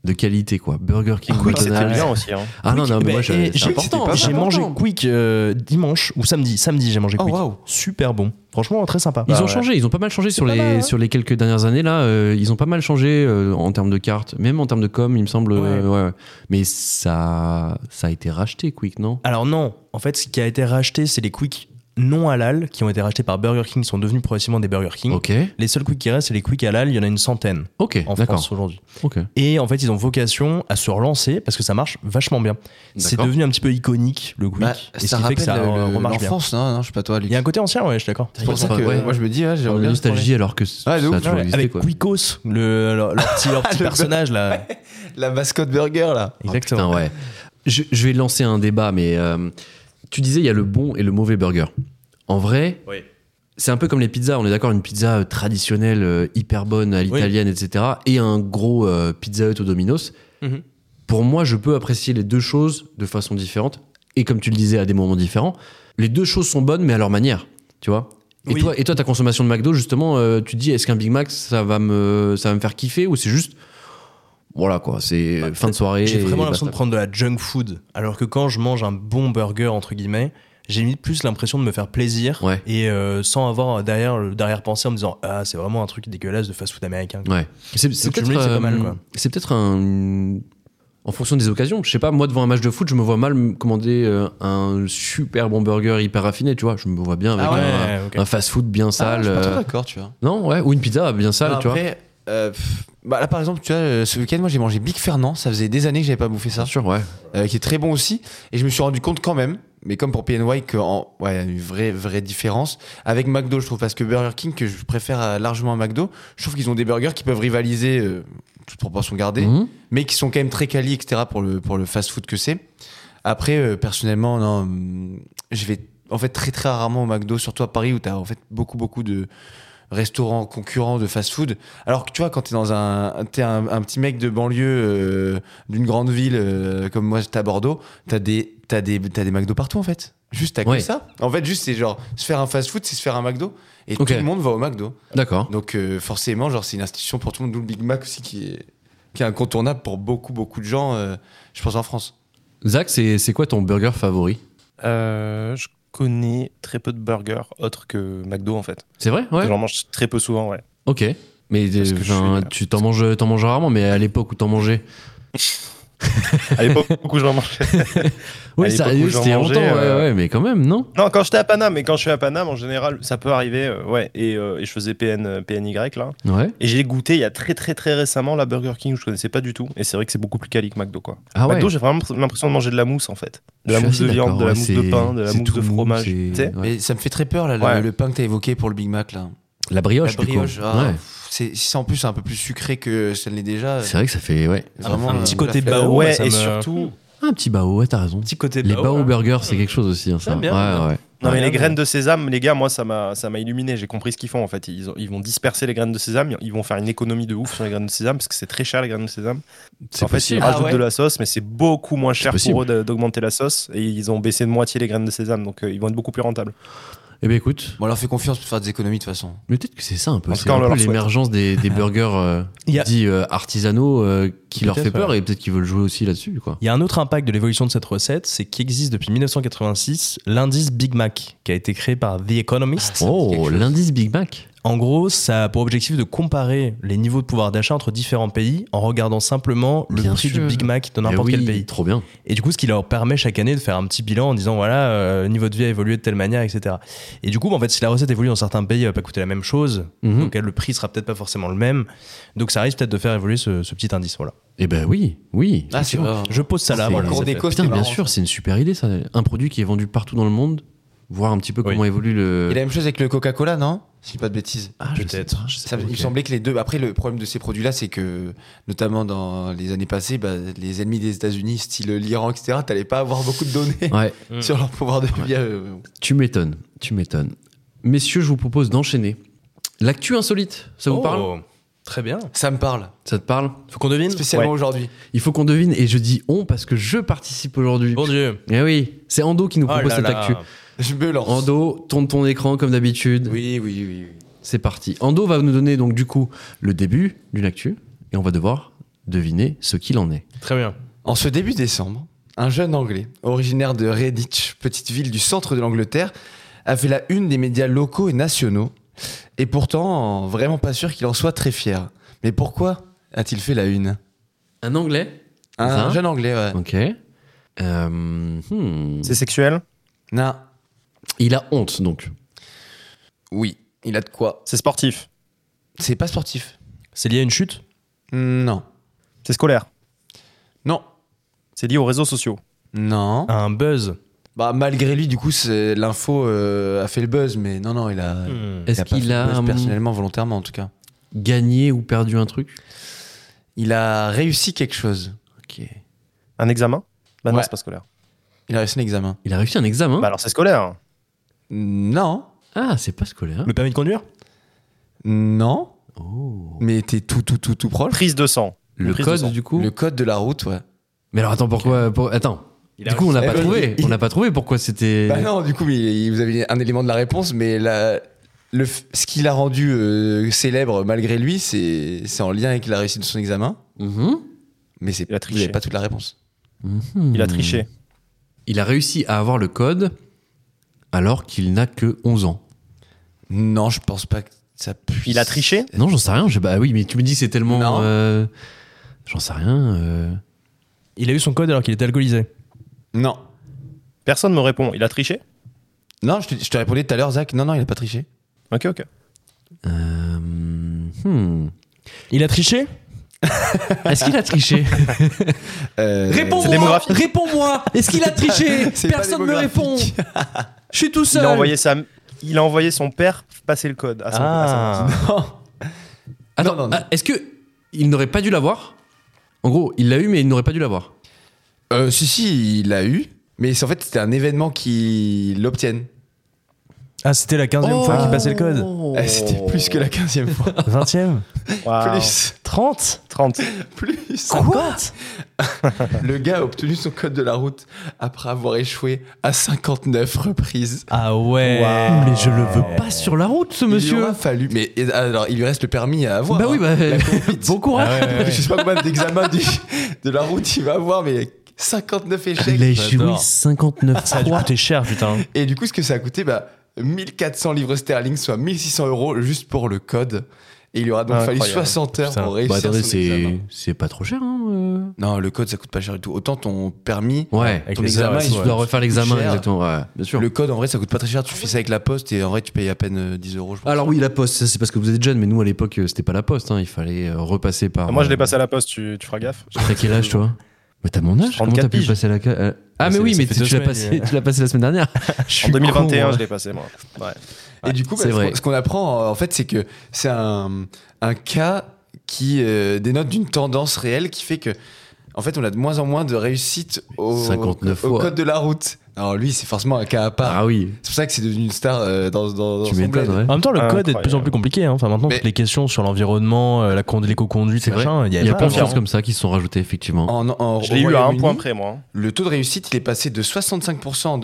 Speaker 1: de qualité, quoi. Burger King,
Speaker 4: Quick, c'était
Speaker 1: McDonald's.
Speaker 4: bien aussi. hein.
Speaker 1: Ah non, non, mais
Speaker 5: Bah,
Speaker 1: moi, je-
Speaker 5: et
Speaker 1: c'est
Speaker 5: j'ai-
Speaker 1: important. Ah,
Speaker 5: J'ai
Speaker 1: c'est
Speaker 5: mangé
Speaker 1: important.
Speaker 5: Quick euh, dimanche ou samedi. Samedi, j'ai mangé
Speaker 2: Oh,
Speaker 5: Quick.
Speaker 2: waouh.
Speaker 5: Super bon. Franchement, très sympa.
Speaker 1: Ils
Speaker 4: Bah
Speaker 1: ont
Speaker 4: ouais.
Speaker 1: changé, ils ont pas mal changé sur
Speaker 4: pas
Speaker 1: les,
Speaker 4: mal, hein.
Speaker 1: sur les quelques dernières années là. euh, ils ont pas mal changé euh, en termes de cartes, même en termes de com, il me semble. euh, ouais, ouais. Mais ça, ça a été racheté, Quick, non
Speaker 5: Alors non, en fait, ce qui a été racheté, c'est les Quick non halal qui ont été rachetés par Burger King, sont devenus progressivement des Burger King.
Speaker 1: Ok,
Speaker 5: Les seuls Quick qui restent, c'est les Quick halal. Il y en a une centaine
Speaker 1: ok,
Speaker 5: en
Speaker 1: d'accord.
Speaker 5: France aujourd'hui.
Speaker 1: Ok.
Speaker 5: Et en fait, ils ont vocation à se relancer parce que ça marche vachement bien. C'est
Speaker 1: D'accord.
Speaker 5: devenu un petit peu iconique le Quick.
Speaker 2: Bah,
Speaker 5: et ce qui fait que ça
Speaker 2: le-
Speaker 5: euh,
Speaker 2: le-
Speaker 5: remarche bien.
Speaker 2: l'enfance, hein. non, non, je sais pas toi, Luc.
Speaker 5: Il y a un côté ancien, ouais, je suis d'accord.
Speaker 2: C'est pour ça
Speaker 1: Enfin,
Speaker 2: que
Speaker 1: ouais.
Speaker 2: moi je me dis, ouais, j'ai
Speaker 1: Genre de nostalgie alors que c-
Speaker 2: Ouais, de
Speaker 1: ça a
Speaker 2: ouf,
Speaker 1: toujours
Speaker 2: ouais.
Speaker 1: existé
Speaker 5: Avec
Speaker 1: quoi.
Speaker 5: Quicos, le, leur, leur petit, leur petit
Speaker 2: Le-
Speaker 5: personnage là.
Speaker 2: La mascotte burger là.
Speaker 1: Oh,
Speaker 5: Exactement.
Speaker 1: Putain, ouais. Je, je vais lancer un débat, mais euh, tu disais il y a le bon et le mauvais burger. En vrai,
Speaker 5: Oui.
Speaker 1: c'est un peu comme les pizzas. On est d'accord, une pizza euh, traditionnelle euh, hyper bonne à l'italienne, etc. Et un gros euh, pizza hut au Domino's.
Speaker 5: Mhm.
Speaker 1: Pour moi, je peux apprécier les deux choses de façon différente. Et comme tu le disais, à des moments différents, les deux choses sont bonnes, mais à leur manière. Tu vois et,
Speaker 5: Oui.
Speaker 1: toi, et toi, ta consommation de McDo, justement, euh, tu te dis, est-ce qu'un Big Mac, ça va me, ça va me faire kiffer ou c'est juste, voilà quoi, c'est
Speaker 5: Ouais,
Speaker 1: fin de soirée.
Speaker 5: Bah, J'ai
Speaker 1: et
Speaker 5: vraiment l'impression de
Speaker 1: basta.
Speaker 5: prendre de la junk food, alors que quand je mange un bon burger entre guillemets, j'ai limite plus l'impression de me faire plaisir
Speaker 1: Ouais.
Speaker 5: et euh, sans avoir derrière le derrière pensée en me disant ah c'est vraiment un truc dégueulasse de fast food américain.
Speaker 1: Ouais. C'est c'est
Speaker 5: Donc, je me
Speaker 1: peut-être
Speaker 5: dis que c'est pas mal,
Speaker 1: euh,
Speaker 5: quoi.
Speaker 1: c'est peut-être un en fonction des occasions. Je sais pas, moi devant un match de foot, je me vois mal me commander euh, un super bon burger hyper raffiné, tu vois. Je me vois bien avec
Speaker 2: Ah ouais,
Speaker 1: un,
Speaker 5: ok.
Speaker 1: fast food bien
Speaker 2: Ah,
Speaker 1: sale.
Speaker 2: je suis pas trop
Speaker 1: euh,
Speaker 2: d'accord, tu vois.
Speaker 1: non, ouais, ou une pizza bien sale,
Speaker 2: Non,
Speaker 1: tu vois.
Speaker 2: après, euh, pff, bah, là par exemple, tu vois, euh, ce week-end, moi j'ai mangé Big Fernand, ça faisait des années que j'avais pas bouffé ça,
Speaker 1: Bien sûr, ouais.
Speaker 2: euh, qui est très bon aussi, et je me suis rendu compte quand même, mais comme pour PNY, qu'il ouais, il y a une vraie, vraie différence avec McDo, je trouve, parce que Burger King, que je préfère euh, largement à McDo, je trouve qu'ils ont des burgers qui peuvent rivaliser, euh, toute proportion gardée,
Speaker 1: Mhm.
Speaker 2: mais qui sont quand même très quali, etc. pour le, pour le fast-food que c'est. Après, euh, personnellement, non, hum, je vais en fait très très rarement au McDo, surtout à Paris où tu as en fait beaucoup beaucoup de restaurants concurrents de fast-food. Alors que tu vois, quand tu es dans un, t'es un, un petit mec de banlieue euh, d'une grande ville euh, comme moi, j'étais à Bordeaux, tu as des, t'as des, t'as des McDo partout en fait. Juste, t'as
Speaker 1: Ouais.
Speaker 2: que ça. En fait, juste, c'est genre se faire un fast-food, c'est se faire un McDo. Et
Speaker 1: Ok.
Speaker 2: tout le monde va au McDo.
Speaker 1: D'accord.
Speaker 2: Donc euh, forcément, genre c'est une institution pour tout le monde, d'où le Big Mac aussi qui est, qui est incontournable pour beaucoup beaucoup de gens, euh, je pense en France.
Speaker 1: Zach, c'est c'est quoi ton burger favori
Speaker 4: Euh, je connais très peu de burgers autres que McDo en fait.
Speaker 1: C'est vrai, ouais.
Speaker 4: J'en mange très peu souvent, ouais.
Speaker 1: Ok. Mais
Speaker 4: Parce
Speaker 1: euh,
Speaker 4: que je
Speaker 1: enfin,
Speaker 4: suis-
Speaker 1: tu t'en manges, t'en manges rarement, mais à l'époque où t'en mangeais,
Speaker 4: À l'époque, beaucoup j'en mangeais.
Speaker 1: Oui,
Speaker 4: À
Speaker 1: ça,
Speaker 4: l'époque où j'en
Speaker 1: c'était
Speaker 4: mangeais,
Speaker 1: longtemps, ouais,
Speaker 4: euh,
Speaker 1: ouais, mais quand même, non
Speaker 4: Non, quand j'étais à Paname, mais quand je suis à Paname, en général, ça peut arriver. euh, ouais, et, euh, et je faisais PN, euh, PNY là.
Speaker 1: Ouais.
Speaker 4: Et j'ai goûté il y a très très très récemment la Burger King, je connaissais pas du tout. Et c'est vrai que c'est beaucoup plus quali que McDo quoi.
Speaker 1: Ah ouais.
Speaker 4: McDo, j'ai vraiment l'impression de manger de la mousse en fait. De la
Speaker 1: Je suis
Speaker 4: mousse de
Speaker 1: assez
Speaker 4: viande, de la
Speaker 1: d'accord,
Speaker 4: mousse
Speaker 1: ouais,
Speaker 4: de
Speaker 1: c'est-
Speaker 4: pain, de la
Speaker 1: c'est
Speaker 4: mousse
Speaker 1: tout
Speaker 4: de
Speaker 1: mou,
Speaker 4: fromage.
Speaker 1: c'est-
Speaker 4: tu sais.
Speaker 1: ouais.
Speaker 2: Mais ça me fait très peur, là, le,
Speaker 4: Ouais.
Speaker 2: le pain que t'as évoqué pour le Big Mac, là.
Speaker 1: La brioche,
Speaker 2: la brioche,
Speaker 1: du coup.
Speaker 2: ah,
Speaker 1: Ouais.
Speaker 2: pff, c'est si c'est en plus un peu plus sucré que ça ne l'est déjà.
Speaker 1: C'est vrai que ça fait ouais.
Speaker 2: vraiment
Speaker 5: un
Speaker 2: euh,
Speaker 5: petit côté
Speaker 2: la fleur.
Speaker 5: bao,
Speaker 4: ouais,
Speaker 5: ça
Speaker 4: et
Speaker 5: me-
Speaker 4: surtout.
Speaker 1: Un petit bao, ouais, t'as raison.
Speaker 5: Petit côté
Speaker 1: Les bao
Speaker 5: hein.
Speaker 1: burgers, c'est quelque chose aussi, hein, ça.
Speaker 5: J'aime bien,
Speaker 1: ouais,
Speaker 5: ouais.
Speaker 1: ouais.
Speaker 4: Non, mais
Speaker 5: Ouais,
Speaker 4: les
Speaker 5: ouais.
Speaker 4: graines de sésame, les gars, moi, ça m'a ça m'a illuminé. J'ai compris ce qu'ils font en fait. Ils, ont- ils vont disperser les graines de sésame, ils vont faire une économie de ouf sur les graines de sésame parce que c'est très cher les graines de sésame.
Speaker 1: C'est
Speaker 4: en fait,
Speaker 1: possible.
Speaker 4: ils
Speaker 2: Ah
Speaker 4: rajoutent
Speaker 2: ouais.
Speaker 4: de la sauce, mais c'est beaucoup moins cher
Speaker 1: possible.
Speaker 4: pour eux d'a- d'augmenter la sauce. Et ils ont baissé de moitié les graines de sésame, donc euh, ils vont être beaucoup plus rentables.
Speaker 1: Eh bien, écoute,
Speaker 2: Bon, on leur fait confiance pour faire des économies de toute façon.
Speaker 1: mais peut-être que c'est ça un peu.
Speaker 4: En tout
Speaker 1: C'est
Speaker 4: cas, on
Speaker 1: un
Speaker 4: leur
Speaker 1: peu
Speaker 4: souhaite.
Speaker 1: l'émergence des, des burgers euh,
Speaker 5: Il y a-
Speaker 1: dits euh, artisanaux euh, qui leur fait
Speaker 5: Peut-être,
Speaker 1: peur et peut-être qu'ils veulent jouer aussi là-dessus, quoi.
Speaker 5: Il y a un autre impact de l'évolution de cette recette, c'est qu'existe depuis 1986 l'indice Big Mac, qui a été créé par The Economist.
Speaker 1: Oh, l'indice Big Mac.
Speaker 5: En gros, ça a pour objectif de comparer les niveaux de pouvoir d'achat entre différents pays en regardant simplement le
Speaker 1: Bien
Speaker 5: prix
Speaker 1: sûr.
Speaker 5: du Big Mac
Speaker 1: Eh
Speaker 5: dans n'importe
Speaker 1: oui,
Speaker 5: quel pays.
Speaker 1: Trop bien.
Speaker 5: Et du coup, ce qui leur permet chaque année de faire un petit bilan en disant voilà, euh, le niveau de vie a évolué de telle manière, etc. Et du coup, bah, en fait, si la recette évolue dans certains pays, elle va pas coûter la même chose.
Speaker 1: Mhm.
Speaker 5: Donc, elle, le prix sera peut-être pas forcément le même. Donc, ça risque peut-être de faire évoluer ce, ce petit indice. Voilà.
Speaker 1: Eh ben oui, oui.
Speaker 2: Ah, c'est vrai.
Speaker 5: Je pose ça là.
Speaker 1: C'est-
Speaker 5: Voilà,
Speaker 1: Encore
Speaker 5: ça
Speaker 2: des
Speaker 5: fait-
Speaker 2: co-
Speaker 1: Putain,
Speaker 2: c'est
Speaker 1: bien
Speaker 2: marrant,
Speaker 1: sûr,
Speaker 2: ça.
Speaker 1: c'est une super idée, ça. Un produit qui est vendu partout dans le monde, voir un petit peu
Speaker 5: Oui.
Speaker 1: comment évolue
Speaker 2: Et
Speaker 1: le.
Speaker 2: la même chose avec le Coca-Cola, non Si je dis pas de bêtises.
Speaker 1: Ah, je sais
Speaker 5: Peut-être.
Speaker 1: pas, je sais
Speaker 2: Ça-
Speaker 1: pas,
Speaker 2: Il me
Speaker 1: ok.
Speaker 2: semblait que les deux. Après, le problème de ces produits-là, c'est que, notamment dans les années passées, bah, les ennemis des États-Unis, style l'Iran, etc., t'allais pas avoir beaucoup de données
Speaker 1: Ouais,
Speaker 2: sur leur pouvoir de vie. euh,
Speaker 1: tu m'étonnes, tu m'étonnes. Messieurs, je vous propose d'enchaîner. L'actu insolite, ça vous
Speaker 5: Oh,
Speaker 1: parle
Speaker 5: Très bien.
Speaker 2: Ça me parle,
Speaker 1: Ça te parle
Speaker 5: Faut qu'on devine
Speaker 2: spécialement
Speaker 4: Ouais.
Speaker 2: aujourd'hui.
Speaker 1: Il faut qu'on devine, et je dis on parce que je participe aujourd'hui.
Speaker 5: Bon Dieu.
Speaker 1: Eh oui, c'est Ando
Speaker 5: Oh
Speaker 1: qui nous propose cette actu.
Speaker 2: Je me lance.
Speaker 1: Ando, tourne ton écran comme d'habitude.
Speaker 2: Oui, oui, oui. oui.
Speaker 1: C'est parti. Ando va nous donner donc du coup le début d'une actu, et on va devoir deviner ce qu'il en est.
Speaker 5: Très bien.
Speaker 2: En ce début décembre, un jeune Anglais, originaire de Redditch, petite ville du centre de l'Angleterre, a fait la une des médias locaux et nationaux, et pourtant vraiment pas sûr qu'il en soit très fier. Mais pourquoi a-t-il fait la une
Speaker 1: Un anglais
Speaker 2: Un
Speaker 1: Ça
Speaker 2: jeune Anglais, ouais.
Speaker 1: Ok. Euh, hmm.
Speaker 4: C'est sexuel
Speaker 2: Non.
Speaker 1: Il a honte donc.
Speaker 2: Oui, il a de quoi.
Speaker 4: C'est sportif
Speaker 2: C'est pas sportif.
Speaker 5: C'est lié à une chute
Speaker 2: Non.
Speaker 4: C'est scolaire
Speaker 2: Non.
Speaker 4: C'est lié aux réseaux sociaux
Speaker 2: Non.
Speaker 5: à Un buzz
Speaker 2: Bah malgré lui, du coup, c'est- l'info euh, a fait le buzz, mais non, non, il a.
Speaker 4: Euh,
Speaker 5: Hmm.
Speaker 1: Est-ce
Speaker 2: pas fait
Speaker 1: qu'il
Speaker 2: le
Speaker 1: a
Speaker 2: buzz
Speaker 1: hum,
Speaker 2: personnellement, volontairement en tout cas.
Speaker 1: gagné ou perdu un truc
Speaker 2: Il a réussi quelque chose.
Speaker 1: Ok.
Speaker 4: Un examen Bah non
Speaker 2: Ouais.
Speaker 4: c'est pas scolaire
Speaker 2: Il a réussi un examen.
Speaker 1: Il a réussi un examen
Speaker 4: Bah alors c'est scolaire
Speaker 2: Non.
Speaker 1: Ah, c'est pas scolaire.
Speaker 5: Le permis de conduire
Speaker 2: Non,
Speaker 1: Oh.
Speaker 2: mais t'es tout, tout, tout, tout proche.
Speaker 4: Prise de sang
Speaker 1: Le
Speaker 4: Prise de
Speaker 1: code
Speaker 4: sang.
Speaker 1: du coup.
Speaker 2: Le code de la route, ouais.
Speaker 1: Mais alors attends pourquoi pour- Attends. Du coup on n'a
Speaker 2: Eh
Speaker 1: pas
Speaker 2: ben,
Speaker 1: trouvé.
Speaker 2: il-
Speaker 1: On n'a pas trouvé pourquoi c'était.
Speaker 2: Bah non, du coup, mais il- vous avez un élément de la réponse, mais la- le, f- ce qui l'a rendu euh, célèbre malgré lui, c'est c'est en lien avec la réussite de son examen.
Speaker 1: Mhm.
Speaker 2: Mais c'est
Speaker 4: Il a
Speaker 2: vous
Speaker 4: triché.
Speaker 2: avez pas toute la réponse.
Speaker 1: Mhm.
Speaker 4: Il a triché
Speaker 1: Il a réussi à avoir le code alors qu'il n'a que 11 ans.
Speaker 2: Non, je pense pas que ça puisse.
Speaker 4: Il a triché
Speaker 1: Non, j'en sais rien. Je... Bah oui, mais tu me dis que c'est tellement.
Speaker 2: Non.
Speaker 1: euh, J'en sais rien. euh.
Speaker 5: Il a eu son code alors qu'il était alcoolisé.
Speaker 2: Non.
Speaker 4: Personne me répond Il a triché
Speaker 2: Non, je te, je te répondais tout à l'heure, Zach. Non, non, il a pas triché.
Speaker 4: Ok ok
Speaker 1: Euh, hmm.
Speaker 5: Il a triché
Speaker 1: Est-ce qu'il a triché
Speaker 2: Euh,
Speaker 4: C'est démographique.
Speaker 5: Réponds-moi Est-ce qu'il a triché
Speaker 2: C'est pas démographique.
Speaker 5: Je suis tout
Speaker 4: Il a envoyé sa... Il a envoyé son père passer le code à son- à son-
Speaker 5: Ah,
Speaker 1: Attends,
Speaker 2: Non, non, non.
Speaker 1: ah, est-ce que il n'aurait pas dû l'avoir En gros, il l'a eu, mais il n'aurait pas dû l'avoir.
Speaker 2: Euh, si, si, il l'a eu. Mais c'est- en fait, c'était un événement qui l'obtienne.
Speaker 5: Ah, c'était la 15 e fois
Speaker 1: Oh.
Speaker 5: qu'il passait le code.
Speaker 2: Eh, C'était plus que la 15e fois.
Speaker 5: 20 e
Speaker 4: Waouh.
Speaker 1: Ah.
Speaker 2: Plus.
Speaker 5: 30
Speaker 4: 30
Speaker 2: Plus.
Speaker 5: 50
Speaker 2: Le gars a obtenu son code de la route après avoir échoué à 59 reprises.
Speaker 5: Ah ouais
Speaker 4: Waouh.
Speaker 1: Mais je le veux pas sur la route, ce
Speaker 2: Il lui
Speaker 1: monsieur.
Speaker 2: aura fallu. Mais et- alors, il lui reste le permis à avoir.
Speaker 1: Bah oui, bah,
Speaker 2: hein. La conduite.
Speaker 1: bon courage.
Speaker 5: Ah ouais, ouais, ouais.
Speaker 2: Je sais pas combien d'examens du- de la route il va avoir, mais 59 échecs.
Speaker 1: Il a échoué
Speaker 5: J'adore.
Speaker 1: 59
Speaker 5: Ça a dû
Speaker 1: fois.
Speaker 5: coûter cher, putain.
Speaker 2: Et du coup, ce que ça a coûté, bah, 1400 livres sterling, soit 1600 euros juste pour le code. Et il aura donc fallu
Speaker 4: Incroyable.
Speaker 2: 60 heures
Speaker 5: Putain.
Speaker 2: pour réussir
Speaker 1: Ah, Bah, attendez,
Speaker 2: son
Speaker 1: c'est
Speaker 2: examen.
Speaker 1: c'est pas trop cher. Hein, euh.
Speaker 2: Non, le code, ça coûte pas cher du tout. Autant ton permis,
Speaker 1: Ouais,
Speaker 5: Avec
Speaker 2: ton
Speaker 5: les
Speaker 2: examen,
Speaker 5: heures,
Speaker 1: si
Speaker 2: il
Speaker 1: tu
Speaker 5: ouais.
Speaker 1: dois refaire l'examen,
Speaker 2: Cher.
Speaker 1: exactement. Ouais, bien sûr.
Speaker 2: le code, en vrai, ça coûte pas très cher. Tu fais ça avec la poste et en vrai, tu payes à peine euh, 10 euros, je pense.
Speaker 1: Alors oui, la poste, ça, c'est parce que vous êtes jeune, mais nous à l'époque, euh, c'était pas la poste. hein, il fallait euh, repasser par.
Speaker 2: Oh.
Speaker 4: Ah, Moi, je l'ai
Speaker 1: euh,
Speaker 4: passé à la poste, tu, tu feras gaffe.
Speaker 1: T'as quel âge toi Mais t'as mon âge Comment
Speaker 4: 34
Speaker 1: t'as pu
Speaker 4: piges.
Speaker 1: passer la ca- euh, Ah
Speaker 5: Ouais,
Speaker 1: mais
Speaker 5: c'est-
Speaker 1: oui,
Speaker 5: ça
Speaker 1: mais
Speaker 5: fait
Speaker 1: tu
Speaker 5: deux
Speaker 1: l'as
Speaker 5: semaines,
Speaker 1: passé,
Speaker 5: euh.
Speaker 1: tu l'as passé la semaine dernière. Je
Speaker 4: En
Speaker 1: suis con, hein.
Speaker 4: 2021,
Speaker 2: hein.
Speaker 1: moi.
Speaker 4: je l'ai passé, moi. Ouais.
Speaker 2: Et du coup,
Speaker 1: Ah,
Speaker 2: bah,
Speaker 1: C'est
Speaker 2: ce qu'on-
Speaker 1: vrai.
Speaker 2: ce qu'on apprend, euh, en fait, c'est que c'est un, un cas qui euh, dénote d'une tendance réelle qui fait que, en fait, on a de moins en moins de réussite au,
Speaker 1: 59
Speaker 2: au
Speaker 1: fois.
Speaker 2: code de la route. Alors lui, c'est forcément un cas à part.
Speaker 1: Ah oui,
Speaker 2: C'est pour ça que c'est devenu une star euh, dans, dans, dans
Speaker 1: tu
Speaker 2: son bled.
Speaker 1: m'étonnes. ouais.
Speaker 5: En même temps, le code est de plus en
Speaker 4: Incroyable.
Speaker 5: plus compliqué. hein. Enfin, maintenant,
Speaker 2: Mais-
Speaker 5: toutes les questions sur l'environnement, euh, la conduite, l'éco-conduite,
Speaker 1: C'est vrai.
Speaker 5: machin, il y a,
Speaker 1: Il y a
Speaker 5: pas
Speaker 1: plein de
Speaker 5: avant.
Speaker 1: choses comme ça qui se sont rajoutées effectivement.
Speaker 2: En, en-
Speaker 4: Je
Speaker 2: au
Speaker 4: l'ai eu à un
Speaker 2: Royaume-Uni,
Speaker 4: point près, moi. hein.
Speaker 2: Le taux de réussite, il est passé de 65% en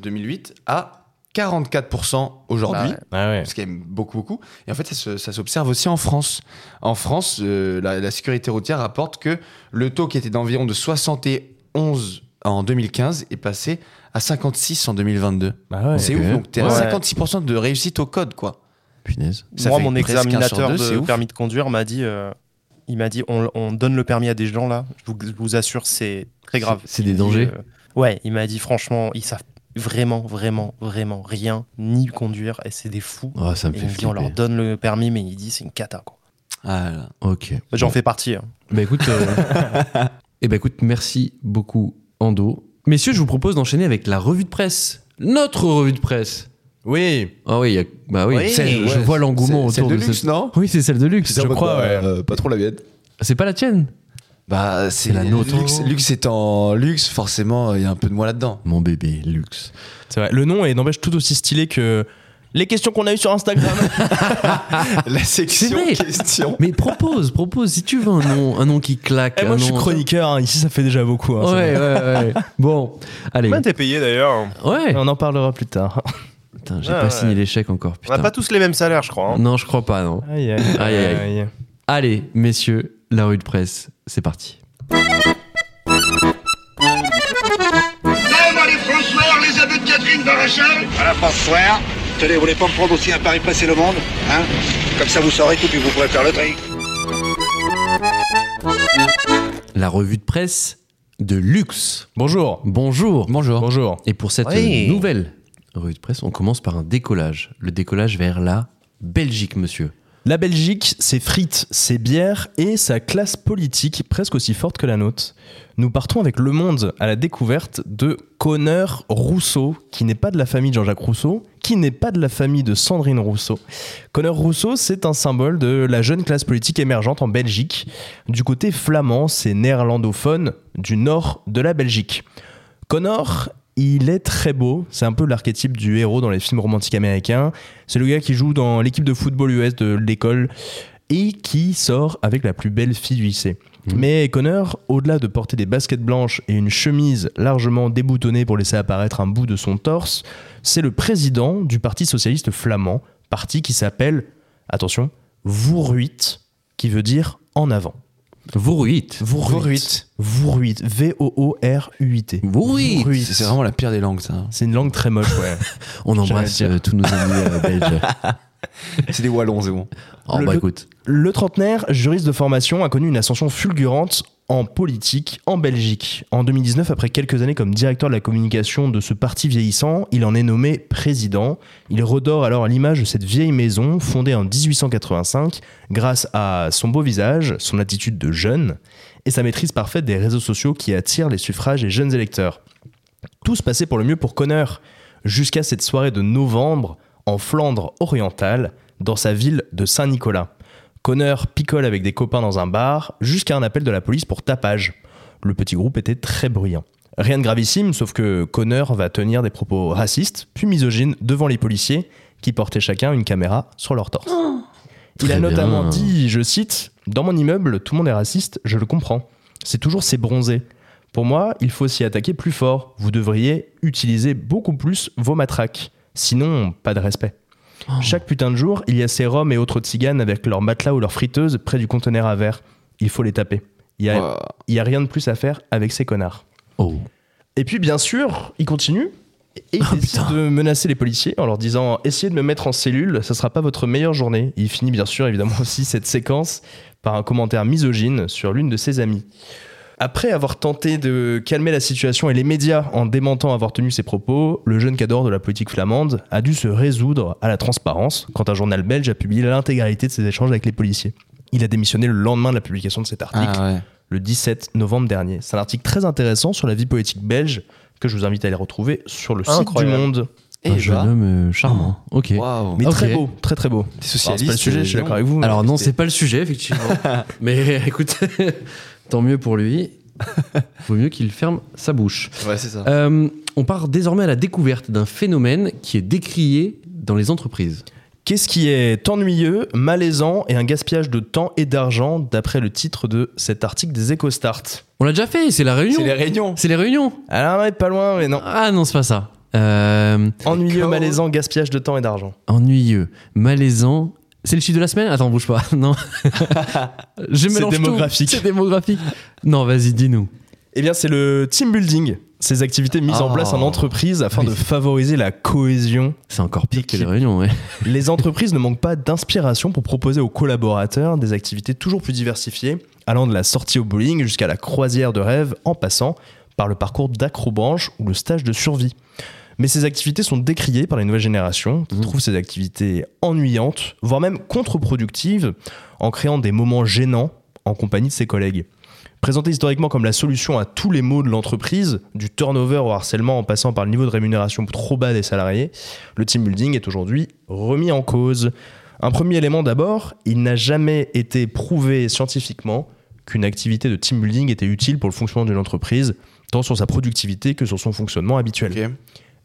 Speaker 2: 2007-2008 à 44%
Speaker 1: Bah
Speaker 2: aujourd'hui.
Speaker 5: Ah ouais.
Speaker 2: parce qu'il y a beaucoup, beaucoup. Et en fait, ça, se- ça s'observe aussi en France. En France, euh, la, la sécurité routière rapporte que le taux qui était d'environ de 71 en 2015 est passé à 56 en 2022.
Speaker 5: Bah ouais.
Speaker 2: c'est
Speaker 1: ok.
Speaker 2: ouf, donc t'es
Speaker 4: Ouais.
Speaker 2: à 56% de réussite au code, quoi.
Speaker 1: Punaise.
Speaker 2: Ça
Speaker 4: moi,
Speaker 2: fait
Speaker 4: mon
Speaker 2: presque un sur
Speaker 4: examinateur
Speaker 2: deux, c'est
Speaker 4: de
Speaker 2: ouf.
Speaker 4: permis de conduire m'a dit, euh, il m'a dit, on, on donne le permis à des gens là. Je vous, je vous assure, c'est très grave.
Speaker 1: C'est- c'est des
Speaker 4: Il dit,
Speaker 1: dangers.
Speaker 4: euh, ouais, il m'a dit franchement, ils savent vraiment, vraiment, vraiment rien ni conduire et c'est des fous.
Speaker 1: Ah ça me
Speaker 4: Et
Speaker 1: fait
Speaker 4: il me dit, on leur
Speaker 1: flipper.
Speaker 4: donne le permis, mais il dit c'est une cata. quoi.
Speaker 2: Ah, là.
Speaker 1: Ok.
Speaker 4: J'en fais partie. hein.
Speaker 1: Bah écoute, euh, eh ben, écoute, merci beaucoup Ando. Messieurs, je vous propose d'enchaîner avec la revue de presse. Notre revue de presse.
Speaker 5: Oui.
Speaker 1: Ah oui, il y a- bah oui.
Speaker 2: Oui,
Speaker 1: celle-
Speaker 2: ouais,
Speaker 1: je vois l'engouement
Speaker 2: c'est- celle
Speaker 1: autour
Speaker 2: de
Speaker 1: de,
Speaker 2: luxe,
Speaker 1: cette-
Speaker 2: non
Speaker 1: Oui, c'est celle de luxe.
Speaker 2: C'est en
Speaker 1: je
Speaker 2: mode,
Speaker 1: crois.
Speaker 2: bah,
Speaker 1: ouais.
Speaker 2: euh, pas trop la mienne.
Speaker 1: C'est pas la tienne,
Speaker 2: Bah, c'est
Speaker 1: la nôtre.
Speaker 2: Luxe, luxe étant luxe, forcément, il y a un peu de moi là-dedans.
Speaker 1: mon bébé luxe.
Speaker 5: C'est vrai. Le nom est n'empêche tout aussi stylé que les questions qu'on a eues sur Instagram.
Speaker 2: La
Speaker 1: C'est
Speaker 2: section
Speaker 1: vrai.
Speaker 2: question.
Speaker 1: Mais propose, propose si tu veux un nom, un nom qui claque.
Speaker 5: Eh,
Speaker 1: un
Speaker 5: moi, je suis
Speaker 1: nom-
Speaker 5: chroniqueur. hein. Ici, ça fait déjà beaucoup. hein.
Speaker 1: Ouais,
Speaker 5: C'est
Speaker 1: ouais, ouais. Bon, allez.
Speaker 4: Combien t'es payé
Speaker 1: Ah,
Speaker 4: d'ailleurs
Speaker 1: Ouais.
Speaker 5: bon. On en parlera plus tard.
Speaker 1: Putain, j'ai
Speaker 4: Ouais,
Speaker 1: pas
Speaker 4: ouais.
Speaker 1: signé l'échec encore.
Speaker 4: On n'a
Speaker 1: Putain.
Speaker 4: pas tous les mêmes salaires, je crois. hein.
Speaker 1: Non, je crois pas, non.
Speaker 5: Aïe, aïe,
Speaker 1: Aïe, aïe, Allez, messieurs, la rue de presse, c'est parti.
Speaker 6: Même à les François, les aveux de Catherine Barachal
Speaker 7: Voilà, François. Tenez, vous voulez pas me prendre aussi un pari passer le monde Hein Comme ça, vous saurez tout, puis vous pourrez faire le tri.
Speaker 1: La revue de presse de luxe.
Speaker 5: Bonjour.
Speaker 1: Bonjour.
Speaker 5: Bonjour. Bonjour.
Speaker 1: Et pour cette
Speaker 4: Oui.
Speaker 1: euh, nouvelle revue de presse, on commence par un décollage. Le décollage vers la Belgique, monsieur.
Speaker 5: La Belgique, ses frites, ses bières et sa classe politique presque aussi forte que la nôtre. Nous partons avec Le Monde à la découverte de Connor Rousseau, qui n'est pas de la famille de Jean-Jacques Rousseau, qui n'est pas de la famille de Sandrine Rousseau. Connor Rousseau, c'est un symbole de la jeune classe politique émergente en Belgique, du côté flamand, c'est néerlandophone, du nord de la Belgique. Connor, il est très beau, c'est un peu l'archétype du héros dans les films romantiques américains. C'est le gars qui joue dans l'équipe de football US de l'école et qui sort avec la plus belle fille du lycée.
Speaker 2: Mmh.
Speaker 1: Mhm.
Speaker 5: Mais Connor, au-delà de porter des baskets blanches et une chemise largement déboutonnée pour laisser apparaître un bout de son torse, c'est le président du Parti socialiste flamand, parti qui s'appelle, attention, Vooruit, qui veut dire en avant.
Speaker 1: Vouruit.
Speaker 5: Vooruit. Vooruit. V-O-O-R-U-I-T.
Speaker 1: Vooruit.
Speaker 5: Vooruit.
Speaker 2: C'est vraiment la pire des langues, ça.
Speaker 5: C'est une langue très moche, ouais.
Speaker 1: On embrasse
Speaker 5: J'allais
Speaker 1: euh, tous nos amis euh, belges.
Speaker 2: C'est des Wallons, c'est bon.
Speaker 1: Oh,
Speaker 5: Le-
Speaker 1: bah
Speaker 5: le-
Speaker 1: écoute.
Speaker 5: Le trentenaire, juriste de formation, a connu une ascension fulgurante en politique en Belgique. En 2019, après quelques années comme directeur de la communication de ce parti vieillissant, il en est nommé président. Il redore alors à l'image de cette vieille maison fondée en 1885 grâce à son beau visage, son attitude de jeune et sa maîtrise parfaite des réseaux sociaux qui attirent les suffrages et jeunes électeurs. Tout se passait pour le mieux pour Connor, jusqu'à cette soirée de novembre en Flandre orientale, dans sa ville de Saint-Nicolas. Connor picole avec des copains dans un bar, jusqu'à un appel de la police pour tapage. Le petit groupe était très bruyant. Rien de gravissime, sauf que Connor va tenir des propos racistes, puis misogynes, devant les policiers, qui portaient chacun une caméra sur leur torse. Il a
Speaker 1: Oh. Très bien.
Speaker 5: notamment dit, je cite, Dans mon immeuble, tout le monde est raciste, je le comprends. C'est toujours ces bronzés. Pour moi, il faut s'y attaquer plus fort. Vous devriez utiliser beaucoup plus vos matraques. Sinon, pas de respect. Chaque putain de jour, il y a ces Roms et autres tziganes avec leurs matelas ou leurs friteuses près du conteneur à verre. Il faut les taper. Il y a,
Speaker 2: Ouah.
Speaker 5: il y a rien de plus à faire avec ces connards.
Speaker 1: Oh.
Speaker 5: Et puis, bien sûr, il continue. Et il
Speaker 1: Oh,
Speaker 5: décide
Speaker 1: putain.
Speaker 5: de menacer les policiers en leur disant Essayez de me mettre en cellule, ça sera pas votre meilleure journée. Il finit bien sûr, évidemment, aussi cette séquence par un commentaire misogyne sur l'une de ses amies. Après avoir tenté de calmer la situation et les médias en démentant avoir tenu ses propos, le jeune cador de la politique flamande a dû se résoudre à la transparence quand un journal belge a publié l'intégralité de ses échanges avec les policiers. Il a démissionné le lendemain de la publication de cet article
Speaker 2: Ah ouais.
Speaker 5: le 17 novembre dernier. C'est un article très intéressant sur la vie poétique belge que je vous invite à aller retrouver sur le
Speaker 4: Incroyable.
Speaker 5: site du Monde. Eh
Speaker 2: Et
Speaker 1: un
Speaker 2: bah,
Speaker 1: jeune
Speaker 5: ben.
Speaker 1: homme euh, charmant. Ok.
Speaker 2: Waouh.
Speaker 5: Mais
Speaker 1: Ok.
Speaker 5: très beau, très très beau.
Speaker 2: T'es
Speaker 5: Alors,
Speaker 2: socialiste.
Speaker 5: C'est pas le sujet,
Speaker 2: euh,
Speaker 5: je suis d'accord
Speaker 2: Jérôme
Speaker 5: avec vous.
Speaker 1: Alors non, c'est pas le sujet, effectivement. mais écoute, tant mieux pour lui. Vaut mieux qu'il ferme sa bouche.
Speaker 2: Ouais, c'est ça.
Speaker 1: Euh, on part désormais à la découverte d'un phénomène qui est décrié dans les entreprises.
Speaker 5: Qu'est-ce qui est ennuyeux, malaisant et un gaspillage de temps et d'argent d'après le titre de cet article des EcoStart
Speaker 1: On l'a déjà fait, c'est la réunion.
Speaker 2: C'est les réunions.
Speaker 1: C'est les réunions.
Speaker 5: Alors ouais, pas loin, mais non.
Speaker 1: Ah non, c'est pas ça. Euh,
Speaker 5: Ennuyeux,
Speaker 2: D'accord.
Speaker 5: malaisant, gaspillage de temps et d'argent.
Speaker 1: ennuyeux, malaisant. C'est le chiffre de la semaine Attends, bouge pas. Non. Je mélange tout.
Speaker 5: démographique.
Speaker 1: C'est démographique. Non, vas-y, dis-nous.
Speaker 5: Eh bien, c'est le team building, ces activités mises en
Speaker 2: Ah.
Speaker 5: place en entreprise afin
Speaker 1: Oui.
Speaker 5: de favoriser la cohésion
Speaker 1: C'est encore pire que les
Speaker 5: D'équipe.
Speaker 1: réunions, ouais.
Speaker 5: Les entreprises ne manquent pas d'inspiration pour proposer aux collaborateurs des activités toujours plus diversifiées, allant de la sortie au bowling jusqu'à la croisière de rêve, en passant par le parcours d'acrobranche ou le stage de survie. Mais ces activités sont décriées par les nouvelles générations, qui
Speaker 1: Mmh.
Speaker 5: trouvent ces activités ennuyantes, voire même contre-productives, en créant des moments gênants en compagnie de ses collègues. Présentée historiquement comme la solution à tous les maux de l'entreprise, du turnover au harcèlement en passant par le niveau de rémunération trop bas des salariés, le team building est aujourd'hui remis en cause. Un premier élément d'abord, il n'a jamais été prouvé scientifiquement qu'une activité de team building était utile pour le fonctionnement d'une entreprise, tant sur sa productivité que sur son fonctionnement habituel.
Speaker 2: Ok.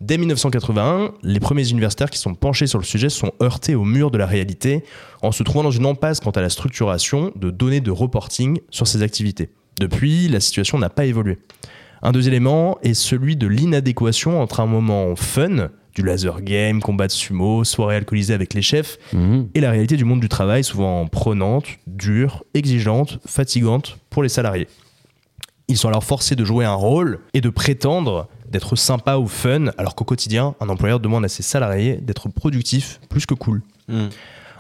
Speaker 5: Dès 1981, les premiers universitaires qui sont penchés sur le sujet sont heurtés au mur de la réalité en se trouvant dans une impasse quant à la structuration de données de reporting sur ces activités. Depuis, la situation n'a pas évolué. Un deuxième élément est celui de l'inadéquation entre un moment fun, du laser game, combat de sumo, soirée alcoolisée avec les chefs,
Speaker 1: Mhm.
Speaker 5: et la réalité du monde du travail, souvent prenante, dure, exigeante, fatigante pour les salariés. Ils sont alors forcés de jouer un rôle et de prétendre d'être sympa ou fun, alors qu'au quotidien, un employeur demande à ses salariés d'être productifs plus que cool.
Speaker 2: Hmm.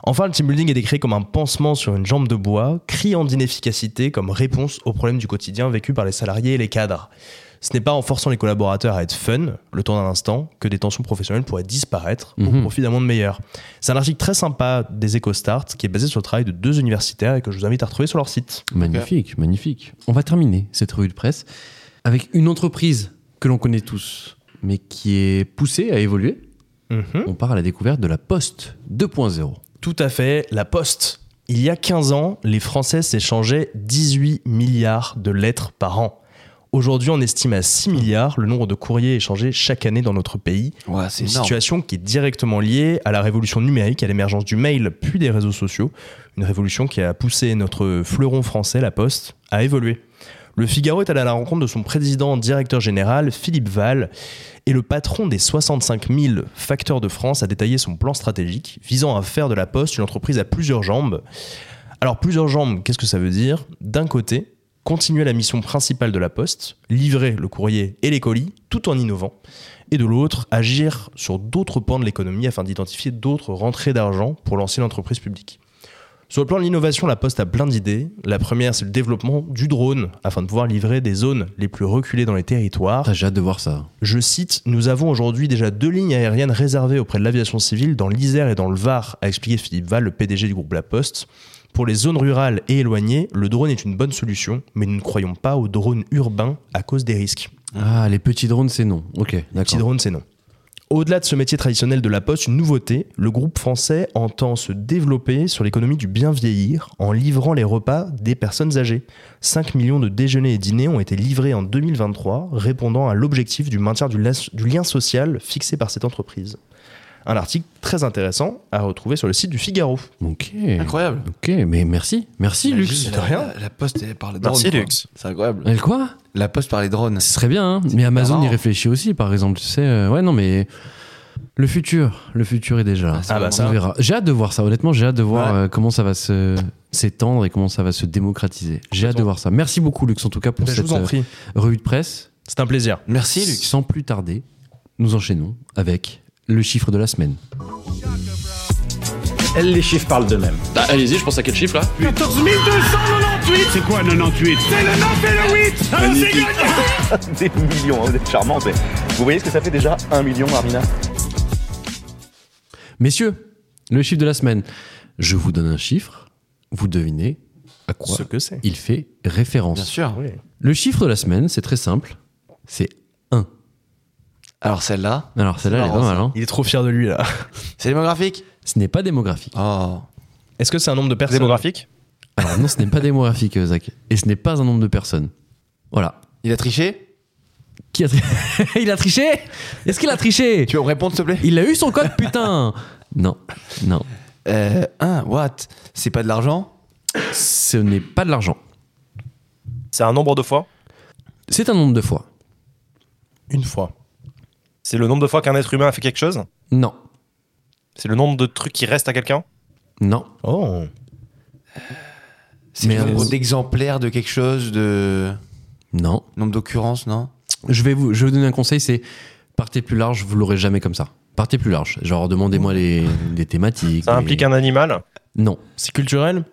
Speaker 5: Enfin, le team building est décrit comme un pansement sur une jambe de bois, criant d'inefficacité comme réponse aux problèmes du quotidien vécus par les salariés et les cadres. Ce n'est pas en forçant les collaborateurs à être fun, le temps d'un instant, que des tensions professionnelles pourraient disparaître au
Speaker 1: Mhm.
Speaker 5: profit d'un monde meilleur. C'est un article très sympa des EcoStart qui est basé sur le travail de deux universitaires et que je vous invite à retrouver sur leur site.
Speaker 1: Magnifique, magnifique. On va terminer cette revue de presse avec une entreprise que l'on connaît tous, mais qui est poussée à évoluer.
Speaker 2: Mmh.
Speaker 1: On part à la découverte de la Poste 2.0.
Speaker 5: Tout à fait, la Poste. Il y a 15 ans, les Français s'échangeaient 18 milliards de lettres par an. Aujourd'hui, on estime à 6 milliards le nombre de courriers échangés chaque année dans notre pays,
Speaker 2: Ouais,
Speaker 5: C'est
Speaker 2: c'est
Speaker 5: une
Speaker 2: énorme.
Speaker 5: situation qui est directement liée à la révolution numérique, à l'émergence du mail, puis des réseaux sociaux. Une révolution qui a poussé notre fleuron français, la Poste, à évoluer. Le Figaro est allé à la rencontre de son président directeur général, Philippe Val, et le patron des 65 000 facteurs de France a détaillé son plan stratégique visant à faire de la Poste une entreprise à plusieurs jambes. Alors plusieurs jambes, qu'est-ce que ça veut dire D'un côté, continuer la mission principale de la Poste, livrer le courrier et les colis, tout en innovant et de l'autre, agir sur d'autres pans de l'économie afin d'identifier d'autres rentrées d'argent pour lancer l'entreprise publique. Sur le plan de l'innovation, la Poste a plein d'idées. La première, c'est le développement du drone afin de pouvoir livrer des zones les plus reculées dans les territoires.
Speaker 1: Ah, J'ai hâte de voir ça.
Speaker 5: Je cite Nous avons aujourd'hui déjà deux lignes aériennes réservées auprès de l'aviation civile dans l'Isère et dans le Var, a expliqué Philippe Val, le PDG du groupe La Poste. Pour les zones rurales et éloignées, le drone est une bonne solution, mais nous ne croyons pas aux drones urbains à cause des risques.
Speaker 1: Ah, les petits drones, c'est non. Ok,
Speaker 5: Petit
Speaker 1: d'accord.
Speaker 5: drone, c'est non. Au-delà de ce métier traditionnel de la poste, une nouveauté, le groupe français entend se développer sur l'économie du bien vieillir en livrant les repas des personnes âgées. 5 millions de déjeuners et dîners ont été livrés en 2023, répondant à l'objectif du maintien du, las- du lien social fixé par cette entreprise. Un article très intéressant à retrouver sur le site du Figaro.
Speaker 1: Ok,
Speaker 2: Incroyable. Bah,
Speaker 1: ok, mais merci. Merci, Lux.
Speaker 2: Imagine, La, la poste elle, par les drones.
Speaker 5: Merci,
Speaker 2: quoi.
Speaker 5: Lux.
Speaker 2: C'est incroyable.
Speaker 1: Elle quoi
Speaker 2: La poste par les drones.
Speaker 1: Ce serait bien, hein. mais Amazon y
Speaker 2: marrant.
Speaker 1: réfléchit aussi, par exemple. Tu sais, euh, ouais, non, mais le futur, le futur est déjà là.
Speaker 5: Ah bah
Speaker 1: On
Speaker 5: ça,
Speaker 1: verra. J'ai hâte de voir ça. Honnêtement, j'ai hâte de voir
Speaker 2: Hein Ouais.
Speaker 1: euh, comment ça va se s'étendre et comment ça va se démocratiser. J'ai hâte de voir ça. Merci beaucoup, Lux, en tout cas, pour
Speaker 5: Ben, je
Speaker 1: cette
Speaker 5: vous en
Speaker 1: euh,
Speaker 5: prie.
Speaker 1: revue de presse.
Speaker 5: C'est un plaisir.
Speaker 2: Merci, Lux.
Speaker 1: Sans plus tarder, nous enchaînons avec le chiffre de la semaine.
Speaker 8: Les chiffres parlent d'eux-mêmes.
Speaker 9: Bah, allez-y, je pense à quel chiffre là
Speaker 6: 298 C'est quoi 98 C'est le 9 et le Ah, 8 Alors c'est gagné
Speaker 8: Ah, Des millions, hein, vous êtes charmants. mais Vous voyez ce que ça fait déjà Un million, Armina
Speaker 1: Messieurs, le chiffre de la semaine. Je vous donne un chiffre, vous devinez à quoi
Speaker 5: Ce que c'est.
Speaker 1: il fait référence.
Speaker 2: Bien sûr.
Speaker 1: Le chiffre de la semaine, c'est très simple, c'est 1.
Speaker 2: Alors celle-là,
Speaker 1: Alors celle-là, elle est
Speaker 2: marrant,
Speaker 1: pas mal. hein.
Speaker 5: Il est trop fier de lui là.
Speaker 2: c'est démographique
Speaker 1: Ce n'est pas démographique.
Speaker 2: Oh.
Speaker 5: Est-ce que c'est un nombre de personnes
Speaker 4: Démographique
Speaker 1: Alors non, ce n'est pas démographique, euh, Zach. Et ce n'est pas un nombre de personnes. Voilà.
Speaker 2: Il a triché
Speaker 1: Qui a tri- Il a triché Est-ce qu'il a triché
Speaker 2: Tu veux me répondre s'il te plaît
Speaker 1: Il a eu son code, putain Non, non.
Speaker 2: Euh, un, what C'est pas de l'argent
Speaker 1: Ce n'est pas de l'argent.
Speaker 4: C'est un nombre de fois
Speaker 1: C'est un nombre de fois.
Speaker 5: Une fois.
Speaker 4: C'est le nombre de fois qu'un être humain a fait quelque chose
Speaker 1: Non,
Speaker 4: C'est le nombre de trucs qui restent à quelqu'un
Speaker 1: non.
Speaker 5: Oh.
Speaker 2: C'est
Speaker 1: Mais
Speaker 2: le nombre
Speaker 1: euh,
Speaker 2: d'exemplaires de quelque chose, de
Speaker 1: Non.
Speaker 2: nombre d'occurrences, non
Speaker 1: Je vais vous, je vais vous donner un conseil, c'est partez plus large, vous l'aurez jamais comme ça. Partez plus large. Genre, demandez-moi les, les thématiques.
Speaker 4: Ça
Speaker 1: les-
Speaker 4: implique un animal
Speaker 1: Non.
Speaker 5: C'est culturel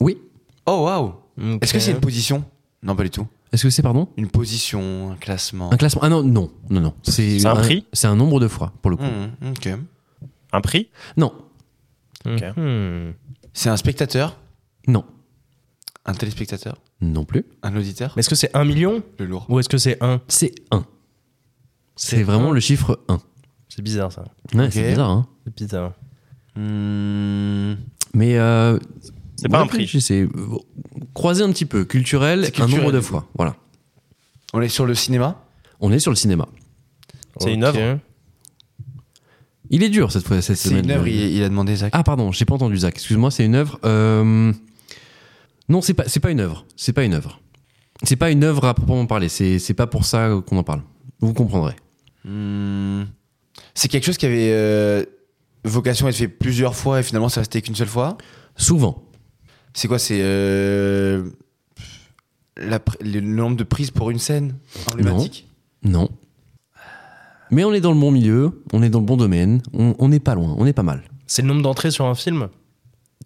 Speaker 1: Oui.
Speaker 2: Oh waouh
Speaker 5: Ok.
Speaker 2: Est-ce que c'est une position Non, pas du tout.
Speaker 1: Est-ce que c'est, pardon
Speaker 2: Une position, un classement.
Speaker 1: Un classement Ah non, non, non, non.
Speaker 4: C'est un prix Hmm.
Speaker 1: C'est un nombre de fois, pour le coup.
Speaker 2: Mmh, ok.
Speaker 4: Un prix
Speaker 1: Non,
Speaker 4: Ok.
Speaker 5: Hmm.
Speaker 2: C'est un spectateur
Speaker 1: non,
Speaker 2: Un téléspectateur
Speaker 1: non plus.
Speaker 2: Un auditeur
Speaker 5: Mais est-ce que c'est un million
Speaker 2: Le lourd.
Speaker 5: ou est-ce que c'est un
Speaker 1: C'est 1. C'est vraiment
Speaker 5: un.
Speaker 1: le chiffre 1.
Speaker 5: C'est bizarre ça.
Speaker 1: Ouais, C'est bizarre, hein.
Speaker 5: C'est bizarre.
Speaker 2: Mmh.
Speaker 1: Mais. euh,
Speaker 4: C'est pas un
Speaker 1: réfléchissez,
Speaker 4: prix.
Speaker 1: euh, Croisez un petit peu. Culturel,
Speaker 2: C'est culturel,
Speaker 1: un nombre de
Speaker 2: du coup.
Speaker 1: fois. Voilà.
Speaker 2: On est sur le cinéma
Speaker 1: On est sur le cinéma.
Speaker 4: C'est une œuvre
Speaker 1: Il est dur cette fois, cette
Speaker 2: C'est
Speaker 1: semaine. euh.
Speaker 2: une œuvre, il, il a demandé Zach.
Speaker 1: Ah pardon, j'ai pas entendu Zach. Excuse-moi, c'est une œuvre. euh, Non, c'est pas, c'est pas une œuvre. C'est pas une œuvre. C'est pas une œuvre à proprement parler. C'est, c'est pas pour ça qu'on en parle. Vous comprendrez.
Speaker 2: Mmh. C'est quelque chose qui avait euh, vocation à être fait plusieurs fois et finalement ça restait qu'une seule fois
Speaker 1: Souvent.
Speaker 2: C'est quoi C'est euh, la pr- le nombre de prises pour une scène emblématique
Speaker 1: Non. Mais on est dans le bon milieu. On est dans le bon domaine. On on n'est pas loin. On est pas mal.
Speaker 5: C'est le nombre d'entrées sur un film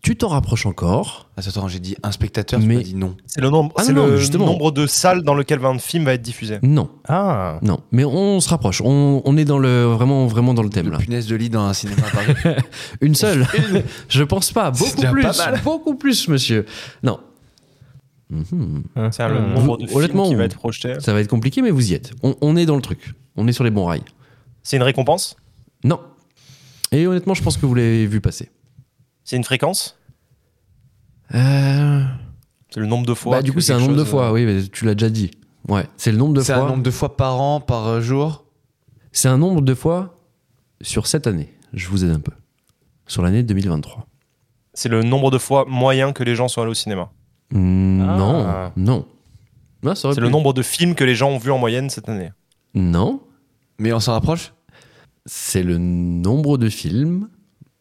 Speaker 1: Tu t'en rapproches encore.
Speaker 2: Attends, attends, Ah, j'ai dit un spectateur, tu
Speaker 1: Mais-
Speaker 2: m'as dit non.
Speaker 4: C'est le nombre,
Speaker 1: Ah
Speaker 4: c'est
Speaker 1: non,
Speaker 4: le
Speaker 1: justement.
Speaker 4: nombre de salles dans lesquelles un film va être diffusé.
Speaker 1: Non.
Speaker 5: Ah.
Speaker 1: Non. Mais on se rapproche. On, on est dans le vraiment vraiment dans le thème
Speaker 2: De
Speaker 1: là.
Speaker 2: punaise de lit dans un cinéma à Paris.
Speaker 1: Une seule Je pense pas.
Speaker 2: C'est
Speaker 1: Beaucoup
Speaker 2: déjà
Speaker 1: plus.
Speaker 2: pas mal.
Speaker 1: Beaucoup plus, monsieur. Non. Mhm.
Speaker 4: C'est le
Speaker 5: Hmm.
Speaker 4: nombre de
Speaker 1: Vous-
Speaker 4: films
Speaker 1: honnêtement,
Speaker 4: qui va
Speaker 1: vous-
Speaker 4: être projeté.
Speaker 1: Ça va être compliqué, mais vous y êtes. On, on est dans le truc. On est sur les bons rails.
Speaker 4: C'est une récompense
Speaker 1: Non. Et honnêtement, je pense que vous l'avez vu passer.
Speaker 4: C'est une fréquence
Speaker 1: Euh,
Speaker 4: C'est le nombre de fois
Speaker 1: bah, du
Speaker 4: que
Speaker 1: coup, c'est un
Speaker 4: quelque
Speaker 1: nombre de
Speaker 4: chose- euh.
Speaker 1: fois. Oui, mais tu l'as déjà dit. Ouais. C'est le nombre de
Speaker 2: C'est un
Speaker 1: fois.
Speaker 2: nombre de fois par an, par euh, jour
Speaker 1: C'est un nombre de fois sur cette année. Je vous aide un peu. Sur l'année 2023.
Speaker 4: C'est le nombre de fois moyen que les gens sont allés au cinéma.
Speaker 1: Mm,
Speaker 4: Ah.
Speaker 1: Non. Non. Ah, ça aurait
Speaker 4: C'est le
Speaker 1: pu.
Speaker 4: nombre de films que les gens ont vus en moyenne cette année.
Speaker 1: Non.
Speaker 2: Mais on s'en rapproche
Speaker 1: C'est le nombre de films.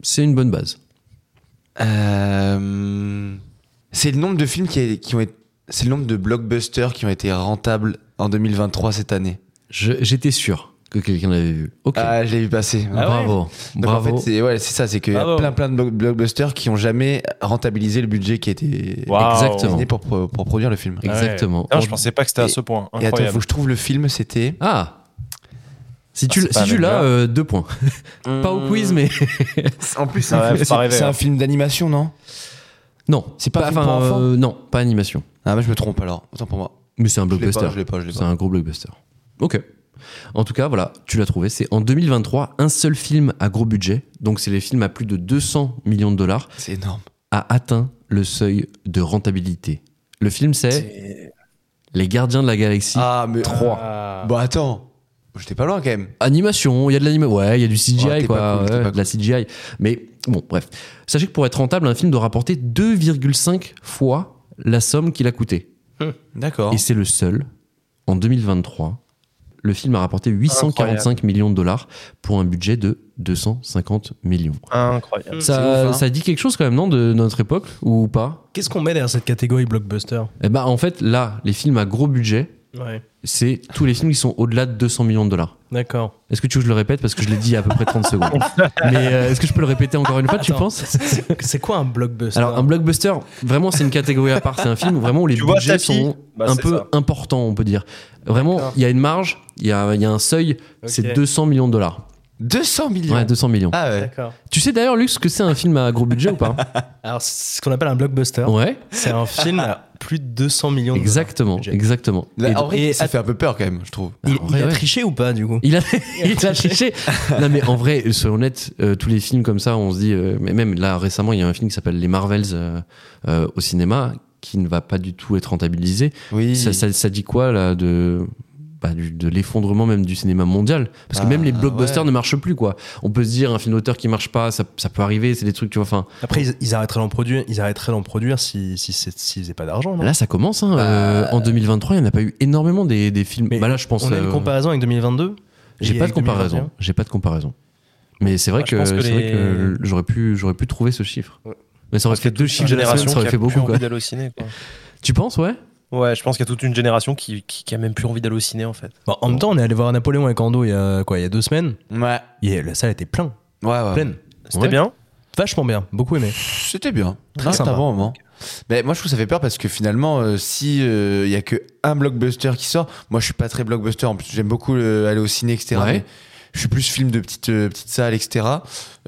Speaker 1: C'est une bonne base.
Speaker 2: Euh, C'est le nombre de films qui, a- qui ont été. C'est le nombre de blockbusters qui ont été rentables en 2023 cette année.
Speaker 1: Je- J'étais sûr que quelqu'un l'avait vu. Ok.
Speaker 2: Ah, je l'ai vu passer.
Speaker 1: Bravo.
Speaker 2: Donc,
Speaker 1: Bravo.
Speaker 2: En fait, c'est ouais, c'est ça, c'est qu'il y a
Speaker 5: Bravo.
Speaker 2: plein plein de blo- blockbusters qui ont jamais rentabilisé le budget qui a été
Speaker 4: Waouh.
Speaker 1: Exactement.
Speaker 2: destiné pour, pro- pour produire le film.
Speaker 1: Exactement.
Speaker 4: Putain, Ah je pensais pas que c'était
Speaker 2: Et-
Speaker 4: à ce point.
Speaker 2: Et attends, faut
Speaker 4: Incroyable.
Speaker 2: que je trouve le film, c'était.
Speaker 1: Ah Si tu,
Speaker 4: Ah, c'est pas
Speaker 1: si tu l'as,
Speaker 4: Avenger.
Speaker 1: euh, deux points. Pas au quiz,
Speaker 2: Hmm.
Speaker 1: mais. Ah
Speaker 2: En plus,
Speaker 4: c'est un film- c'est-
Speaker 2: c'est
Speaker 4: c'est
Speaker 2: un
Speaker 4: un
Speaker 1: hein.
Speaker 2: film d'animation, non
Speaker 1: Non,
Speaker 2: C'est pas un film
Speaker 1: enfin,
Speaker 2: pour enfants
Speaker 1: euh, Non, pas animation.
Speaker 2: Ah, mais je me trompe alors. Autant pour moi.
Speaker 1: Mais c'est un
Speaker 2: Je l'ai pas,
Speaker 1: blockbuster.
Speaker 2: je l'ai pas, je l'ai
Speaker 1: C'est
Speaker 2: pas.
Speaker 1: un gros blockbuster. Ok. En tout cas, voilà, tu l'as trouvé. C'est en 2023, un seul film à gros budget, donc c'est les films à plus de 200 millions de dollars,
Speaker 2: C'est énorme.
Speaker 1: a atteint le seuil de rentabilité. Le film, c'est Les Gardiens de la Galaxie.
Speaker 2: Ah, mais.
Speaker 1: 3.
Speaker 2: Bon, attends. J'étais pas loin quand même.
Speaker 1: Animation, il y a de l'animation, ouais, il y a du CGI,
Speaker 2: Ouais, Oh, t'es
Speaker 1: quoi,
Speaker 2: pas cool, t'es
Speaker 1: ouais,
Speaker 2: pas
Speaker 1: de la CGI. Mais bon, bref. Sachez que pour être rentable, un film doit rapporter 2,5 fois la somme qu'il a coûté.
Speaker 2: D'accord.
Speaker 1: Et c'est le seul, en 2023, le film a rapporté 845 millions de dollars pour un budget de 250 millions.
Speaker 4: Incroyable.
Speaker 1: Ça,
Speaker 2: Hmm, ouf, hein.
Speaker 1: ça dit quelque chose quand même, non, de notre époque, ou pas
Speaker 5: Qu'est-ce qu'on met derrière cette catégorie blockbuster
Speaker 1: Eh ben, en fait, là, les films à gros budget,
Speaker 5: Ouais.
Speaker 1: c'est tous les films qui sont au-delà de 200 millions de dollars.
Speaker 5: D'accord.
Speaker 1: Est-ce que tu veux que je le répète Parce que je l'ai dit il y a à peu près 30 secondes. Mais euh, est-ce que je peux le répéter encore une fois, tu
Speaker 5: Attends.
Speaker 1: penses
Speaker 5: C'est quoi un blockbuster
Speaker 1: Alors, un blockbuster, vraiment, c'est une catégorie à part. C'est un film où vraiment où les
Speaker 4: Tu vois,
Speaker 1: budgets
Speaker 4: Tapi
Speaker 1: sont
Speaker 4: Bah,
Speaker 1: un
Speaker 4: c'est
Speaker 1: peu
Speaker 4: ça.
Speaker 1: importants, on peut dire. Vraiment, il y a une marge, il y a, il y a un seuil, c'est
Speaker 5: Ok.
Speaker 1: 200 millions de dollars.
Speaker 2: 200 millions.
Speaker 1: Ouais, 200 millions.
Speaker 2: Ah ouais.
Speaker 5: D'accord.
Speaker 1: Tu sais d'ailleurs, Lux, que c'est un film à gros budget ou pas
Speaker 5: Alors, c'est ce qu'on appelle un blockbuster,
Speaker 1: Ouais,
Speaker 5: c'est un film à plus de 200 millions de dollars.
Speaker 1: exactement,
Speaker 5: budget.
Speaker 1: exactement.
Speaker 2: Là, en vrai,
Speaker 5: et-
Speaker 2: ça fait un peu peur quand même, je trouve.
Speaker 5: Il,
Speaker 1: Ah,
Speaker 5: il
Speaker 1: ouais,
Speaker 5: a
Speaker 1: ouais.
Speaker 5: triché ou pas, du coup
Speaker 1: Il a, il a triché. Non, mais en vrai, soyons honnêtes, euh, tous les films comme ça, on se dit. euh, mais même là, récemment, il y a un film qui s'appelle Les Marvels euh, euh, au cinéma qui ne va pas du tout être rentabilisé.
Speaker 2: Oui.
Speaker 1: Ça, ça- ça dit quoi, là, de. bah, du- de l'effondrement même du cinéma mondial parce que
Speaker 2: Ah,
Speaker 1: même les blockbusters
Speaker 2: ouais.
Speaker 1: ne marchent plus quoi on peut se dire un film d'auteur qui marche pas ça, ça peut arriver c'est des trucs tu vois enfin
Speaker 5: Après, ils, ils arrêteraient d'en produire, ils arrêteraient d'en produire si, si, c'est- s'ils faisaient pas d'argent. non
Speaker 1: là ça commence hein, euh, en 2023 il n'y en a pas eu énormément des, des films
Speaker 5: Mais
Speaker 1: bah là je pense
Speaker 5: On a
Speaker 1: euh,
Speaker 5: une comparaison avec 2022
Speaker 1: J'ai
Speaker 5: Et
Speaker 1: pas de
Speaker 5: avec 2021.
Speaker 1: comparaison. J'ai pas de comparaison. Mais c'est vrai
Speaker 4: Bah, je
Speaker 1: que,
Speaker 4: pense que
Speaker 1: c'est vrai
Speaker 4: les-
Speaker 1: que j'aurais pu j'aurais pu trouver ce chiffre. Mais Ah, ça aurait fait deux chiffres
Speaker 4: une génération
Speaker 1: génération, ça aurait
Speaker 4: qui a
Speaker 1: fait
Speaker 4: plus
Speaker 1: beaucoup.
Speaker 4: envie
Speaker 1: quoi.
Speaker 4: d'aller au ciné, quoi.
Speaker 1: Tu penses ouais
Speaker 4: Ouais, je pense qu'il y a toute une génération qui, qui, qui a même plus envie d'aller au ciné en fait.
Speaker 5: Bon, en même temps, on est allé voir Napoléon avec Ando il y a, quoi, il y a deux semaines.
Speaker 2: Ouais.
Speaker 5: Et la salle était plein,
Speaker 2: Ouais, ouais.
Speaker 5: pleine.
Speaker 4: C'était
Speaker 1: Ouais.
Speaker 4: bien.
Speaker 5: Vachement bien, beaucoup aimé.
Speaker 2: C'était bien.
Speaker 5: Très
Speaker 2: Non, c'était
Speaker 5: sympa.
Speaker 2: un bon moment. Mais moi, je trouve que ça fait peur parce que finalement, euh, si euh, il y a que un blockbuster qui sort, moi, je suis pas très blockbuster. En plus, j'aime beaucoup euh, aller au ciné, etc.
Speaker 1: Ouais.
Speaker 2: mais je suis plus film de petites euh, petites salles, etc.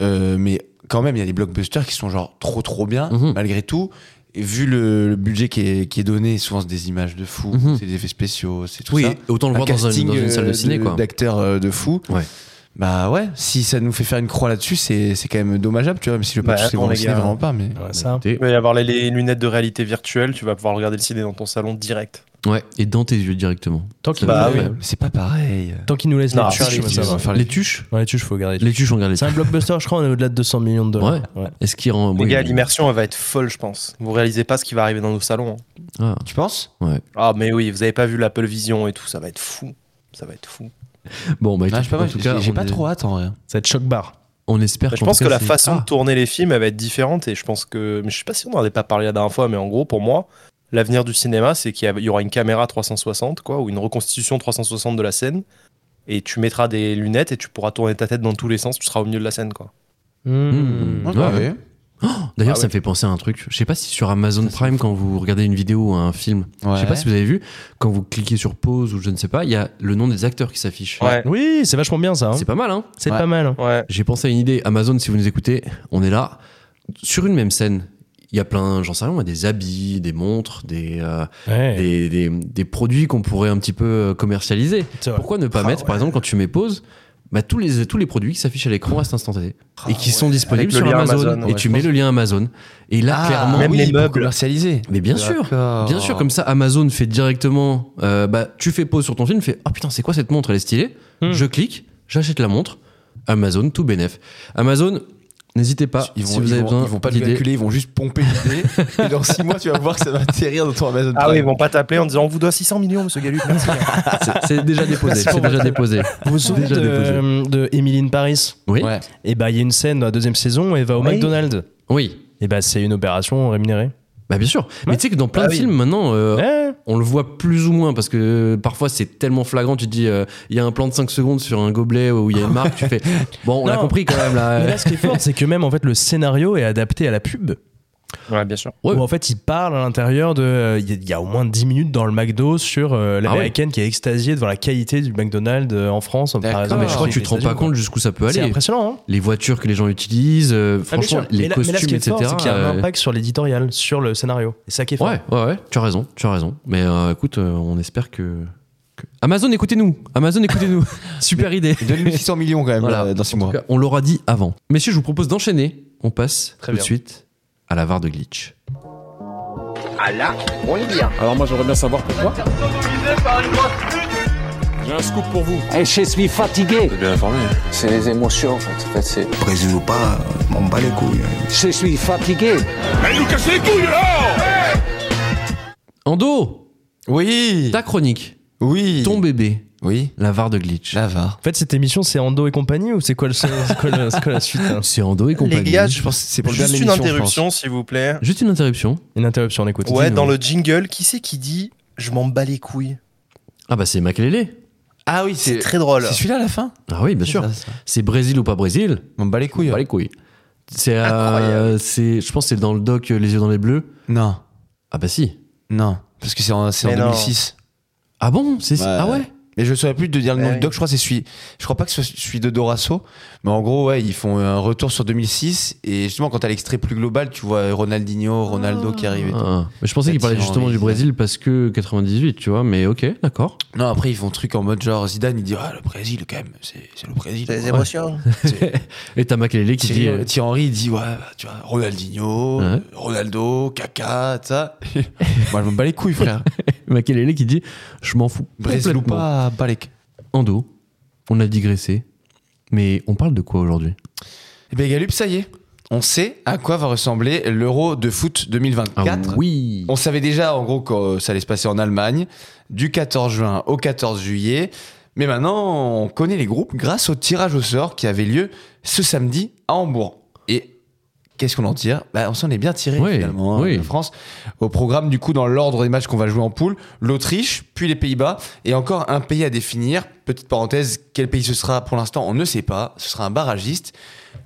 Speaker 2: Euh, mais quand même, il y a des blockbusters qui sont genre trop trop bien
Speaker 1: Mhm.
Speaker 2: malgré tout. Et vu le, le budget qui est, qui est donné, souvent c'est des images de fou,
Speaker 1: Mhm.
Speaker 2: c'est des effets spéciaux, c'est tout
Speaker 1: Oui,
Speaker 2: ça.
Speaker 1: autant le
Speaker 2: un
Speaker 1: voir dans, un-
Speaker 2: casting
Speaker 1: dans une salle de
Speaker 2: euh,
Speaker 1: ciné quoi.
Speaker 2: d'acteurs euh, de fou.
Speaker 1: Ouais.
Speaker 2: Bah ouais, si ça nous fait faire une croix là-dessus, c'est c'est quand même dommageable, tu vois, même si je veux pas
Speaker 4: Bah,
Speaker 2: tous les voir
Speaker 4: attends,
Speaker 2: au
Speaker 4: les
Speaker 2: ciné,
Speaker 4: gars.
Speaker 2: vraiment pas, mais.
Speaker 5: Ouais, ça.
Speaker 1: Écoutez,
Speaker 4: Il va y avoir les, les lunettes de réalité virtuelle, tu vas pouvoir regarder le ciné dans ton salon direct.
Speaker 1: Ouais. Et dans tes yeux directement.
Speaker 5: Tant
Speaker 1: Ça
Speaker 5: qu'ils
Speaker 4: Bah
Speaker 1: va
Speaker 5: nous,
Speaker 1: être
Speaker 4: oui.
Speaker 1: incroyable.
Speaker 2: C'est pas pareil.
Speaker 5: tant qu'ils nous laissent
Speaker 4: Non,
Speaker 5: les tuches,
Speaker 4: si,
Speaker 5: moi,
Speaker 4: si,
Speaker 5: ça
Speaker 4: si.
Speaker 5: va.
Speaker 1: Les tuches.
Speaker 5: Dans les tuches, faut garder les
Speaker 1: Les
Speaker 5: tuches.
Speaker 1: tuches on regarde les
Speaker 5: C'est un
Speaker 1: tuches.
Speaker 5: blockbuster, je crois, on est au-delà de 200 millions de dollars. Ouais.
Speaker 1: Est-ce qu'il rend
Speaker 4: Les
Speaker 1: oui,
Speaker 4: gars,
Speaker 1: oui.
Speaker 4: l'immersion, elle va être folle, je pense. Vous réalisez pas ce qui va arriver dans nos salons. hein.
Speaker 1: Ah.
Speaker 2: Tu penses
Speaker 4: Ah, mais oui, vous avez pas vu l'Apple Vision et tout, ça va être fou. Ça va être fou.
Speaker 1: Bon bah
Speaker 2: Ah,
Speaker 1: écoute,
Speaker 2: Je sais pas,
Speaker 1: en
Speaker 2: moi,
Speaker 1: tout cas,
Speaker 2: j'ai j'ai
Speaker 1: on
Speaker 2: pas
Speaker 1: est-
Speaker 2: trop hâte en vrai.
Speaker 5: Ça va être choc bar.
Speaker 1: On espère.
Speaker 4: Bah, je
Speaker 1: qu'en
Speaker 4: pense
Speaker 1: tout
Speaker 4: que
Speaker 1: cas,
Speaker 4: la
Speaker 1: c'est-
Speaker 4: façon
Speaker 1: Ah.
Speaker 4: de tourner les films, elle va être différente. Et je pense que. mais Je sais pas si on en avait pas parlé la dernière fois, mais en gros, pour moi, l'avenir du cinéma, c'est qu'il y a- il y aura une caméra 360, quoi, ou une reconstitution 360 de la scène. Et tu mettras des lunettes et tu pourras tourner ta tête dans tous les sens, tu seras au milieu de la scène, quoi.
Speaker 1: Mmh. Ouais, ouais. D'ailleurs,
Speaker 4: Ah
Speaker 1: ça me fait penser à un truc. Je sais pas si sur Amazon Prime, quand vous regardez une vidéo ou un film, je sais pas si vous avez vu, quand vous cliquez sur pause ou je ne sais pas, il y a le nom des acteurs qui s'affiche.
Speaker 5: Oui, c'est vachement bien ça. hein.
Speaker 1: C'est pas mal, hein
Speaker 5: C'est
Speaker 2: Ouais.
Speaker 5: pas mal. hein.
Speaker 4: Ouais.
Speaker 1: J'ai pensé à une idée. Amazon, si vous nous écoutez, on est là. Sur une même scène, il y a plein, j'en sais rien, moi, des habits, des montres, des, euh, des, des- des produits qu'on pourrait un petit peu euh, commercialiser.
Speaker 5: C'est vrai.
Speaker 1: Pourquoi ne pas
Speaker 5: Ah
Speaker 1: mettre, par exemple, quand tu mets pause, bah, tous, les, tous les produits qui s'affichent à l'écran à cet instant T et qui sont disponibles
Speaker 4: Avec le
Speaker 1: sur
Speaker 4: lien
Speaker 1: Amazon,
Speaker 4: Amazon,
Speaker 1: et
Speaker 4: ouais,
Speaker 1: tu
Speaker 4: je
Speaker 1: mets
Speaker 4: pense.
Speaker 1: le lien Amazon. Et là,
Speaker 2: Ah,
Speaker 1: clairement,
Speaker 4: Ah, même
Speaker 2: oui,
Speaker 4: les
Speaker 2: pour
Speaker 4: meubles.
Speaker 2: commercialiser.
Speaker 1: mais bien sûr, Bien
Speaker 2: Oh.
Speaker 1: sûr, comme ça, Amazon fait directement. euh, bah, tu fais pause sur ton film, fais Ah putain, c'est quoi cette montre Elle est stylée.
Speaker 5: Hmm.
Speaker 1: Je clique, j'achète la montre. Amazon, tout bénef. Amazon, n'hésitez pas.
Speaker 2: Ils vont,
Speaker 1: si vous
Speaker 2: ils
Speaker 1: avez
Speaker 2: vont-
Speaker 1: besoin
Speaker 2: ils vont pas le
Speaker 1: d'idées.
Speaker 2: calculer, ils vont juste pomper l'idée. et dans 6 mois, tu vas voir que ça va atterrir dans ton Amazon
Speaker 4: Ah oui, ils
Speaker 2: Prime.
Speaker 4: vont pas t'appeler en disant on vous doit 600 millions, monsieur Galup. Merci.
Speaker 1: Ah, C'est- C'est déjà déposé. c'est déjà déposé.
Speaker 5: Vous vous souvenez
Speaker 1: Déjà
Speaker 5: de, de Emily in Paris
Speaker 1: Oui.
Speaker 2: Ouais.
Speaker 5: Et bah, il y a une scène dans la deuxième saison où elle va au
Speaker 4: Oui.
Speaker 5: McDonald's.
Speaker 1: Oui.
Speaker 5: Et bah, c'est une opération rémunérée.
Speaker 1: Bah bien sûr. Mais
Speaker 5: Ouais.
Speaker 1: tu sais que dans plein
Speaker 4: Ah
Speaker 1: de
Speaker 4: oui.
Speaker 1: films maintenant, euh,
Speaker 5: Ouais.
Speaker 1: on le voit plus ou moins parce que parfois c'est tellement flagrant. Tu te dis, euh, il y a un plan de 5 secondes sur un gobelet où il y a une marque. tu fais, bon, on l'a
Speaker 5: Non.
Speaker 1: compris quand même
Speaker 5: Mais
Speaker 1: là.
Speaker 5: là, ce qui est fort, c'est que même en fait, le scénario est adapté à la pub.
Speaker 4: Ouais, bien sûr.
Speaker 1: Ouais.
Speaker 5: Où en fait, il parle à l'intérieur de. euh, Il y a- il y, a au moins 10 minutes dans le McDo sur
Speaker 1: Ah
Speaker 5: euh, l'américaine qui est extasiée devant la qualité du McDonald's euh, en France. Par
Speaker 2: D'accord.
Speaker 5: exemple,
Speaker 1: Ah, mais je crois que tu te rends pas
Speaker 5: États-Unis,
Speaker 1: compte jusqu'où ça peut
Speaker 5: quoi. C'est
Speaker 1: aller.
Speaker 5: impressionnant, hein
Speaker 1: les voitures que les gens utilisent, euh,
Speaker 5: Ah, bien
Speaker 1: franchement,
Speaker 5: sûr.
Speaker 1: Ah, les
Speaker 5: mais là, mais
Speaker 1: costumes,
Speaker 5: là, ce qui est
Speaker 1: etc.
Speaker 5: fort, c'est qu'il y a un
Speaker 1: euh,
Speaker 5: impact sur l'éditorial, sur le scénario. Et ça qui est fort.
Speaker 1: ouais, ouais, ouais, tu as raison, tu as raison. Mais euh, écoute, euh, on espère que. que- Amazon, écoutez-nous Amazon, écoutez-nous Super idée
Speaker 2: Donne-lui 600 millions quand même
Speaker 1: Voilà.
Speaker 2: euh, dans 6 mois.
Speaker 1: On l'aura dit avant. Messieurs, je vous propose d'enchaîner. On passe tout de
Speaker 4: bien.
Speaker 1: suite à la VAR de glitch.
Speaker 6: Ah là, on est bien.
Speaker 9: Alors moi j'aimerais bien savoir pourquoi. J'ai un scoop pour vous.
Speaker 10: Et je suis fatigué.
Speaker 8: Bien informé.
Speaker 10: C'est les émotions, en fait. En fait, c'est-
Speaker 7: Prévu ou pas, m'en bats les couilles. hein.
Speaker 10: Je suis fatigué.
Speaker 1: Ando,
Speaker 2: Oui
Speaker 1: ta chronique,
Speaker 2: Oui
Speaker 1: ton bébé,
Speaker 2: Oui
Speaker 1: la VAR de glitch.
Speaker 2: L'avare.
Speaker 5: En fait, cette émission, c'est Ando et compagnie ou c'est quoi, le- c'est quoi le- c'est quoi la suite hein
Speaker 1: C'est Ando et compagnie.
Speaker 4: Les gars, je-
Speaker 2: Je pense que c'est pour le
Speaker 4: Juste
Speaker 2: dernier
Speaker 4: une
Speaker 2: émission, je
Speaker 4: interruption, s'il vous plaît.
Speaker 1: Juste une interruption.
Speaker 5: Une interruption, on écoute.
Speaker 4: Ouais, dans le jingle, qui c'est qui dit je m'en bats les couilles
Speaker 1: Ah bah c'est Makelele.
Speaker 2: Ah oui,
Speaker 4: C'est très drôle.
Speaker 2: C'est celui-là à la fin
Speaker 1: Ah oui, bien sûr.
Speaker 2: C'est ça, ça.
Speaker 1: C'est Brésil ou pas Brésil
Speaker 2: On me bat les couilles.
Speaker 1: Pas les couilles. C'est, euh, c'est, je pense que c'est dans le doc euh, Les yeux dans les bleus.
Speaker 2: Non,
Speaker 1: Ah bah si.
Speaker 2: non. Parce que c'est en, c'est en
Speaker 4: Mais non.
Speaker 2: 2006.
Speaker 1: Ah bon c'est,
Speaker 8: Ouais.
Speaker 1: Ah ouais
Speaker 2: Mais je ne saurais plus de dire le nom
Speaker 4: Ouais,
Speaker 2: du doc. Je crois que c'est celui. Je crois pas que ce soit celui de Dorasso. Mais en gros, ouais, ils font un retour sur 2006. Et justement, quand t'as l'extrait plus global, tu vois Ronaldinho, Ronaldo qui arrive. et tout.
Speaker 1: Ah, mais je pensais qu'il parlait
Speaker 2: Attirant,
Speaker 1: justement
Speaker 2: oui.
Speaker 1: du Brésil parce que 98, tu vois, mais ok, d'accord.
Speaker 2: Non, après, ils font un truc en mode genre Zidane, il dit Ah, le Brésil, quand même, c'est c'est le Brésil.
Speaker 4: Les émotions.
Speaker 1: Et t'as Makelele qui dit.
Speaker 2: Thierry,
Speaker 1: euh,
Speaker 2: Thierry Henry, il dit Ouais, bah, tu vois, Ronaldinho,
Speaker 1: Ouais.
Speaker 2: Ronaldo, Caca, tout ça. Moi, je me bats les couilles, frère.
Speaker 1: euh, Makelele qui dit Je m'en fous.
Speaker 2: Brésil ou
Speaker 1: complètement.
Speaker 2: pas, Balek.
Speaker 1: Ando, on a digressé, mais on parle de quoi aujourd'hui
Speaker 2: Eh bien, Galup, ça y est. On sait à quoi va ressembler l'Euro de foot 2024.
Speaker 1: Ah oui
Speaker 2: On savait déjà, en gros, que euh, ça allait se passer en Allemagne, du 14 juin au 14 juillet. Mais maintenant, on connaît les groupes grâce au tirage au sort qui avait lieu ce samedi à Hambourg. Et qu'est-ce qu'on en tire Bah, On s'en est bien tiré,
Speaker 1: Oui,
Speaker 2: finalement, hein,
Speaker 1: oui.
Speaker 2: la France. Au programme, du coup, dans l'ordre des matchs qu'on va jouer en poule, l'Autriche, puis les Pays-Bas, et encore un pays à définir. Petite parenthèse, quel pays ce sera pour l'instant On ne sait pas. Ce sera un barragiste.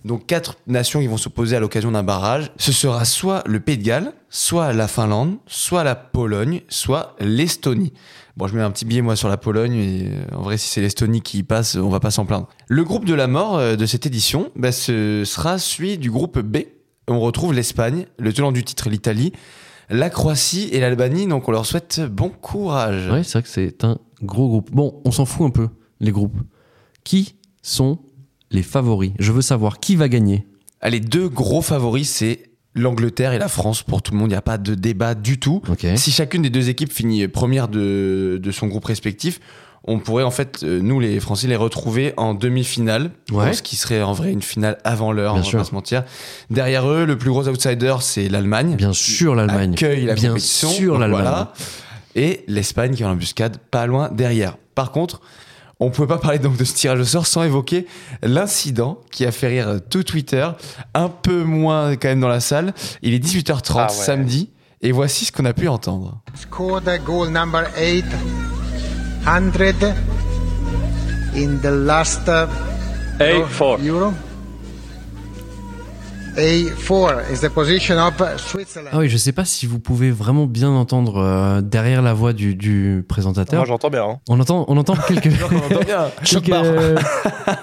Speaker 2: Donc quatre nations qui vont s'opposer à l'occasion d'un barrage. Ce sera soit le Pays de Galles, soit la Finlande, soit la Pologne, soit l'Estonie. Bon, je mets un petit billet moi sur la Pologne. Et, euh, en vrai, si c'est l'Estonie qui y passe, on va pas s'en plaindre. Le groupe de la mort euh, de cette édition, bah, ce sera celui du groupe B. On retrouve l'Espagne, le tenant du titre l'Italie, la Croatie et l'Albanie. Donc on leur souhaite bon courage.
Speaker 1: Ouais, c'est vrai que c'est un gros groupe. Bon, on s'en fout un peu, les groupes. Qui sont les favoris Je veux savoir qui va gagner.
Speaker 2: Ah, Les deux gros favoris, c'est l'Angleterre et la France. Pour tout le monde, il n'y a pas de débat du tout.
Speaker 1: Ok.
Speaker 2: Si chacune des deux équipes finit première de, de son groupe respectif, on pourrait en fait, euh, nous les Français, les retrouver en demi-finale. Je
Speaker 1: Ouais.
Speaker 2: pense qui serait en vrai une finale avant l'heure,
Speaker 1: Bien
Speaker 2: on
Speaker 1: sûr.
Speaker 2: va pas se mentir. Derrière eux, le plus gros outsider, c'est l'Allemagne.
Speaker 1: Bien sûr, l'Allemagne.
Speaker 2: Accueille la
Speaker 1: Bien
Speaker 2: compétition.
Speaker 1: sûr,
Speaker 2: donc
Speaker 1: l'Allemagne.
Speaker 2: voilà. Et l'Espagne qui est en embuscade pas loin derrière. Par contre, on ne pouvait pas parler donc de ce tirage au sort sans évoquer l'incident qui a fait rire tout Twitter, un peu moins quand même dans la salle. Il est 18h30
Speaker 4: Ah ouais.
Speaker 2: samedi et voici ce qu'on a pu entendre.
Speaker 6: Scored a goal number 800 in the last uh, Euro. A4 is the position of Switzerland.
Speaker 1: Ah oui, je sais pas si vous pouvez vraiment bien entendre euh, derrière la voix du, du
Speaker 4: Moi,
Speaker 1: présentateur.
Speaker 4: j'entends bien. hein.
Speaker 1: on entend, on entend quelques, quelques, euh,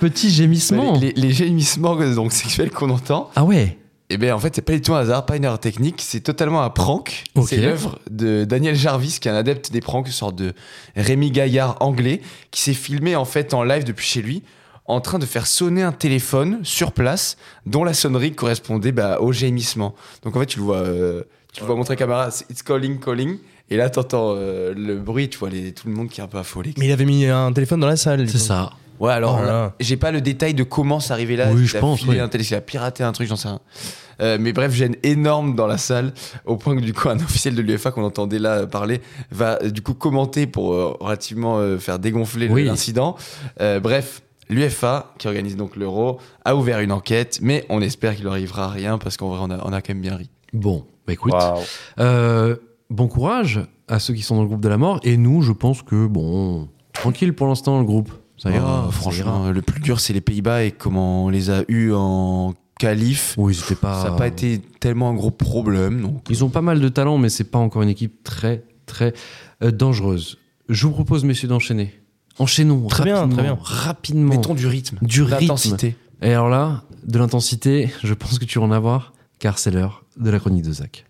Speaker 1: petits gémissements.
Speaker 2: les, les gémissements euh, donc sexuels qu'on entend,
Speaker 1: Ah ouais.
Speaker 2: eh bien en fait c'est pas du tout un hasard, pas une erreur technique, c'est totalement un prank.
Speaker 1: Ok.
Speaker 2: C'est l'œuvre de Daniel Jarvis, qui est un adepte des pranks, une sorte de Rémi Gaillard anglais, qui s'est filmé en fait en live depuis chez lui, en train de faire sonner un téléphone sur place, dont la sonnerie correspondait bah, au gémissement. Donc en fait tu le vois, euh, tu le vois montrer à la caméra, c'est it's calling, calling, et là t'entends euh, le bruit, tu vois les, tout le monde qui est un peu affolé.
Speaker 5: Mais il avait mis un téléphone dans la salle.
Speaker 1: C'est ça.
Speaker 2: Ouais, alors euh,
Speaker 5: Oh là là.
Speaker 2: j'ai pas le détail de comment c'est arrivé là.
Speaker 1: Oui,
Speaker 2: Il
Speaker 1: je
Speaker 2: a
Speaker 1: pense,
Speaker 2: filé
Speaker 1: oui.
Speaker 2: un télé- il a piraté un truc, j'en sais rien. Euh, mais bref, gêne énorme dans la salle, au point que du coup un officiel de l'UEFA qu'on entendait là euh, parler va euh, du coup commenter pour euh, relativement euh, faire dégonfler le-
Speaker 1: Oui.
Speaker 2: l'incident. Euh, bref, l'UEFA qui organise donc l'Euro a ouvert une enquête, mais on espère qu'il leur arrivera rien parce qu'en vrai on a, on a quand même bien ri.
Speaker 1: Bon, bah écoute.
Speaker 4: Waouh.
Speaker 1: Euh, bon courage à ceux qui sont dans le groupe de la mort. Et nous, je pense que, bon, tranquille pour l'instant, le groupe. Ça ira.
Speaker 2: Oh,
Speaker 1: ça
Speaker 2: franchement,
Speaker 1: ira.
Speaker 2: euh, le plus dur c'est les Pays-Bas et comment on les a eus en qualif.
Speaker 1: Oui, c'était pas.
Speaker 2: Ça n'a pas été tellement un gros problème, donc.
Speaker 1: Ils ont pas mal de talent, mais c'est pas encore une équipe très, très euh, dangereuse. Je vous propose, messieurs, d'enchaîner. Enchaînons
Speaker 5: Très bien,
Speaker 1: rapidement,
Speaker 5: très bien.
Speaker 1: rapidement.
Speaker 2: Mettons du rythme.
Speaker 1: Du rythme.
Speaker 2: L'intensité.
Speaker 1: Et alors là, de l'intensité, je pense que tu vas en avoir, car c'est l'heure de la chronique de Zach.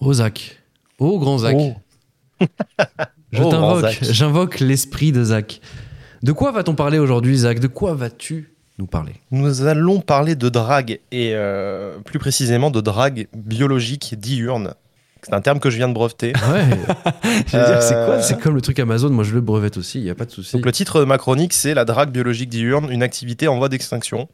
Speaker 1: Oh Zach, oh grand Zach,
Speaker 4: Oh.
Speaker 1: je
Speaker 4: Oh, grand
Speaker 1: t'invoque,
Speaker 4: Zach.
Speaker 1: j'invoque l'esprit de Zach. De quoi va-t-on parler aujourd'hui, Zach De quoi vas-tu nous parler
Speaker 4: Nous allons parler de drague, et euh, plus précisément de drague biologique diurne. C'est un terme que je viens de breveter.
Speaker 1: Ouais, Euh.
Speaker 4: J'allais dire, c'est quoi, ça
Speaker 1: c'est comme le truc Amazon, moi je le brevette aussi, il n'y a pas de souci.
Speaker 4: Donc, le titre de ma chronique, c'est La drague biologique diurne, une activité en voie d'extinction.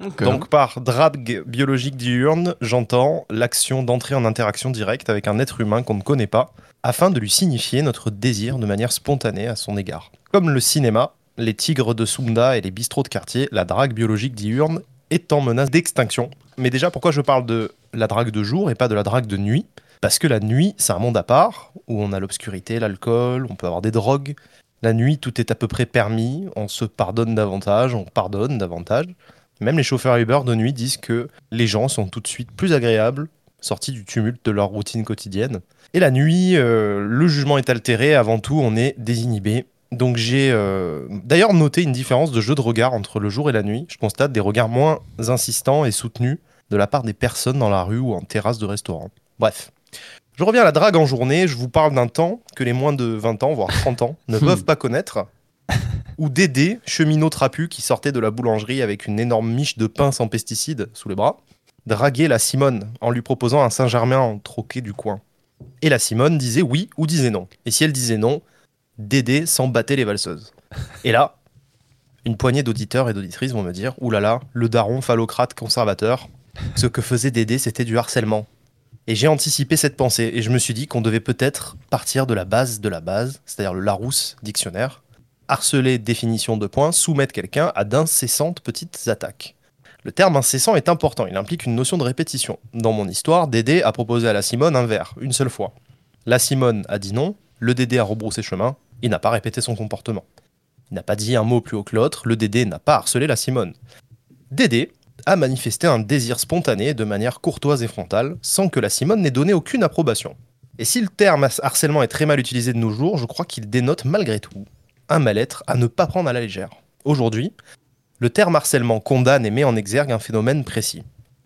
Speaker 2: euh,
Speaker 4: Donc par drague biologique diurne, j'entends l'action d'entrer en interaction directe avec un être humain qu'on ne connaît pas, afin de lui signifier notre désir de manière spontanée à son égard. Comme le cinéma, les tigres de Sunda et les bistrots de quartier, la drague biologique diurne est en menace d'extinction. Mais déjà, pourquoi je parle de la drague de jour et pas de la drague de nuit Parce que la nuit, c'est un monde à part, où on a l'obscurité, l'alcool, on peut avoir des drogues. La nuit, tout est à peu près permis, on se pardonne davantage, on pardonne davantage. Même les chauffeurs Uber de nuit disent que les gens sont tout de suite plus agréables, sortis du tumulte de leur routine quotidienne. Et la nuit, euh, le jugement est altéré, avant tout, on est désinhibé. Donc j'ai euh, d'ailleurs noté une différence de jeu de regard entre le jour et la nuit. Je constate des regards moins insistants et soutenus de la part des personnes dans la rue ou en terrasse de restaurant. Bref. Je reviens à la drague en journée, je vous parle d'un temps que les moins de 20 ans, voire 30 ans, ne peuvent pas connaître. Ou Dédé, cheminot trapu qui sortait de la boulangerie avec une énorme miche de pain sans pesticides sous les bras, draguait la Simone en lui proposant un Saint-Germain en troquet du coin. Et la Simone disait oui ou disait non. Et si elle disait non, Dédé s'en battait les valseuses. Et là, une poignée d'auditeurs et d'auditrices vont me dire Ouh là là, le daron phallocrate conservateur, ce que faisait Dédé, c'était du harcèlement. Et j'ai anticipé cette pensée et je me suis dit qu'on devait peut-être partir de la base de la base, c'est-à-dire le Larousse dictionnaire, harceler définition de points, soumettre quelqu'un à d'incessantes petites attaques. Le terme incessant est important, il implique une notion de répétition. Dans mon histoire, Dédé a proposé à la Simone un verre, une seule fois. La Simone a dit non, le Dédé a rebroussé chemin, il n'a pas répété son comportement. Il n'a pas dit un mot plus haut que l'autre, le Dédé n'a pas harcelé la Simone. Dédé a manifesté un désir spontané de manière courtoise et frontale, sans que la Simone n'ait donné aucune approbation. Et si le terme harcèlement est très mal utilisé de nos jours, je crois qu'il dénote malgré tout un mal-être à ne pas prendre à la légère. Aujourd'hui, le terme harcèlement condamne et met en exergue un phénomène précis.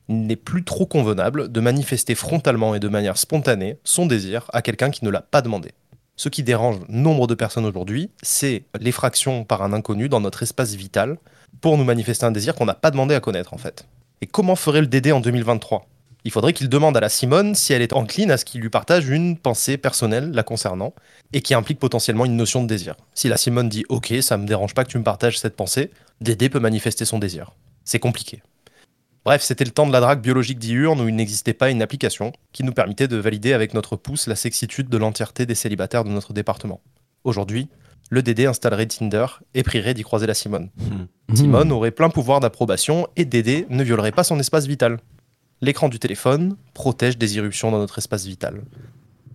Speaker 4: Il n'est plus trop convenable de manifester frontalement et de manière spontanée son désir à quelqu'un qui ne l'a pas demandé. Ce qui dérange nombre de personnes aujourd'hui, c'est l'effraction par un inconnu dans notre espace vital pour nous manifester un désir qu'on n'a pas demandé à connaître en fait. Et comment ferait le Dédé en 2023 Il faudrait qu'il demande à la Simone si elle est encline à ce qu'il lui partage une pensée personnelle la concernant et qui implique potentiellement une notion de désir. Si la Simone dit OK, ça me dérange pas que tu me partages cette pensée, Dédé peut manifester son désir. C'est compliqué. Bref, c'était le temps de la drague biologique diurne où il n'existait pas une application qui nous permettait de valider avec notre pouce la sexitude de l'entièreté des célibataires de notre département. Aujourd'hui, le Dédé installerait Tinder et prierait d'y croiser la Simone.
Speaker 1: Mmh.
Speaker 4: Simone aurait plein pouvoir d'approbation et Dédé ne violerait pas son espace vital. L'écran du téléphone protège des irruptions dans notre espace vital.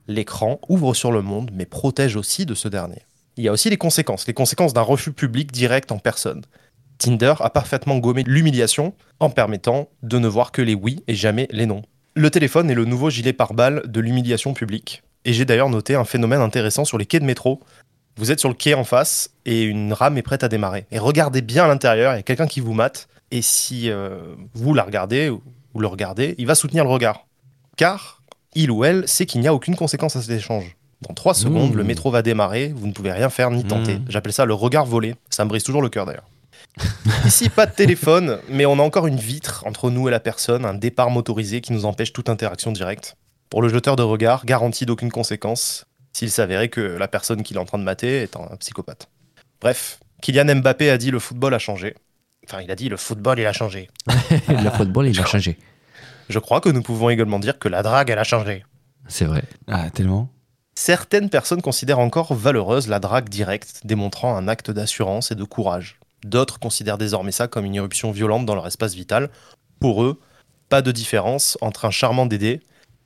Speaker 4: L'écran ouvre sur le monde mais protège aussi de ce dernier. Il y a aussi les conséquences, les conséquences d'un refus public direct en personne. Tinder a parfaitement gommé l'humiliation en permettant de ne voir que les oui et jamais les non. Le téléphone est le nouveau gilet pare-balles de l'humiliation publique. Et j'ai d'ailleurs noté un phénomène intéressant sur les quais de métro. Vous êtes sur le quai en face et une rame est prête à démarrer. Et regardez bien à l'intérieur, il y a quelqu'un qui vous mate. Et si euh, vous la regardez ou ou le regardez, il va soutenir le regard. Car il ou elle sait qu'il n'y a aucune conséquence à cet échange. Dans 3 secondes,
Speaker 1: Mmh.
Speaker 4: le métro va démarrer, vous ne pouvez rien faire ni tenter. J'appelle ça le regard volé. Ça me brise toujours le cœur d'ailleurs. Ici, pas de téléphone, mais on a encore une vitre entre nous et la personne, un départ motorisé qui nous empêche toute interaction directe. Pour le jeteur de regard, garantie d'aucune conséquence, s'il s'avérait que la personne qu'il est en train de mater est un psychopathe. Bref, Kylian Mbappé a dit le football a changé. Enfin, il a dit le football, il a changé.
Speaker 1: le football, il a changé.
Speaker 4: Je crois que nous pouvons également dire que la drague, elle a changé.
Speaker 1: C'est vrai.
Speaker 2: Ah, tellement.
Speaker 4: Certaines personnes considèrent encore valeureuse la drague directe, démontrant un acte d'assurance et de courage. D'autres considèrent désormais ça comme une irruption violente dans leur espace vital. Pour eux, pas de différence entre un charmant Dédé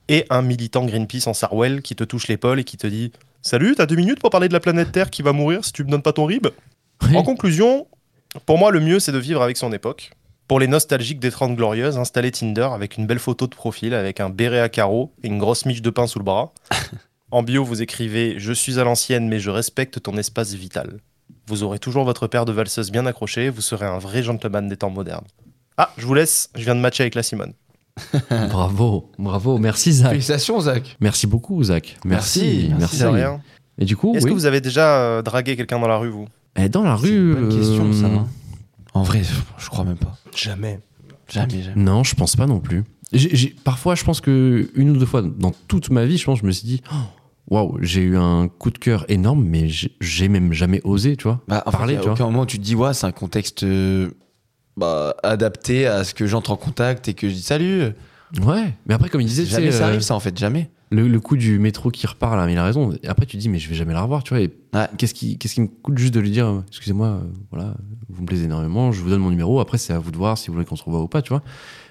Speaker 4: et un militant Greenpeace en Sarwell qui te touche l'épaule et qui te dit Salut, t'as deux minutes pour parler de la planète Terre qui va mourir si tu me donnes pas ton rib
Speaker 1: Oui.
Speaker 4: En conclusion, pour moi, le mieux, c'est de vivre avec son époque. Pour les nostalgiques des 30 Glorieuses, installez Tinder avec une belle photo de profil, avec un béret à carreaux et une grosse miche de pain sous le bras. en bio, vous écrivez Je suis à l'ancienne, mais je respecte ton espace vital. Vous aurez toujours votre paire de valseuses bien accrochées, vous serez un vrai gentleman des temps modernes. Ah, je vous laisse, je viens de matcher avec la Simone.
Speaker 1: Euh. Bravo, bravo. Merci, Zach.
Speaker 2: Félicitations, Zach.
Speaker 1: Merci beaucoup, Zach. Merci, merci.
Speaker 4: De rien.
Speaker 1: Et du coup,
Speaker 4: Est-ce
Speaker 1: oui.
Speaker 4: que vous avez déjà euh, dragué quelqu'un dans la rue, vous
Speaker 1: Eh, dans la rue.
Speaker 2: Bonne question, ça.
Speaker 1: euh,
Speaker 2: hein. En vrai, je crois même pas.
Speaker 5: Jamais.
Speaker 2: Jamais, jamais.
Speaker 1: Non, je pense pas non plus. J'ai- j'ai- parfois, je pense que une ou deux fois dans toute ma vie, je pense, je me suis dit, Oh, waouh, j'ai eu un coup de cœur énorme, mais j'ai- j'ai même jamais osé, tu vois.
Speaker 2: Bah, en
Speaker 1: Parler,
Speaker 2: fait,
Speaker 1: tu vois.
Speaker 2: à aucun moment tu te dis, ouais, c'est un contexte euh, bah, adapté à ce que j'entre en contact et que je dis salut.
Speaker 1: Ouais, mais après, comme il disait,
Speaker 2: Jamais
Speaker 1: tu sais,
Speaker 2: ça
Speaker 1: euh,
Speaker 2: arrive, ça en fait, jamais.
Speaker 1: le, le coup du métro qui repart là, mais il a raison. Et après, tu te dis, mais je vais jamais la revoir, tu vois. Et
Speaker 2: Ouais.
Speaker 1: qu'est-ce qui, qu'est-ce qui me coûte juste de lui dire, euh, excusez-moi, euh, voilà, vous me plaisez énormément, je vous donne mon numéro. Après, c'est à vous de voir si vous voulez qu'on se revoie ou pas, tu vois.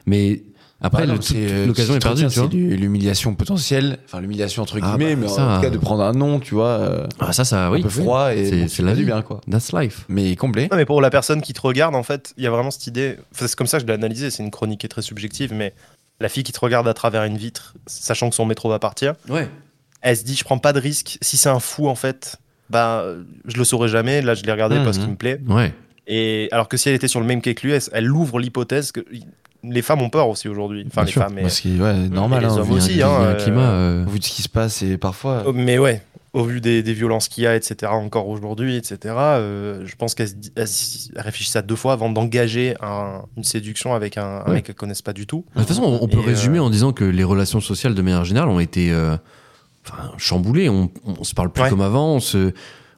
Speaker 1: Mais après,
Speaker 2: Bah non,
Speaker 1: le- tout-
Speaker 2: c'est, euh,
Speaker 1: l'occasion
Speaker 2: ce
Speaker 1: est
Speaker 2: qui te
Speaker 1: perdue,
Speaker 2: retient,
Speaker 1: tu vois.
Speaker 2: C'est du- l'humiliation potentielle, enfin l'humiliation entre
Speaker 1: Ah,
Speaker 2: guillemets,
Speaker 1: bah,
Speaker 2: mais
Speaker 1: ça,
Speaker 2: en tout cas de
Speaker 1: euh,
Speaker 2: prendre un nom, tu vois, euh,
Speaker 1: Ah, ça, ça, oui.
Speaker 2: un peu froid et
Speaker 1: C'est-
Speaker 2: bon,
Speaker 1: c'est
Speaker 2: tu
Speaker 1: la
Speaker 2: fais du
Speaker 1: vie.
Speaker 2: bien quoi.
Speaker 1: That's life.
Speaker 2: Mais comblé.
Speaker 4: Non, mais pour la personne qui te regarde, en fait, il y a vraiment cette idée. Enfin, c'est comme ça que je l'ai analysé. C'est une chronique qui est très subjective, mais la fille qui te regarde à travers une vitre, sachant que son métro va partir,
Speaker 1: Ouais.
Speaker 4: elle se dit Je prends pas de risque. Si c'est un fou, en fait, bah, euh, je le saurai jamais. Là, je l'ai regardé parce
Speaker 2: Mhm.
Speaker 4: qu'il me plaît.
Speaker 1: Ouais.
Speaker 4: Et alors que si elle était sur le même quai que lui, elle, elle ouvre l'hypothèse que les femmes ont peur aussi aujourd'hui. Enfin,
Speaker 1: Bien
Speaker 4: les
Speaker 1: sûr.
Speaker 4: femmes. et-
Speaker 2: Parce que ouais, normal,
Speaker 4: les
Speaker 2: hein,
Speaker 4: hommes
Speaker 2: vu-
Speaker 4: aussi,
Speaker 1: Il y a
Speaker 4: hein,
Speaker 1: un
Speaker 4: euh,
Speaker 1: climat. euh,
Speaker 2: vu de ce qui se passe et parfois.
Speaker 4: Oh, Mais ouais, au vu des, des violences qu'il y a, etc., encore aujourd'hui, etc., euh, je pense qu'elles se di- elles s- elles réfléchissent à deux fois avant d'engager un- une séduction avec un, un
Speaker 1: Ouais.
Speaker 4: mec qu'elles connaissent pas du tout.
Speaker 1: De toute façon, on, on peut
Speaker 4: Et, euh,
Speaker 1: résumer en disant que les relations sociales, de manière générale, ont été euh, enfin, chamboulées. On, on se parle plus
Speaker 4: Ouais.
Speaker 1: comme avant. On se,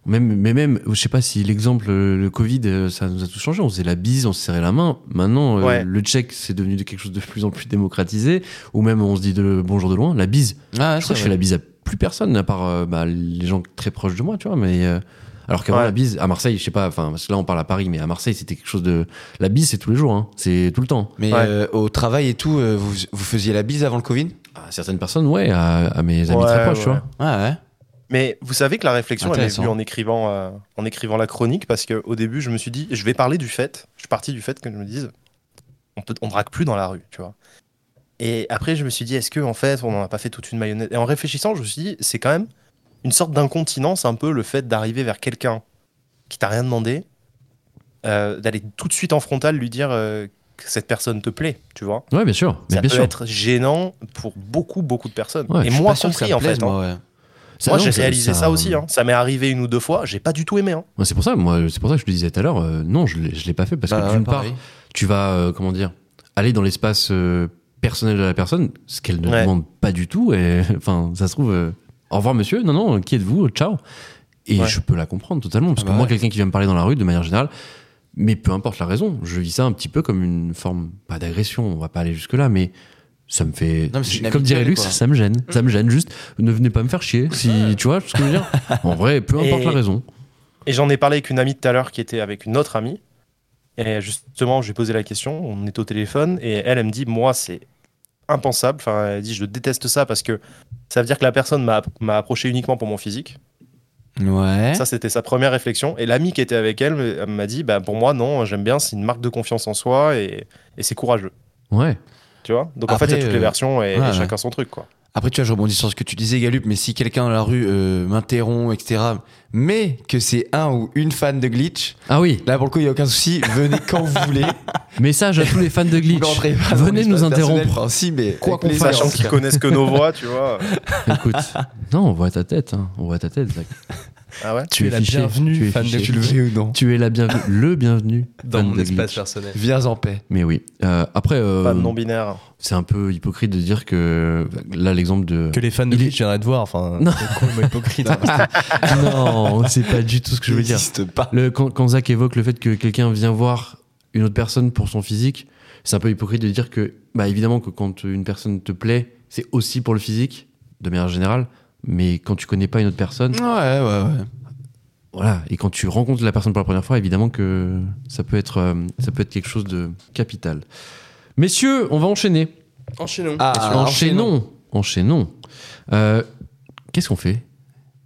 Speaker 1: même, mais même, je sais pas si l'exemple, euh, le Covid, euh, ça nous a tout changé. On faisait la bise, on se serrait la main. Maintenant, euh,
Speaker 4: Ouais.
Speaker 1: le check, c'est devenu quelque chose de plus en plus démocratisé. Ou même, on se dit de, bonjour de loin. La bise.
Speaker 2: Ah,
Speaker 1: je crois que je fais la bise à plus personne, à part euh, bah, les gens très proches de moi, tu vois. Mais euh, alors qu'avant
Speaker 4: Ouais.
Speaker 1: la bise, à Marseille, je sais pas. Enfin, parce que là, on parle à Paris, mais à Marseille, c'était quelque chose de. La bise, c'est tous les jours. hein. C'est tout le temps.
Speaker 2: Mais
Speaker 4: Ouais.
Speaker 2: euh, au travail et tout, euh, vous, vous faisiez la bise avant le Covid
Speaker 1: À certaines personnes, ouais, à, à mes amis
Speaker 4: Ouais,
Speaker 1: très proches,
Speaker 4: ouais.
Speaker 1: tu vois.
Speaker 2: Ouais, ouais.
Speaker 4: Ah, Mais vous savez que la réflexion, elle est
Speaker 2: Intéressant.
Speaker 4: venue en écrivant, euh, en écrivant la chronique, parce qu'au début, je me suis dit, je vais parler du fait, je suis parti du fait que je me dise, on peut, on drague plus dans la rue, tu vois. Et après, je me suis dit, est-ce que en fait, on n'en a pas fait toute une mayonnaise Et en réfléchissant, je me suis dit, c'est quand même une sorte d'incontinence, un peu le fait d'arriver vers quelqu'un qui t'a rien demandé, euh, d'aller tout de suite en frontal lui dire euh, que cette personne te plaît, tu vois.
Speaker 1: Ouais, bien sûr. Mais
Speaker 4: ça
Speaker 1: bien
Speaker 4: peut
Speaker 1: sûr.
Speaker 4: être gênant pour beaucoup, beaucoup de personnes.
Speaker 1: Ouais,
Speaker 4: Et
Speaker 1: je suis
Speaker 4: moi
Speaker 2: Pas sûr que ça
Speaker 4: compris,
Speaker 2: me
Speaker 4: en
Speaker 2: plaise,
Speaker 4: fait. hein.
Speaker 2: moi, ouais.
Speaker 1: Ça,
Speaker 4: Moi,
Speaker 1: non,
Speaker 4: j'ai
Speaker 1: ça-
Speaker 4: réalisé ça, aussi. hein. Ça m'est arrivé une ou deux fois. J'ai pas du tout aimé. hein.
Speaker 1: Ouais, C'est pour ça, moi, c'est pour ça que je te disais tout à l'heure, euh, non, je l'ai je l'ai pas fait parce
Speaker 2: Bah,
Speaker 1: que d'une part,
Speaker 2: pareil.
Speaker 1: tu vas, euh, comment dire, aller dans l'espace euh, personnel de la personne, ce qu'elle ne
Speaker 4: Ouais.
Speaker 1: demande pas du tout. Et enfin, ça se trouve, euh, au revoir monsieur, non, non, qui êtes-vous, ciao. Et
Speaker 4: Ouais.
Speaker 1: je peux la comprendre totalement, parce
Speaker 2: Ah
Speaker 1: que
Speaker 2: bah
Speaker 1: moi,
Speaker 2: ouais.
Speaker 1: quelqu'un qui vient me parler dans la rue, de manière générale, mais peu importe la raison, je vis ça un petit peu comme une forme, pas d'agression, on va pas aller jusque-là, mais ça me fait,
Speaker 2: Non, mais c'est une
Speaker 1: comme
Speaker 2: habitude,
Speaker 1: dirait Lux,
Speaker 2: quoi.
Speaker 1: ça me gêne, ça me gêne juste, ne venez pas me faire chier, si, tu vois ce que je veux dire En vrai, peu importe
Speaker 4: Et-
Speaker 1: la raison.
Speaker 4: Et j'en ai parlé avec une amie tout à l'heure qui était avec une autre amie. Et justement, j'ai posé la question. On est au téléphone et elle, elle me dit Moi, c'est impensable. Enfin, elle dit Je déteste ça parce que ça veut dire que la personne m'a m'a approché uniquement pour mon physique.
Speaker 2: Ouais.
Speaker 4: Ça, c'était sa première réflexion. Et l'amie qui était avec elle me- elle m'a dit bah, Pour moi, non, j'aime bien. C'est une marque de confiance en soi et, et c'est courageux.
Speaker 1: Ouais.
Speaker 4: Tu vois Donc, en fait, il y
Speaker 2: Après,
Speaker 4: a toutes
Speaker 2: euh,
Speaker 4: les versions et, et
Speaker 2: ouais, ouais.
Speaker 4: chacun son truc. quoi.
Speaker 2: Après, tu vois, je rebondis sur ce que tu disais, Galup, mais si quelqu'un dans la rue euh, m'interrompt, etc., mais que c'est un ou une fan de Glitch,
Speaker 1: Ah oui,
Speaker 2: là, pour le coup, il n'y a aucun souci, venez quand vous voulez.
Speaker 1: message à tous les fans de
Speaker 2: Vous
Speaker 1: Glitch.
Speaker 2: rentrez pas dans
Speaker 1: Venez
Speaker 2: l'espace
Speaker 1: nous
Speaker 2: personnel,
Speaker 1: interrompre.
Speaker 2: enfin, si, mais
Speaker 1: Quoi
Speaker 2: avec
Speaker 1: qu'on
Speaker 2: les
Speaker 1: fasse.
Speaker 4: Sachant
Speaker 2: gens, en tout
Speaker 4: qu'ils
Speaker 2: cas.
Speaker 4: connaissent que nos voix, tu vois.
Speaker 1: Écoute, non, on voit ta tête, hein. on voit ta tête, Zach.
Speaker 4: Ah ouais
Speaker 1: Tu,
Speaker 5: es la
Speaker 1: fiché,
Speaker 5: bienvenue,
Speaker 1: tu es
Speaker 5: fan de
Speaker 1: fiché.
Speaker 2: Tu le veux ou non
Speaker 1: Tu es la bienvenue, le bienvenu
Speaker 5: dans
Speaker 1: fan
Speaker 5: mon
Speaker 1: de
Speaker 5: espace
Speaker 1: Glitch.
Speaker 5: personnel.
Speaker 2: Viens en paix.
Speaker 1: Mais oui. Euh, après, euh,
Speaker 4: Pas de non-binaire.
Speaker 1: c'est un peu hypocrite de dire que là, l'exemple de.
Speaker 5: Que les fans de
Speaker 1: Il est-
Speaker 5: Glitch viendraient te voir. Enfin,
Speaker 1: Non.
Speaker 5: c'est complètement hypocrite.
Speaker 1: non, c'est pas du tout ce que je veux dire.
Speaker 2: N'existe pas.
Speaker 1: Le, quand, quand Zach évoque le fait que quelqu'un vient voir une autre personne pour son physique, c'est un peu hypocrite de dire que, bah, évidemment, que quand une personne te plaît, c'est aussi pour le physique, de manière générale. Mais quand tu connais pas une autre personne,
Speaker 2: Ouais, ouais, ouais.
Speaker 1: Voilà, et quand tu rencontres la personne pour la première fois, évidemment que ça peut être, euh, ça peut être quelque chose de capital. Messieurs, on va enchaîner.
Speaker 5: Enchaînons.
Speaker 2: Ah,
Speaker 1: enchaînons. Enchaînons. Euh, Qu'est-ce qu'on fait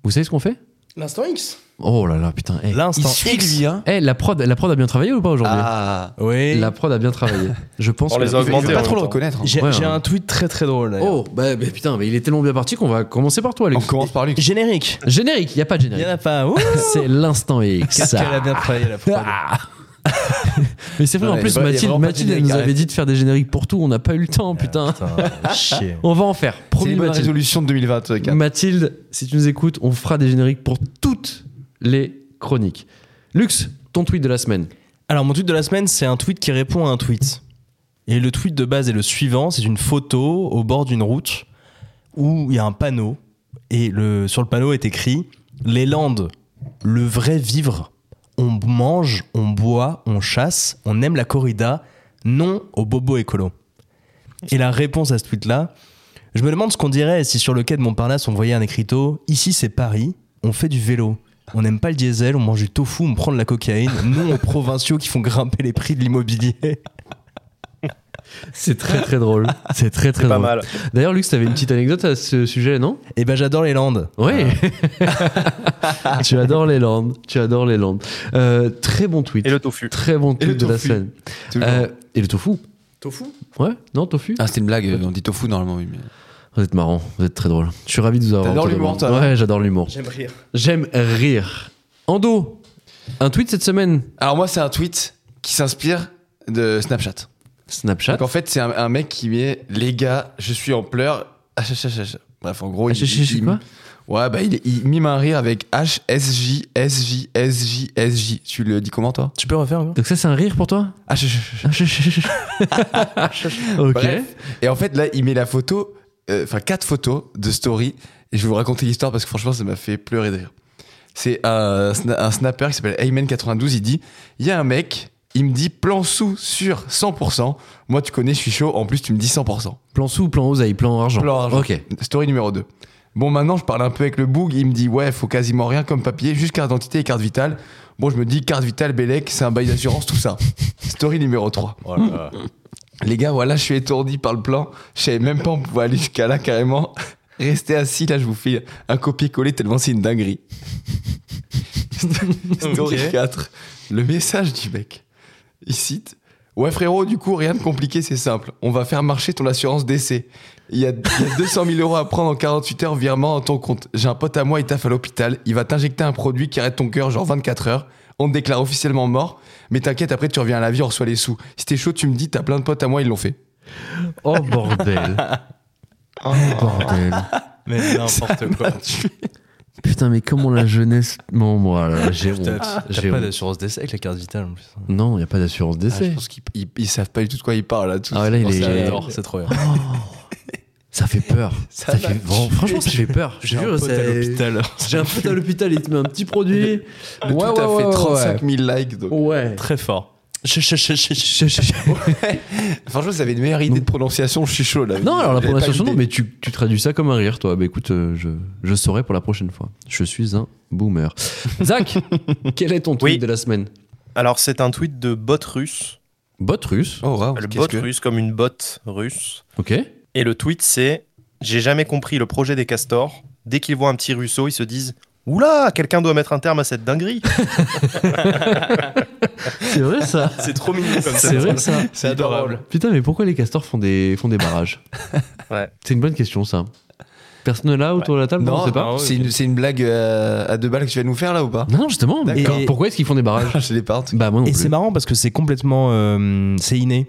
Speaker 1: Vous savez ce qu'on fait
Speaker 5: L'instant X.
Speaker 1: Oh là là, putain. eh.
Speaker 5: L'instant
Speaker 2: Il
Speaker 5: X.
Speaker 2: suit, hein.
Speaker 1: Eh, la, prod, la prod a bien travaillé ou pas aujourd'hui
Speaker 2: Ah.
Speaker 5: Oui.
Speaker 1: La prod a bien travaillé. Je pense
Speaker 4: On
Speaker 1: que-
Speaker 4: les a
Speaker 2: Il faut
Speaker 4: augmentés.
Speaker 2: pas
Speaker 4: en
Speaker 2: trop
Speaker 4: même
Speaker 2: le
Speaker 4: temps.
Speaker 2: reconnaître. hein.
Speaker 5: J'ai
Speaker 1: Ouais,
Speaker 5: j'ai
Speaker 1: hein.
Speaker 5: un tweet très très drôle. d'ailleurs.
Speaker 1: Oh, bah, bah, putain, mais il est tellement bien parti qu'on va commencer par toi,
Speaker 2: On
Speaker 1: Alex.
Speaker 2: commence par lui.
Speaker 5: Générique.
Speaker 1: Générique, il n'y a pas de
Speaker 5: Il y en
Speaker 1: générique.
Speaker 5: a pas. Ouh,
Speaker 1: C'est l'instant X.
Speaker 5: Qu'est-ce qu'elle a bien travaillé la prod.
Speaker 1: Ah. Mais c'est vrai,
Speaker 2: Non,
Speaker 1: en
Speaker 2: mais
Speaker 1: plus,
Speaker 2: il y a
Speaker 1: Mathilde,
Speaker 2: vraiment pas de
Speaker 1: Mathilde elle
Speaker 2: générique,
Speaker 1: nous avait
Speaker 2: arrête.
Speaker 1: dit de faire des génériques pour tout, on n'a pas eu le temps, putain.
Speaker 5: Putain, chier.
Speaker 1: On va en faire.
Speaker 2: C'est
Speaker 1: Promis,
Speaker 2: une bonne
Speaker 1: Mathilde.
Speaker 2: résolution de 2024.
Speaker 1: Mathilde, si tu nous écoutes, on fera des génériques pour toutes les chroniques. Lux, ton tweet de la semaine.
Speaker 5: Alors, mon tweet de la semaine, c'est un tweet qui répond à un tweet. Et le tweet de base est le suivant c'est une photo au bord d'une route où il y a un panneau. Et le, sur le panneau est écrit Les Landes, le vrai vivre. On mange, on boit, on chasse, on aime la corrida, non au bobo écolo. Et la réponse à ce tweet-là, je me demande ce qu'on dirait si sur le quai de Montparnasse on voyait un écriteau Ici c'est Paris, on fait du vélo. On n'aime pas le diesel, on mange du tofu, on prend de la cocaïne. Nous, aux provinciaux qui font grimper les prix de l'immobilier.
Speaker 1: C'est très très drôle. C'est très très
Speaker 4: Pas
Speaker 1: drôle.
Speaker 4: mal.
Speaker 1: D'ailleurs, Lux, t'avais une petite anecdote à ce sujet, non
Speaker 5: Eh ben, j'adore les Landes.
Speaker 1: Oui. tu adores les Landes. Tu adores les Landes. Euh, très bon tweet.
Speaker 4: Et le tofu.
Speaker 1: Très bon tweet
Speaker 2: le
Speaker 1: de la
Speaker 2: tofu.
Speaker 1: scène.
Speaker 2: Toujours.
Speaker 1: Euh, et le tofu
Speaker 5: Tofu
Speaker 1: Ouais, non, tofu
Speaker 2: Ah, c'était une blague, on dit tofu normalement. oui, mais-
Speaker 1: Vous êtes marrant, vous êtes très drôle. Je suis ravi de vous avoir.
Speaker 2: T'adores
Speaker 1: entendu.
Speaker 2: l'humour, toi,
Speaker 1: Ouais, j'adore l'humour.
Speaker 4: J'aime rire.
Speaker 1: J'aime rire. Ando, un tweet cette semaine
Speaker 2: Alors, moi, c'est un tweet qui s'inspire de Snapchat.
Speaker 1: Snapchat.
Speaker 2: Donc, en fait, c'est un, un mec qui met Les gars, je suis en pleurs. HHHH. Bref, en gros, il.
Speaker 1: HHHH,
Speaker 2: il-
Speaker 1: quoi
Speaker 2: Ouais, bah, il, il mime un rire avec HSJ, SJ, SJ, SJ. Tu le dis comment, toi
Speaker 5: Tu peux refaire encore
Speaker 1: Donc ça, c'est un rire pour toi
Speaker 2: HHHH.
Speaker 1: Ok.
Speaker 2: Bref. Et en fait, là, il met la photo, euh, enfin quatre photos de story. Et je vais vous raconter l'histoire parce que franchement, ça m'a fait pleurer de rire. C'est un, sna- un snapper qui s'appelle Ayman92. Il dit Il y a un mec, il me dit plan sous sur 100%. Moi, tu connais, je suis chaud. En plus, tu me dis 100%.
Speaker 1: Plan sous, plan oseille, plan argent.
Speaker 2: Plan argent.
Speaker 1: Ok.
Speaker 2: Story numéro 2. Bon, maintenant, je parle un peu avec le boug. Il me dit Ouais, faut quasiment rien comme papier, juste carte d'identité et carte vitale. Bon, je me dis carte vitale, Bélec, c'est un bail d'assurance, tout ça. Story numéro 3. Les gars, voilà, je suis étourdi par le plan. Je savais même pas on pouvait aller jusqu'à là carrément. Restez assis, là, je vous fais un copier-coller tellement c'est une dinguerie. Story 4. Le message du mec. Il cite Ouais, frérot, du coup, rien de compliqué, c'est simple. On va faire marcher ton assurance décès. Il y, a, il y a 200 000 euros à prendre en 48 heures virement dans ton compte. J'ai un pote à moi, il taffe à l'hôpital. Il va t'injecter un produit qui arrête ton cœur, genre 24 heures. On te déclare officiellement mort. Mais t'inquiète, après, tu reviens à la vie, on reçoit les sous. Si t'es chaud, tu me dis, t'as plein de potes à moi, ils l'ont fait.
Speaker 1: Oh bordel. Oh bordel.
Speaker 5: Mais n'importe quoi.
Speaker 1: Putain, mais comment la jeunesse. Non, moi, là, j'ai honte.
Speaker 5: T'as
Speaker 1: J'ai
Speaker 5: pas
Speaker 1: honte.
Speaker 5: d'assurance d'essai avec la carte vitale en plus.
Speaker 1: Non, il n'y a pas d'assurance
Speaker 2: Ah, je
Speaker 1: d'essai.
Speaker 2: pense qu'ils ils- ils savent pas du tout de quoi ils parlent. Là, tous.
Speaker 1: Ah, là, il
Speaker 2: Oh,
Speaker 1: est-
Speaker 2: ça
Speaker 1: il est-
Speaker 2: adore.
Speaker 5: C'est trop bien.
Speaker 1: ça fait peur. Ça,
Speaker 2: Ça m'a
Speaker 1: fait... vraiment-
Speaker 2: tué.
Speaker 1: Franchement, ça fait peur. Je
Speaker 5: J'ai un
Speaker 1: jure,
Speaker 5: pote à
Speaker 1: c'est-
Speaker 5: l'hôpital.
Speaker 1: J'ai un pote à l'hôpital, il te met un petit produit.
Speaker 2: Le
Speaker 1: Ouais,
Speaker 2: tout a
Speaker 1: ouais,
Speaker 2: fait
Speaker 1: ouais,
Speaker 2: 35 000 likes. donc.
Speaker 1: Ouais.
Speaker 5: Très fort.
Speaker 2: Franchement, vous avez une meilleure idée de prononciation, je suis chaud là.
Speaker 1: Non, alors la
Speaker 2: J'avais pas
Speaker 1: prononciation, non,
Speaker 2: l'idée.
Speaker 1: mais tu, tu traduis ça comme un rire, toi. Bah écoute, euh, je, je saurai pour la prochaine fois. Je suis un boomer. Zach, quel est ton tweet
Speaker 4: Oui.
Speaker 1: de la semaine
Speaker 4: Alors, c'est un tweet de bot russe.
Speaker 1: Bot russe.
Speaker 2: Oh, wow,
Speaker 4: le
Speaker 2: qu'est-ce
Speaker 4: bot
Speaker 2: que-
Speaker 4: russe comme une botte russe.
Speaker 1: Ok.
Speaker 4: Et le tweet, c'est J'ai jamais compris le projet des castors. Dès qu'ils voient un petit ruisseau, ils se disent Oula, quelqu'un doit mettre un terme à cette dinguerie.
Speaker 1: C'est vrai ça
Speaker 4: c'est trop mignon comme ça.
Speaker 1: C'est vrai ça
Speaker 4: C'est adorable.
Speaker 1: Putain, mais pourquoi les castors font des, font des barrages
Speaker 4: Ouais.
Speaker 1: C'est une bonne question, ça. Personne là autour de la table
Speaker 2: Non,
Speaker 1: Ah on sait pas.
Speaker 2: c'est une, c'est une blague euh, à deux balles que tu vas nous faire là ou pas Ah,
Speaker 1: Non, justement, mais
Speaker 5: D'accord.
Speaker 1: pourquoi est-ce qu'ils font des barrages
Speaker 2: Je les parte.
Speaker 1: Bah, moi non
Speaker 5: Et c'est
Speaker 1: plus.
Speaker 5: marrant parce que c'est complètement. euh, c'est inné.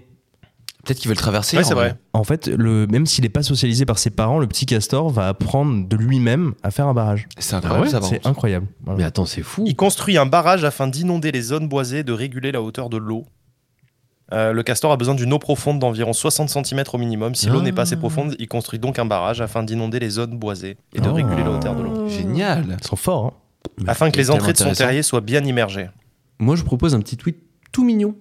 Speaker 2: Peut-être qu'ils veulent traverser.
Speaker 4: Ouais,
Speaker 2: en
Speaker 4: c'est vrai.
Speaker 5: En fait, le, même s'il n'est pas socialisé par ses parents, le petit castor va apprendre de lui-même à faire un barrage.
Speaker 1: Ah
Speaker 2: C'est incroyable ça, par
Speaker 5: C'est
Speaker 2: contre.
Speaker 5: incroyable. Voilà.
Speaker 1: Mais attends, c'est fou.
Speaker 4: Il construit un barrage afin d'inonder les zones boisées et de réguler la hauteur de l'eau. Euh, le castor a besoin d'une eau profonde d'environ 60 cm au minimum. Si l'eau
Speaker 1: Ah.
Speaker 4: n'est pas assez profonde, il construit donc un barrage afin d'inonder les zones boisées et de
Speaker 1: Oh.
Speaker 4: réguler la hauteur de l'eau.
Speaker 2: Génial.
Speaker 5: Ils sont forts. hein.
Speaker 4: Afin que les
Speaker 2: tellement
Speaker 4: entrées de son
Speaker 2: intéressant.
Speaker 4: terrier soient bien immergées.
Speaker 1: Moi, je propose un petit tweet tout mignon.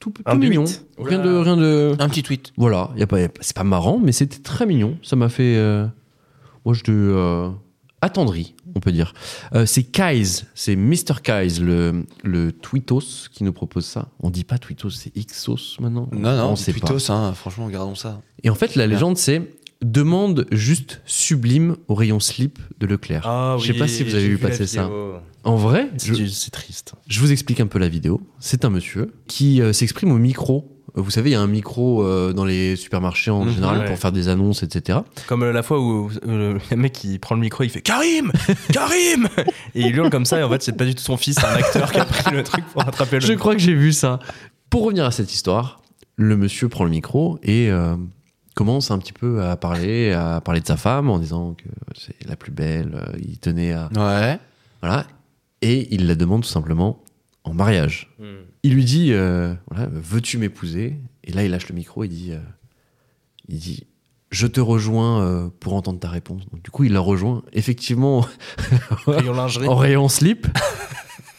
Speaker 1: Tout, tout
Speaker 4: Un
Speaker 1: mignon.
Speaker 4: tweet.
Speaker 1: Rien de, rien de.
Speaker 2: Un petit tweet.
Speaker 1: Voilà, y a pas, y a pas- c'est pas marrant, mais c'était très mignon. Ça m'a fait. euh, moi, je te. euh, attendri, on peut dire. Euh, c'est Kaiz, c'est Mr. Kaiz, le, le Twitos qui nous propose ça. On dit pas Twitos, c'est Ixos maintenant
Speaker 2: Non, non,
Speaker 1: on sait pas.
Speaker 2: tweetos, hein, franchement, gardons ça.
Speaker 1: Et en fait, la légende, c'est demande juste sublime au rayon slip de Leclerc.
Speaker 5: Ah
Speaker 1: je sais pas si vous avez vu passer ça. En vrai, je-
Speaker 5: C'est c'est triste.
Speaker 1: je vous explique un peu la vidéo. C'est un monsieur qui euh, s'exprime au micro. Vous savez, il y a un micro euh, dans les supermarchés en
Speaker 2: Mhm,
Speaker 1: général
Speaker 5: ouais.
Speaker 1: pour faire des annonces, etc.
Speaker 5: Comme euh, la fois où euh, le mec il prend le micro, il fait Karim Karim Et il hurle comme ça, et en fait, c'est pas du tout son fils, c'est un acteur qui a pris le truc pour rattraper le.
Speaker 1: Je crois que j'ai vu ça. Pour revenir à cette histoire, le monsieur prend le micro et euh, commence un petit peu à parler, à parler de sa femme en disant que c'est la plus belle. euh, Il tenait à
Speaker 2: Ouais.
Speaker 1: voilà et il la demande tout simplement en mariage. Il lui dit euh, voilà, veux-tu m'épouser Et là, il lâche le micro. Il dit euh, il dit je te rejoins euh, pour entendre ta réponse. Donc, du coup, il la rejoint effectivement
Speaker 5: rayon lingerie.
Speaker 1: en rayon slip.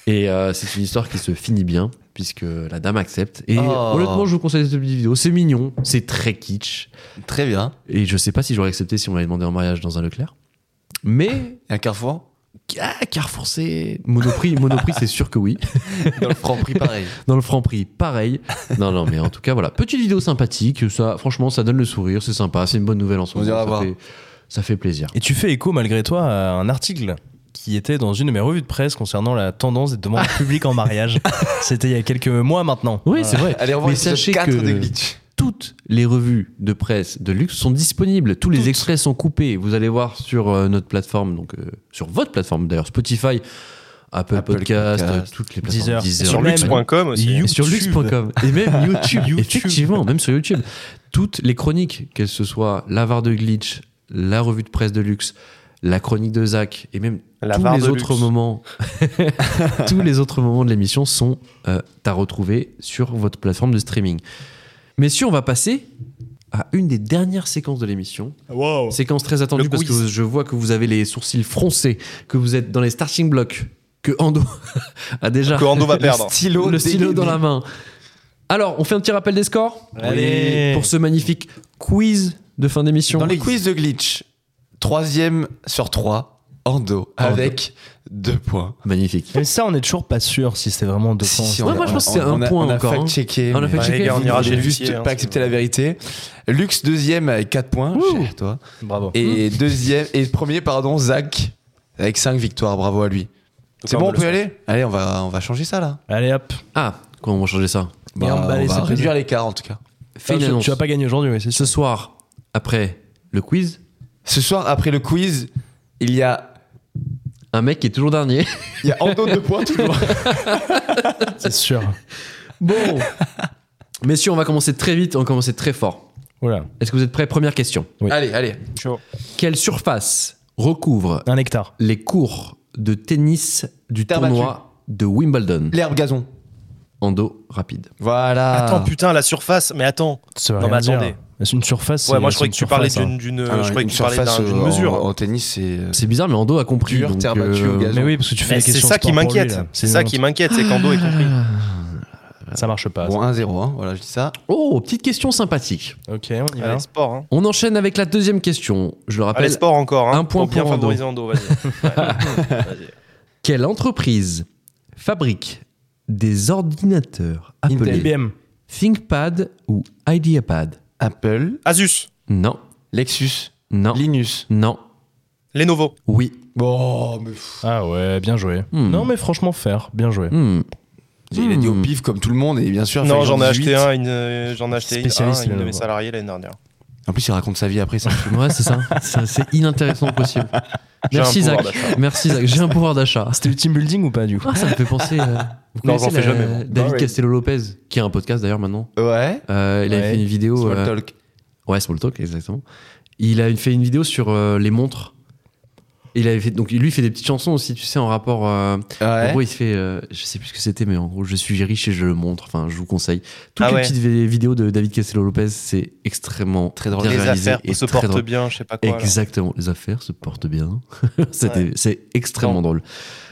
Speaker 1: Et euh, c'est une histoire qui se finit bien. puisque la dame accepte. Et
Speaker 2: Oh.
Speaker 1: honnêtement, je vous conseille cette petite vidéo. C'est mignon, c'est très kitsch.
Speaker 2: Très bien.
Speaker 1: Et je sais pas si j'aurais accepté si on m'avait demandé en mariage dans un Leclerc. Mais
Speaker 2: Et un carrefour
Speaker 1: ah, Carrefour, c'est Monoprix. Monoprix, c'est sûr que oui.
Speaker 2: Dans le franc prix, pareil.
Speaker 1: Dans le Franprix, pareil. Non, non, mais en tout cas, voilà. Petite vidéo sympathique. Ça, franchement, ça donne le sourire. C'est sympa. C'est une bonne nouvelle en ce
Speaker 2: On
Speaker 1: moment.
Speaker 2: ira
Speaker 1: ça,
Speaker 2: voir.
Speaker 1: Fait, ça fait plaisir.
Speaker 5: Et tu fais écho malgré toi à un article qui était dans une de mes revues de presse concernant la tendance des demandes publiques en mariage. C'était il y a quelques mois maintenant.
Speaker 1: Oui, c'est vrai.
Speaker 2: Allez revoir
Speaker 1: mais
Speaker 2: l'épisode
Speaker 1: sachez
Speaker 2: 4
Speaker 1: que
Speaker 2: de Glitch.
Speaker 1: toutes les revues de presse de luxe sont disponibles. Tous les extraits sont coupés. Vous allez voir sur euh, notre plateforme, donc euh, sur votre plateforme d'ailleurs, Spotify, Apple,
Speaker 2: Apple
Speaker 1: Podcast,
Speaker 2: Podcast,
Speaker 1: euh, toutes les plateformes.
Speaker 5: Deezer.
Speaker 1: Deezer.
Speaker 4: Sur
Speaker 5: Même-
Speaker 4: luxe.com aussi.
Speaker 1: Et sur
Speaker 5: YouTube.
Speaker 1: luxe.com et même YouTube, effectivement même sur YouTube toutes les chroniques qu'elles ce soit l'avare de glitch la revue de presse de luxe la chronique de Zach et même
Speaker 4: La
Speaker 1: tous
Speaker 4: barre
Speaker 1: les
Speaker 4: de
Speaker 1: autres
Speaker 4: luxe.
Speaker 1: moments tous les autres moments de l'émission sont euh, à retrouver sur votre plateforme de streaming messieurs on va passer à une des dernières séquences de l'émission séquence très attendue
Speaker 4: Le
Speaker 1: parce
Speaker 4: quiz.
Speaker 1: que je vois que vous avez les sourcils froncés que vous êtes dans les starting blocks que Ando a déjà
Speaker 4: Que Ando va perdre.
Speaker 2: Stylo
Speaker 1: le stylo dans la main. Alors, on fait un petit rappel des scores
Speaker 5: Allez.
Speaker 1: pour ce magnifique quiz de fin d'émission.
Speaker 2: Dans les quiz de Glitch, troisième sur trois, Ando, avec deux points.
Speaker 1: Magnifique.
Speaker 5: Mais ça, on n'est toujours pas sûr si c'est vraiment deux
Speaker 2: Si,
Speaker 5: points.
Speaker 2: si,
Speaker 1: Ouais, moi, je pense que c'est
Speaker 2: on-
Speaker 1: un
Speaker 2: on a-
Speaker 1: point
Speaker 2: On a
Speaker 1: encore, hein.
Speaker 2: fact-checké.
Speaker 1: On a
Speaker 2: mais-
Speaker 1: fact-checké,
Speaker 2: Ouais, Bah, les gars,
Speaker 1: vous-
Speaker 2: on ira
Speaker 1: vous-
Speaker 2: J'ai
Speaker 4: vous-
Speaker 2: juste
Speaker 4: hein, c'est
Speaker 2: pas accepté la vérité. Lux, deuxième avec 4 points.
Speaker 1: Ouh.
Speaker 2: Cher, toi.
Speaker 5: Bravo.
Speaker 2: Et
Speaker 4: Hein
Speaker 2: deuxième, et premier, pardon, Zach, avec 5 victoires. Bravo à lui. C'est bon, on peut y aller Allez, on va, on va changer ça là.
Speaker 5: Allez hop.
Speaker 1: Ah, comment on va changer ça
Speaker 5: Bien,
Speaker 2: Bah,
Speaker 5: bah, allez,
Speaker 2: on va
Speaker 5: c'est
Speaker 2: réduire l'écart en tout cas.
Speaker 1: Fais
Speaker 2: Ah,
Speaker 1: une
Speaker 5: Ah, tu,
Speaker 1: annonce.
Speaker 5: tu vas pas gagner aujourd'hui, mais c'est
Speaker 1: Ce soir, après le quiz,
Speaker 2: Ce soir, après le quiz, il y a,
Speaker 1: un mec qui est toujours dernier.
Speaker 2: il y a Ando deux points toujours.
Speaker 5: c'est sûr.
Speaker 1: Bon. Messieurs, on va commencer très vite, on va commencer très fort.
Speaker 5: Voilà.
Speaker 1: Est-ce que vous êtes prêts Première question.
Speaker 2: allez, allez.
Speaker 1: Quelle surface recouvre
Speaker 5: Un hectare.
Speaker 1: les cours de tennis du
Speaker 2: Terre
Speaker 1: tournoi
Speaker 2: battue.
Speaker 1: de Wimbledon
Speaker 2: L'herbe gazon.
Speaker 1: En dos rapide.
Speaker 2: Voilà.
Speaker 4: Attends, Oh, putain, la surface. Mais attends.
Speaker 5: Ça veut
Speaker 4: Non,
Speaker 5: rien
Speaker 4: mais
Speaker 5: dire.
Speaker 4: attendez.
Speaker 5: C'est une surface.
Speaker 4: Ouais,
Speaker 5: c'est-
Speaker 4: moi, je
Speaker 5: c'est
Speaker 4: croyais
Speaker 5: une
Speaker 4: que tu parlais d'une
Speaker 5: surface,
Speaker 4: d'une-
Speaker 2: Ah non,
Speaker 4: je croyais
Speaker 2: une
Speaker 4: que tu parlais
Speaker 2: surface,
Speaker 4: d'un- d'une
Speaker 2: euh,
Speaker 4: mesure.
Speaker 2: En, en tennis, c'est. euh,
Speaker 1: C'est bizarre, mais Ando a compris.
Speaker 2: Dur,
Speaker 1: donc,
Speaker 2: terre battue au
Speaker 1: euh,
Speaker 2: gazon.
Speaker 5: hein. Mais oui, parce que tu fais
Speaker 4: Mais
Speaker 5: des
Speaker 4: C'est
Speaker 5: questions
Speaker 4: ça
Speaker 5: de
Speaker 4: qui
Speaker 5: sport pour lui,
Speaker 4: m'inquiète.
Speaker 5: là.
Speaker 4: C'est ça
Speaker 5: une
Speaker 4: qui m'inquiète, c'est qu'Ando est compris.
Speaker 5: honte. Ça marche pas.
Speaker 2: Bon, 1-0, hein. voilà, je dis ça.
Speaker 1: Oh, petite question sympathique.
Speaker 5: Ok, on y va.
Speaker 4: Allez, sport. Hein.
Speaker 1: On enchaîne avec la deuxième question. Je le
Speaker 4: Allez,
Speaker 1: rappelle,
Speaker 4: sport encore. Hein,
Speaker 1: un point
Speaker 4: pour bien
Speaker 1: pour Ando.
Speaker 4: favoriser Ando. Vas-y. Ouais. Vas-y.
Speaker 1: quelle entreprise fabrique des ordinateurs appelés
Speaker 5: IBM.
Speaker 1: ThinkPad ou IdeaPad
Speaker 2: Apple,
Speaker 4: Asus,
Speaker 1: Non,
Speaker 2: Lexus,
Speaker 1: non,
Speaker 2: Linus.
Speaker 1: non,
Speaker 4: Lenovo.
Speaker 1: oui.
Speaker 2: Bon, Oh, mais.
Speaker 5: Ah ouais, bien joué.
Speaker 1: Hmm.
Speaker 5: Non, mais franchement, faire. Bien joué.
Speaker 1: Hmm.
Speaker 2: Il a dit au
Speaker 1: Hmm.
Speaker 2: pif comme tout le monde, et bien sûr.
Speaker 4: Non,
Speaker 2: fallait
Speaker 4: j'en ai
Speaker 2: en
Speaker 4: acheté
Speaker 2: 18.
Speaker 4: un, une, euh, j'en ai acheté un,
Speaker 5: Spécialiste,
Speaker 4: une de
Speaker 5: Lenovo.
Speaker 4: mes salariés l'année dernière.
Speaker 2: En plus, il raconte sa vie après ça.
Speaker 1: Ouais, c'est ça. C'est c'est inintéressant possible.
Speaker 4: J'ai
Speaker 1: Merci
Speaker 4: un pouvoir
Speaker 1: Zach. Merci Zach. J'ai un pouvoir d'achat.
Speaker 5: C'était le team building ou pas, du coup
Speaker 1: Ah, ça me fait penser. euh, vous
Speaker 4: Non,
Speaker 1: connaissez
Speaker 4: j'en
Speaker 1: la-
Speaker 4: fais jamais, moi. Ah
Speaker 1: David
Speaker 2: ouais.
Speaker 1: Castello Lopez, qui a un podcast d'ailleurs maintenant.
Speaker 2: Ouais.
Speaker 1: Euh, il avait
Speaker 5: Ouais.
Speaker 1: fait une vidéo.
Speaker 2: Small
Speaker 1: euh,
Speaker 2: talk.
Speaker 1: Ouais, Small Talk, exactement. Il a fait une vidéo sur euh, les montres. Il avait fait, donc lui il fait des petites chansons aussi, tu sais, en rapport. euh, En
Speaker 2: Ouais.
Speaker 1: gros, il se fait, euh, je sais plus ce que c'était, mais en gros, je suis riche et je le montre. Enfin, je vous conseille. Toutes
Speaker 4: Ah
Speaker 1: les
Speaker 4: ouais.
Speaker 1: petites vi- vidéos de David Castello Lopez, c'est extrêmement très drôle.
Speaker 4: Les affaires
Speaker 1: et
Speaker 4: se
Speaker 1: très
Speaker 4: portent
Speaker 1: drôle.
Speaker 4: bien, je sais pas quoi. là.
Speaker 1: Exactement, les affaires se portent bien. C'était- C'est extrêmement
Speaker 4: Non.
Speaker 1: drôle.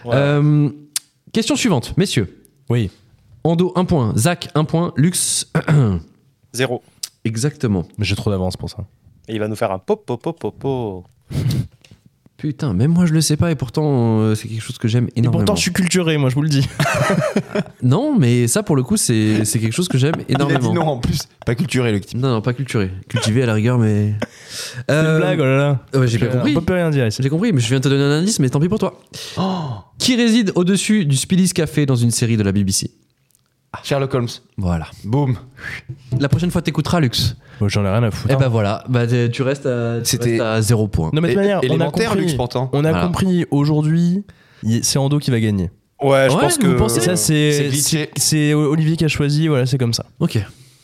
Speaker 4: Ouais.
Speaker 1: Euh, question suivante, messieurs.
Speaker 5: Oui.
Speaker 1: Ando, un point. Zach, un point. Lux,
Speaker 4: Zéro.
Speaker 1: exactement.
Speaker 5: Mais j'ai trop d'avance pour ça.
Speaker 4: Et il va nous faire un pop, pop, pop, pop, pop.
Speaker 1: Putain, même moi je le sais pas et pourtant euh, c'est quelque chose que j'aime
Speaker 5: Et
Speaker 1: énormément.
Speaker 5: pourtant, je suis culturé, moi, je vous le dis.
Speaker 1: Non, mais ça pour le coup c'est c'est quelque chose que
Speaker 5: Ah,
Speaker 1: j'aime
Speaker 2: Il a
Speaker 1: énormément.
Speaker 2: dit Ah, non en plus. Pas culturé, le type.
Speaker 1: non, non, pas culturé. Cultivé à la rigueur, mais.
Speaker 5: C'est une
Speaker 1: Euh,
Speaker 5: blague, oh là là.
Speaker 1: ouais, J'ai bien compris.
Speaker 5: On peut plus rien dire ici.
Speaker 1: J'ai compris, mais je viens de te donner un indice, mais tant pis pour toi.
Speaker 5: Oh.
Speaker 1: Qui réside au-dessus du Spillis Café dans une série de la BBC
Speaker 2: Ah. Sherlock Holmes.
Speaker 1: Voilà.
Speaker 2: Boum.
Speaker 1: La prochaine fois t'écouteras, Lux.
Speaker 5: Bon, J'en ai rien à foutre.
Speaker 1: Eh ben voilà, bah, t'es- tu restes à, tu
Speaker 2: C'était-
Speaker 1: restes à zéro point.
Speaker 5: Non, mais de
Speaker 2: É-
Speaker 5: toute manière, on a
Speaker 2: élémentaire,
Speaker 5: compris.
Speaker 2: Lux, pourtant.
Speaker 5: On a
Speaker 1: Voilà.
Speaker 5: compris aujourd'hui, y- c'est Ando qui va gagner.
Speaker 4: Ouais, je
Speaker 1: Ouais,
Speaker 4: pense que.
Speaker 1: vous pensez
Speaker 5: Ça,
Speaker 2: c'est
Speaker 5: c'est
Speaker 2: glitché.
Speaker 5: c'est- c'est Olivier qui a choisi, voilà, c'est comme ça.
Speaker 1: Ok.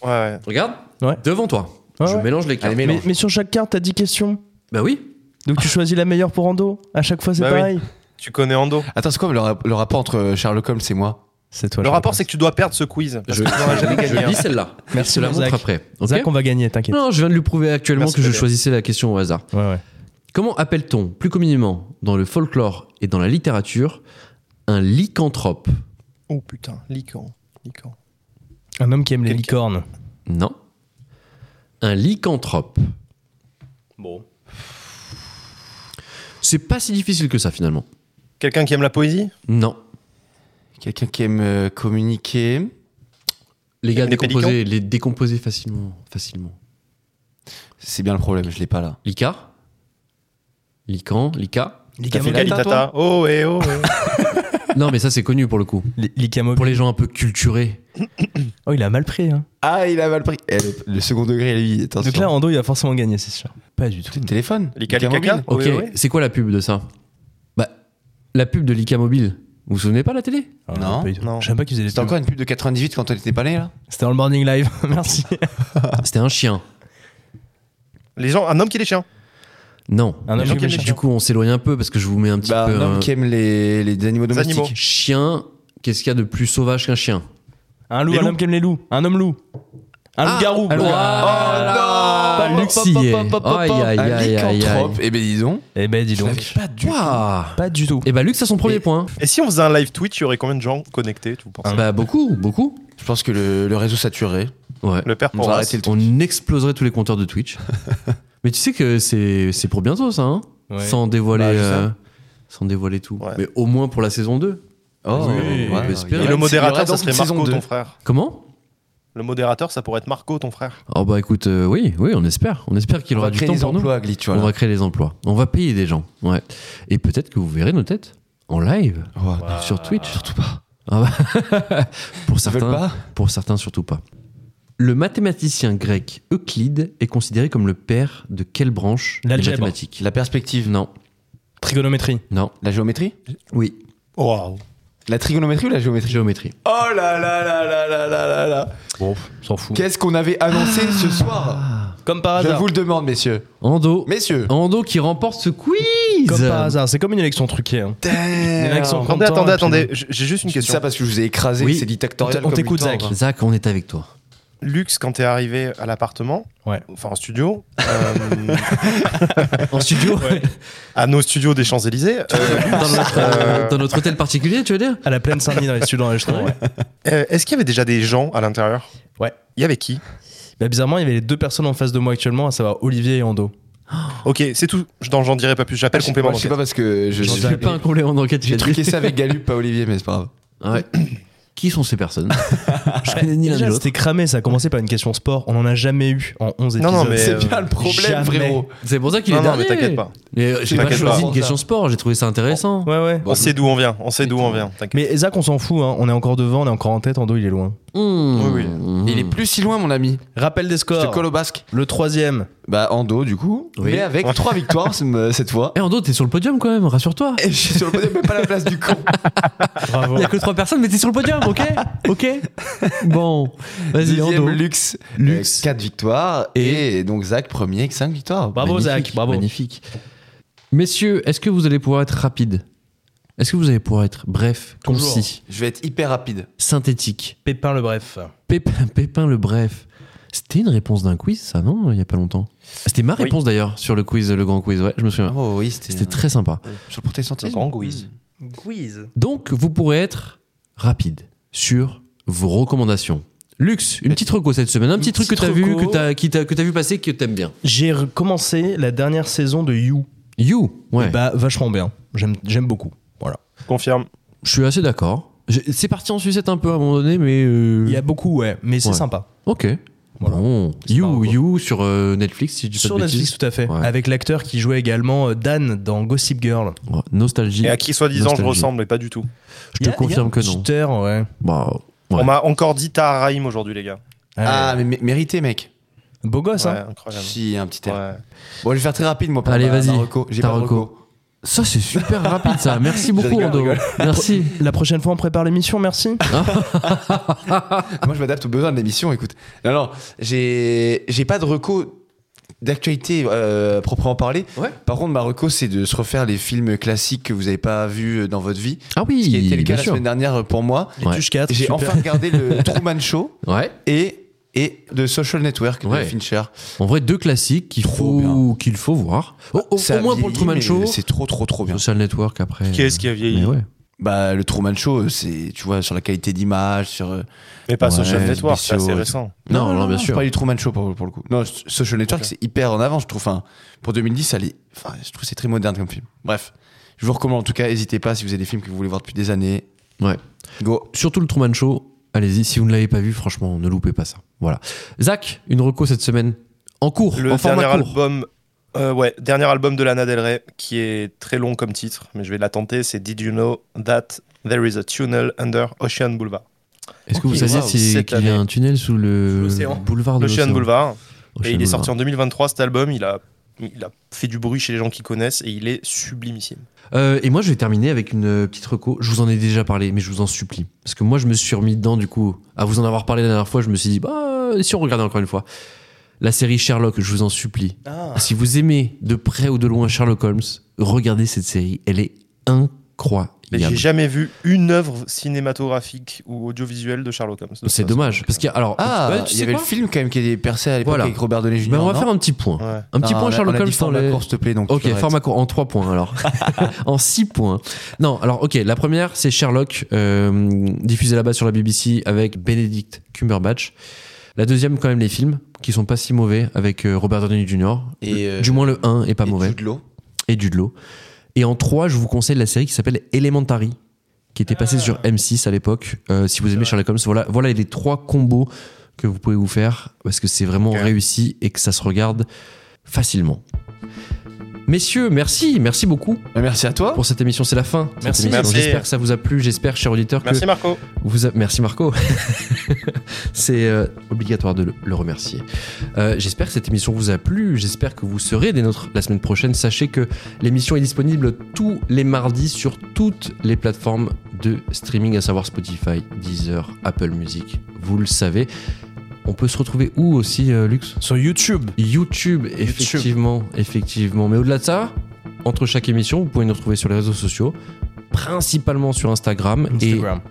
Speaker 4: Ouais, ouais.
Speaker 1: Regarde.
Speaker 5: Ouais.
Speaker 1: Devant toi.
Speaker 5: Ouais,
Speaker 1: je
Speaker 5: ouais.
Speaker 1: mélange les cartes.
Speaker 2: Allez,
Speaker 5: Mais,
Speaker 2: mélange.
Speaker 5: mais sur chaque carte, t'as 10 questions.
Speaker 1: Bah oui.
Speaker 5: Donc tu choisis la meilleure pour Ando. À chaque fois, c'est
Speaker 4: Bah oui.
Speaker 5: pareil.
Speaker 4: Tu connais Ando.
Speaker 2: Attends, c'est quoi le, rap- le rapport entre euh, Sherlock Holmes et moi
Speaker 5: C'est toi.
Speaker 4: Le rapport, c'est que tu dois perdre ce quiz. Parce
Speaker 1: Je,
Speaker 4: que tu n'auras jamais
Speaker 1: je
Speaker 4: gagné.
Speaker 1: lis
Speaker 4: hein.
Speaker 1: celle-là.
Speaker 5: Merci,
Speaker 1: Je te la montre
Speaker 5: Zach.
Speaker 1: après. ok
Speaker 5: Zach, on va gagner, t'inquiète.
Speaker 1: Non, je viens de lui prouver actuellement
Speaker 4: Merci,
Speaker 1: que je
Speaker 4: Fabien.
Speaker 1: choisissais la question au hasard.
Speaker 5: Ouais, ouais.
Speaker 1: Comment appelle-t-on, plus communément, dans le folklore et dans la littérature, un lycanthrope
Speaker 4: hein. Oh putain, Lican. Licorne.
Speaker 5: Un homme qui aime les
Speaker 4: Quelqu'un.
Speaker 5: licornes.
Speaker 1: Non. Un lycanthrope.
Speaker 4: Bon.
Speaker 1: C'est pas si difficile que ça finalement.
Speaker 4: Quelqu'un qui aime la poésie
Speaker 1: Non.
Speaker 2: Quelqu'un qui aime euh, communiquer.
Speaker 1: Les gars,
Speaker 4: Les
Speaker 1: décomposez, les décomposez facilement. facilement.
Speaker 2: C'est bien le problème, je l'ai pas là.
Speaker 1: Lika Lican Lika
Speaker 4: T'as fait
Speaker 2: Camolata,
Speaker 4: Kalitata. Oh, eh, oh, eh.
Speaker 1: Non, mais ça c'est connu pour le coup.
Speaker 5: L'icamobile.
Speaker 1: Pour les gens un peu culturés.
Speaker 5: Oh, il a mal pris. Hein.
Speaker 2: Ah, il a mal pris. Eh, le, le second degré, lui, attention.
Speaker 5: Donc là, Ando, il a forcément gagné, c'est sûr. Pas du tout.
Speaker 2: téléphone.
Speaker 4: Les calicacas.
Speaker 2: mobile.
Speaker 1: Ok,
Speaker 4: Oui, oui.
Speaker 1: c'est quoi la pub de ça Bah, la pub de Lika Mobile. Vous vous souvenez pas de la télé
Speaker 5: Ah,
Speaker 2: Non,
Speaker 5: pas du tout.
Speaker 4: non.
Speaker 5: Je savais pas qu'ils faisaient des
Speaker 2: C'était
Speaker 5: trucs.
Speaker 2: encore une pub de 98 quand on était pas né là
Speaker 5: C'était dans le morning live. Merci.
Speaker 2: Ah.
Speaker 1: C'était un chien.
Speaker 4: Les gens, un homme qui les chiens.
Speaker 1: Non.
Speaker 5: Un homme
Speaker 1: Du-
Speaker 5: qui aime les
Speaker 1: du
Speaker 5: chiens.
Speaker 1: coup, on s'éloigne un peu parce que je vous mets un petit
Speaker 2: Bah,
Speaker 1: peu.
Speaker 2: un homme
Speaker 1: euh,
Speaker 2: qui aime les, les animaux
Speaker 4: Les
Speaker 2: domestiques.
Speaker 4: animaux.
Speaker 1: Chien, qu'est-ce qu'il y a de plus sauvage qu'un chien
Speaker 5: Un loup,
Speaker 4: Les
Speaker 5: un
Speaker 4: loups.
Speaker 5: homme qui aime les loups. Un homme loup. Un
Speaker 1: Ah,
Speaker 5: loup-garou.
Speaker 1: un loup-garou.
Speaker 2: Oh
Speaker 4: Ah
Speaker 5: Pas
Speaker 1: non
Speaker 5: luxillé.
Speaker 1: Aïe, aïe,
Speaker 2: Un
Speaker 1: aïe, aïe, aïe.
Speaker 2: lycanthrope, eh ben dis donc.
Speaker 5: Eh ben, dis donc.
Speaker 2: pas du
Speaker 1: Waouh
Speaker 5: Pas du tout.
Speaker 1: Et bah, Luc, c'est son premier
Speaker 4: Et-
Speaker 1: point.
Speaker 4: Et si on faisait un live Twitch, il y aurait combien de gens connectés, tu penses
Speaker 1: Bah, beaucoup, beaucoup.
Speaker 2: Je pense que le, le réseau saturé.
Speaker 1: Ouais.
Speaker 4: Le père
Speaker 2: On va
Speaker 4: Porras.
Speaker 2: arrêter le truc.
Speaker 1: On exploserait tous les compteurs de Twitch. Mais tu sais que c'est c'est pour bientôt ça, hein
Speaker 5: Ouais.
Speaker 1: sans dévoiler
Speaker 4: Bah, je sais.
Speaker 1: euh, sans dévoiler tout.
Speaker 4: Ouais.
Speaker 1: Mais au moins pour la saison 2.
Speaker 2: Oh,
Speaker 1: Oui, on peut espérer.
Speaker 4: Et
Speaker 2: il y aura-
Speaker 4: le
Speaker 2: il y aura
Speaker 4: modérateur, ça
Speaker 2: donc
Speaker 4: serait
Speaker 2: une saison
Speaker 4: Marco,
Speaker 2: deux.
Speaker 4: ton frère.
Speaker 1: Comment
Speaker 4: Le modérateur, ça pourrait être Marco, ton frère.
Speaker 1: Oh bah écoute, euh, oui, oui, on espère, on espère qu'il
Speaker 2: On
Speaker 1: aura
Speaker 2: va
Speaker 1: du
Speaker 2: créer
Speaker 1: temps
Speaker 2: des
Speaker 1: pour nous.
Speaker 2: emplois, Glitch, tu
Speaker 1: On
Speaker 2: vois.
Speaker 1: va créer des emplois, on va payer des gens, ouais. Et peut-être que vous verrez nos têtes en live
Speaker 5: Ah bah,
Speaker 1: sur Twitch. Surtout pas. pour
Speaker 2: Ça veut
Speaker 1: certains,
Speaker 2: pas
Speaker 1: Pour certains, surtout pas. Le mathématicien grec Euclide est considéré comme le père de quelle branche des
Speaker 5: L'algèbre.
Speaker 1: mathématiques
Speaker 2: La perspective,
Speaker 1: Non,
Speaker 5: Trigonométrie.
Speaker 1: non.
Speaker 2: la géométrie
Speaker 1: Oui.
Speaker 4: Waouh.
Speaker 2: La trigonométrie ou la géométrie
Speaker 1: Géométrie.
Speaker 2: Oh là là là là là là là là
Speaker 5: S'en fout.
Speaker 2: Qu'est-ce qu'on avait annoncé ce soir
Speaker 5: Comme par
Speaker 2: Je
Speaker 5: hasard.
Speaker 2: vous le demande, messieurs.
Speaker 1: Ando.
Speaker 2: Messieurs
Speaker 1: Ando qui remporte ce quiz.
Speaker 5: Comme par hasard. C'est comme une élection truquée. hein. Une élection
Speaker 4: Attendez,
Speaker 5: en même temps,
Speaker 4: attendez,
Speaker 5: et puis-
Speaker 4: attendez. J'ai j'ai juste une
Speaker 2: Je dis ça
Speaker 4: question.
Speaker 2: parce que je vous ai écrasé,
Speaker 1: Oui.
Speaker 2: c'est dictatorial.
Speaker 5: On
Speaker 2: comme
Speaker 5: t'écoute,
Speaker 2: le temps,
Speaker 5: Zach.
Speaker 2: hein.
Speaker 1: Zach, on est avec toi.
Speaker 4: Lux, quand t'es arrivé à l'appartement,
Speaker 5: Ouais.
Speaker 4: enfin en studio, euh,
Speaker 1: En studio
Speaker 4: à nos studios des Champs-Élysées, euh,
Speaker 1: dans, notre,
Speaker 4: Euh.
Speaker 1: dans notre hôtel particulier, tu veux dire
Speaker 5: À la plaine Saint-Denis dans les studios d'enregistrement. ouais.
Speaker 4: euh, est-ce qu'il y avait déjà des gens à l'intérieur
Speaker 5: Ouais.
Speaker 4: Il y avait qui
Speaker 5: Bah, bizarrement, il y avait les deux personnes en face de moi actuellement, à savoir Olivier et Ando.
Speaker 4: Ok, c'est tout. Je n'en j'en dirai pas plus. J'appelle
Speaker 2: Ah, Je sais pas,
Speaker 4: complément.
Speaker 2: je sais
Speaker 4: d'enquête.
Speaker 2: pas parce que je
Speaker 1: Je ne fais pas un complément d'enquête.
Speaker 2: J'ai
Speaker 1: il a
Speaker 2: truqué
Speaker 1: dit.
Speaker 2: ça avec Galup, pas Olivier, mais c'est pas grave.
Speaker 1: Ouais. Qui sont ces personnes Je connais ni l'un ni
Speaker 5: Déjà,
Speaker 1: l'autre.
Speaker 5: c'était cramé, ça a commencé par une question sport. On en a jamais eu en 11
Speaker 4: Non,
Speaker 5: épisodes.
Speaker 4: non, mais,
Speaker 2: C'est
Speaker 4: euh,
Speaker 2: bien le problème,
Speaker 5: jamais.
Speaker 2: frérot.
Speaker 1: C'est pour ça qu'il est
Speaker 4: Non, non,
Speaker 1: dernier.
Speaker 4: mais t'inquiète pas.
Speaker 1: Mais euh, j'ai pas
Speaker 4: T'inquiète
Speaker 1: choisi
Speaker 4: pas.
Speaker 1: une question sport, j'ai trouvé ça intéressant.
Speaker 5: Ouais, ouais.
Speaker 2: Bah,
Speaker 4: On sait d'où on vient. On sait d'où on vient. T'inquiète.
Speaker 5: Mais Zach, on s'en fout, hein. on est encore devant, on est encore en tête, Ando, il est loin.
Speaker 1: Mmh.
Speaker 4: Oui, oui.
Speaker 1: Mmh.
Speaker 2: Il est plus si loin, mon ami.
Speaker 5: Rappel des
Speaker 2: Je te
Speaker 5: scores.
Speaker 2: colle au basque.
Speaker 5: Le troisième,
Speaker 2: Bah, en dos, du coup.
Speaker 1: Oui.
Speaker 2: Mais avec trois victoires ce- cette fois.
Speaker 1: Eh Ando, t'es sur le podium quand même, rassure-toi.
Speaker 2: Et je suis sur le podium, mais pas la place du con.
Speaker 1: Il y a que trois personnes, mais t'es sur le podium, ok Ok Bon, vas-y
Speaker 2: Deuxième,
Speaker 1: Ando.
Speaker 2: Lux.
Speaker 1: Lux.
Speaker 2: Euh, Quatre victoires. Et, donc, Zach, premier avec cinq victoires.
Speaker 5: Bravo, Zach, bravo.
Speaker 1: Magnifique. Messieurs, est-ce que vous allez pouvoir être rapide Est-ce que vous allez pouvoir être bref,
Speaker 5: Toujours.
Speaker 1: concis,
Speaker 2: Je vais être hyper rapide.
Speaker 1: synthétique
Speaker 5: Pépin le bref.
Speaker 1: Pépin, Pépin le bref. C'était une réponse d'un quiz, ça, non Il n'y a pas longtemps. C'était ma réponse d'ailleurs sur le quiz, le grand quiz, ouais, je me souviens.
Speaker 2: Oh oui,
Speaker 1: C'était très sympa.
Speaker 2: Sur le protestantisme.
Speaker 4: grand quiz. Mmh.
Speaker 5: Quiz.
Speaker 1: Donc, vous pourrez être rapide sur vos recommandations. Luxe, une petite reco cette semaine, un petit truc que
Speaker 5: petite
Speaker 1: t'as vu,
Speaker 5: reco.
Speaker 1: que t'as, qui t'as- que t'as vu passer, que t'aimes bien.
Speaker 5: J'ai recommencé la dernière saison de You.
Speaker 1: You, ouais.
Speaker 5: Bah, vachement bien. J'aime j'aime beaucoup. Voilà.
Speaker 4: Confirme.
Speaker 1: je suis assez d'accord. Je- C'est parti en sucette un peu à un moment donné, mais euh,
Speaker 5: Il y a beaucoup, ouais, mais c'est
Speaker 1: Ouais.
Speaker 5: sympa.
Speaker 1: ok.
Speaker 5: Voilà.
Speaker 1: Bon,
Speaker 5: C'est pas
Speaker 1: you,
Speaker 5: grave.
Speaker 1: you sur euh, Netflix, si je dis pas
Speaker 5: Sur
Speaker 1: de
Speaker 5: Netflix,
Speaker 1: bêtises.
Speaker 5: tout à fait.
Speaker 1: Ouais.
Speaker 5: Avec l'acteur qui jouait également euh, Dan dans Gossip Girl.
Speaker 1: Ouais, nostalgie.
Speaker 4: Et à qui soi-disant je
Speaker 1: Nostalgie.
Speaker 4: ressemble, mais pas du tout.
Speaker 1: Je te confirme que non.
Speaker 5: Twitter, ouais.
Speaker 1: Bah, ouais.
Speaker 4: On m'a encore dit Taharaim aujourd'hui, les gars.
Speaker 2: Ah, mais mé- mérité, mec.
Speaker 5: Beau gosse,
Speaker 4: Ouais,
Speaker 5: hein.
Speaker 4: incroyable.
Speaker 2: Si, un petit air.
Speaker 4: Ouais.
Speaker 2: Bon, je vais faire très rapide, moi. pour
Speaker 1: Allez,
Speaker 2: ma- ma
Speaker 1: vas-y.
Speaker 2: reco. J'ai
Speaker 1: Ta
Speaker 2: pas de
Speaker 1: reco.
Speaker 2: reco.
Speaker 1: Ça, c'est super rapide, ça. Merci beaucoup,
Speaker 2: rigole,
Speaker 1: Ando.
Speaker 2: rigole.
Speaker 1: Merci.
Speaker 5: La prochaine fois, on prépare l'émission, merci.
Speaker 2: Moi, je m'adapte aux besoins de l'émission, écoute. Non, non, j'ai j'ai pas de reco d'actualité euh, proprement parlé.
Speaker 1: Ouais.
Speaker 2: Par contre, ma reco, c'est de se refaire les films classiques que vous n'avez pas vus euh, dans votre vie.
Speaker 1: Ah oui,
Speaker 2: Ce qui a été le cas
Speaker 1: bien
Speaker 2: la
Speaker 1: sûr. Ah,
Speaker 2: semaine dernière euh, pour moi.
Speaker 5: Les
Speaker 1: Ouais.
Speaker 5: Tuches 4,
Speaker 2: J'ai
Speaker 5: super.
Speaker 2: enfin regardé le Truman Show
Speaker 1: Ouais.
Speaker 2: et, et The Social Network
Speaker 1: Ouais.
Speaker 2: de Fincher.
Speaker 1: En vrai, deux classiques qu'il
Speaker 2: Trop
Speaker 1: faut, qu'il faut voir. Au, au-
Speaker 2: Ça
Speaker 1: au moins pour le
Speaker 2: vieillit,
Speaker 1: Truman
Speaker 2: mais
Speaker 1: Show.
Speaker 2: C'est trop, trop, trop bien.
Speaker 1: Social Network après. euh,
Speaker 4: Qui est-ce qui a
Speaker 1: Mais
Speaker 4: vieilli
Speaker 1: ouais.
Speaker 2: bah, le Truman Show, c'est, tu vois, sur la qualité d'image, sur. euh,
Speaker 4: Mais pas
Speaker 2: Ouais,
Speaker 4: Social
Speaker 2: les
Speaker 4: Network, c'est assez
Speaker 2: spéciaux,
Speaker 4: récent.
Speaker 1: Non, non, bien sûr.
Speaker 2: Pas du Truman Show pour, pour le coup. Non, Social Network, c'est hyper en avant, je trouve. Enfin, pour 2010, ça l'est- enfin, je trouve que c'est très moderne comme film. Bref, je vous recommande en tout cas, n'hésitez pas si vous avez des films que vous voulez voir depuis des années.
Speaker 1: Ouais.
Speaker 2: Go.
Speaker 1: Surtout le Truman Show. Allez-y, si vous ne l'avez pas vu, franchement, ne loupez pas ça. Voilà. Zach, une reco cette semaine en cours,
Speaker 4: Le
Speaker 1: en
Speaker 4: dernier
Speaker 1: format court.
Speaker 4: album, euh, ouais, dernier album de Lana Del Rey, qui est très long comme titre, mais je vais la tenter. C'est Did You Know That There Is a Tunnel Under Ocean Boulevard.
Speaker 1: Est-ce que vous
Speaker 4: Ok,
Speaker 1: saviez
Speaker 4: wow,
Speaker 1: si-
Speaker 4: cette
Speaker 1: qu'il y a
Speaker 4: année.
Speaker 1: un tunnel sous le
Speaker 4: L'océan.
Speaker 1: boulevard de
Speaker 4: Ocean
Speaker 1: l'océan
Speaker 4: Boulevard.
Speaker 1: Ocean
Speaker 4: Et il est
Speaker 1: Boulevard.
Speaker 4: sorti en 2023 cet album. Il a, il a fait du bruit chez les gens qui connaissent et il est sublimissime.
Speaker 1: Euh, et moi, je vais terminer avec une euh, petite reco. Je vous en ai déjà parlé, mais je vous en supplie. Parce que moi, je me suis remis dedans, du coup, à vous en avoir parlé la dernière fois, je me suis dit, bah, et si on regardait encore une fois la série Sherlock, je vous en supplie.
Speaker 2: Ah.
Speaker 1: Si vous aimez de près ou de loin Sherlock Holmes, regardez cette série. Elle est
Speaker 4: Mais j'ai
Speaker 1: incroyable.
Speaker 4: jamais vu une œuvre cinématographique ou audiovisuelle de Sherlock Holmes.
Speaker 1: C'est dommage. Parce qu'il y a, alors,
Speaker 2: Ah,
Speaker 1: ouais, Bah, tu
Speaker 2: il y
Speaker 1: sais
Speaker 2: avait le
Speaker 1: quoi
Speaker 2: film quand même qui est percé à l'époque
Speaker 1: Voilà.
Speaker 2: avec Robert Downey Jr.
Speaker 1: Ben, on va
Speaker 2: non
Speaker 1: faire un petit point.
Speaker 4: Ouais.
Speaker 1: Un petit
Speaker 2: Non,
Speaker 1: point
Speaker 2: on a-
Speaker 1: Sherlock
Speaker 2: on a
Speaker 1: Holmes dans
Speaker 2: dit format
Speaker 1: les...
Speaker 2: court, s'il te plaît, donc.
Speaker 1: Ok,
Speaker 2: tu
Speaker 1: format court en 3 points alors. en 6 points. Non, alors ok, la première c'est Sherlock, euh, diffusé là-bas sur la BBC avec Benedict Cumberbatch. La deuxième quand même les films, qui sont pas si mauvais avec euh, Robert Downey Jr.
Speaker 2: Et, euh,
Speaker 1: du moins le 1 est pas mauvais.
Speaker 2: de l'eau.
Speaker 1: Et Jude Law. Et en 3, je vous conseille la série qui s'appelle Elementary qui était passée sur
Speaker 4: Ah.
Speaker 1: M6 à l'époque. Euh, si vous aimez Sherlock Holmes, voilà, voilà les trois combos que vous pouvez vous faire parce que c'est vraiment
Speaker 4: Ok.
Speaker 1: réussi et que ça se regarde facilement. Messieurs, merci, merci beaucoup
Speaker 2: Bah, Merci à toi.
Speaker 1: pour cette émission. C'est la fin. de cette
Speaker 5: Merci.
Speaker 1: émission.
Speaker 4: Oh. Merci.
Speaker 1: J'espère que ça vous a plu. J'espère, chers auditeurs, que
Speaker 4: Merci Marco.
Speaker 1: vous a- Merci Marco. C'est euh, obligatoire de le, le remercier. Euh, J'espère que cette émission vous a plu. J'espère que vous serez des nôtres la semaine prochaine. Sachez que l'émission est disponible tous les mardis sur toutes les plateformes de streaming, à savoir Spotify, Deezer, Apple Music. Vous le savez. On peut se retrouver où aussi, euh, Lux
Speaker 3: Sur YouTube.
Speaker 1: YouTube, effectivement, effectivement. Mais au-delà de ça, entre chaque émission, vous pouvez nous retrouver sur les réseaux sociaux, principalement sur Instagram.
Speaker 5: Instagram.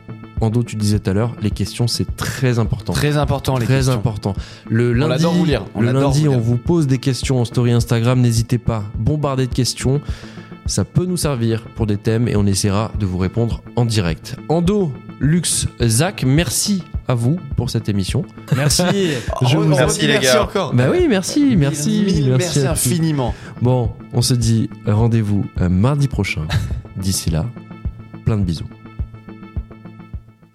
Speaker 1: Et Ando, tu disais tout à l'heure, les questions, c'est très important.
Speaker 2: Très important, les
Speaker 1: Très
Speaker 2: questions.
Speaker 1: important. Le lundi,
Speaker 2: adore vous lire. On
Speaker 1: le
Speaker 2: adore
Speaker 1: lundi,
Speaker 2: vous
Speaker 1: on
Speaker 2: lire.
Speaker 1: vous pose des questions en story Instagram. N'hésitez pas, bombardez de questions. Ça peut nous servir pour des thèmes et on essaiera de vous répondre en direct. Ando, Lux, Zach, merci à vous pour cette émission.
Speaker 5: Merci.
Speaker 1: Je
Speaker 2: Oh,
Speaker 1: vous-
Speaker 2: on
Speaker 4: Merci,
Speaker 2: dit
Speaker 4: les
Speaker 2: merci
Speaker 4: gars.
Speaker 2: encore.
Speaker 1: Bah oui, merci, merci,
Speaker 2: Mille, mille
Speaker 1: merci,
Speaker 2: merci,
Speaker 1: à tous.
Speaker 2: infiniment.
Speaker 1: Bon, on se dit rendez-vous euh, mardi prochain. D'ici là, plein de bisous.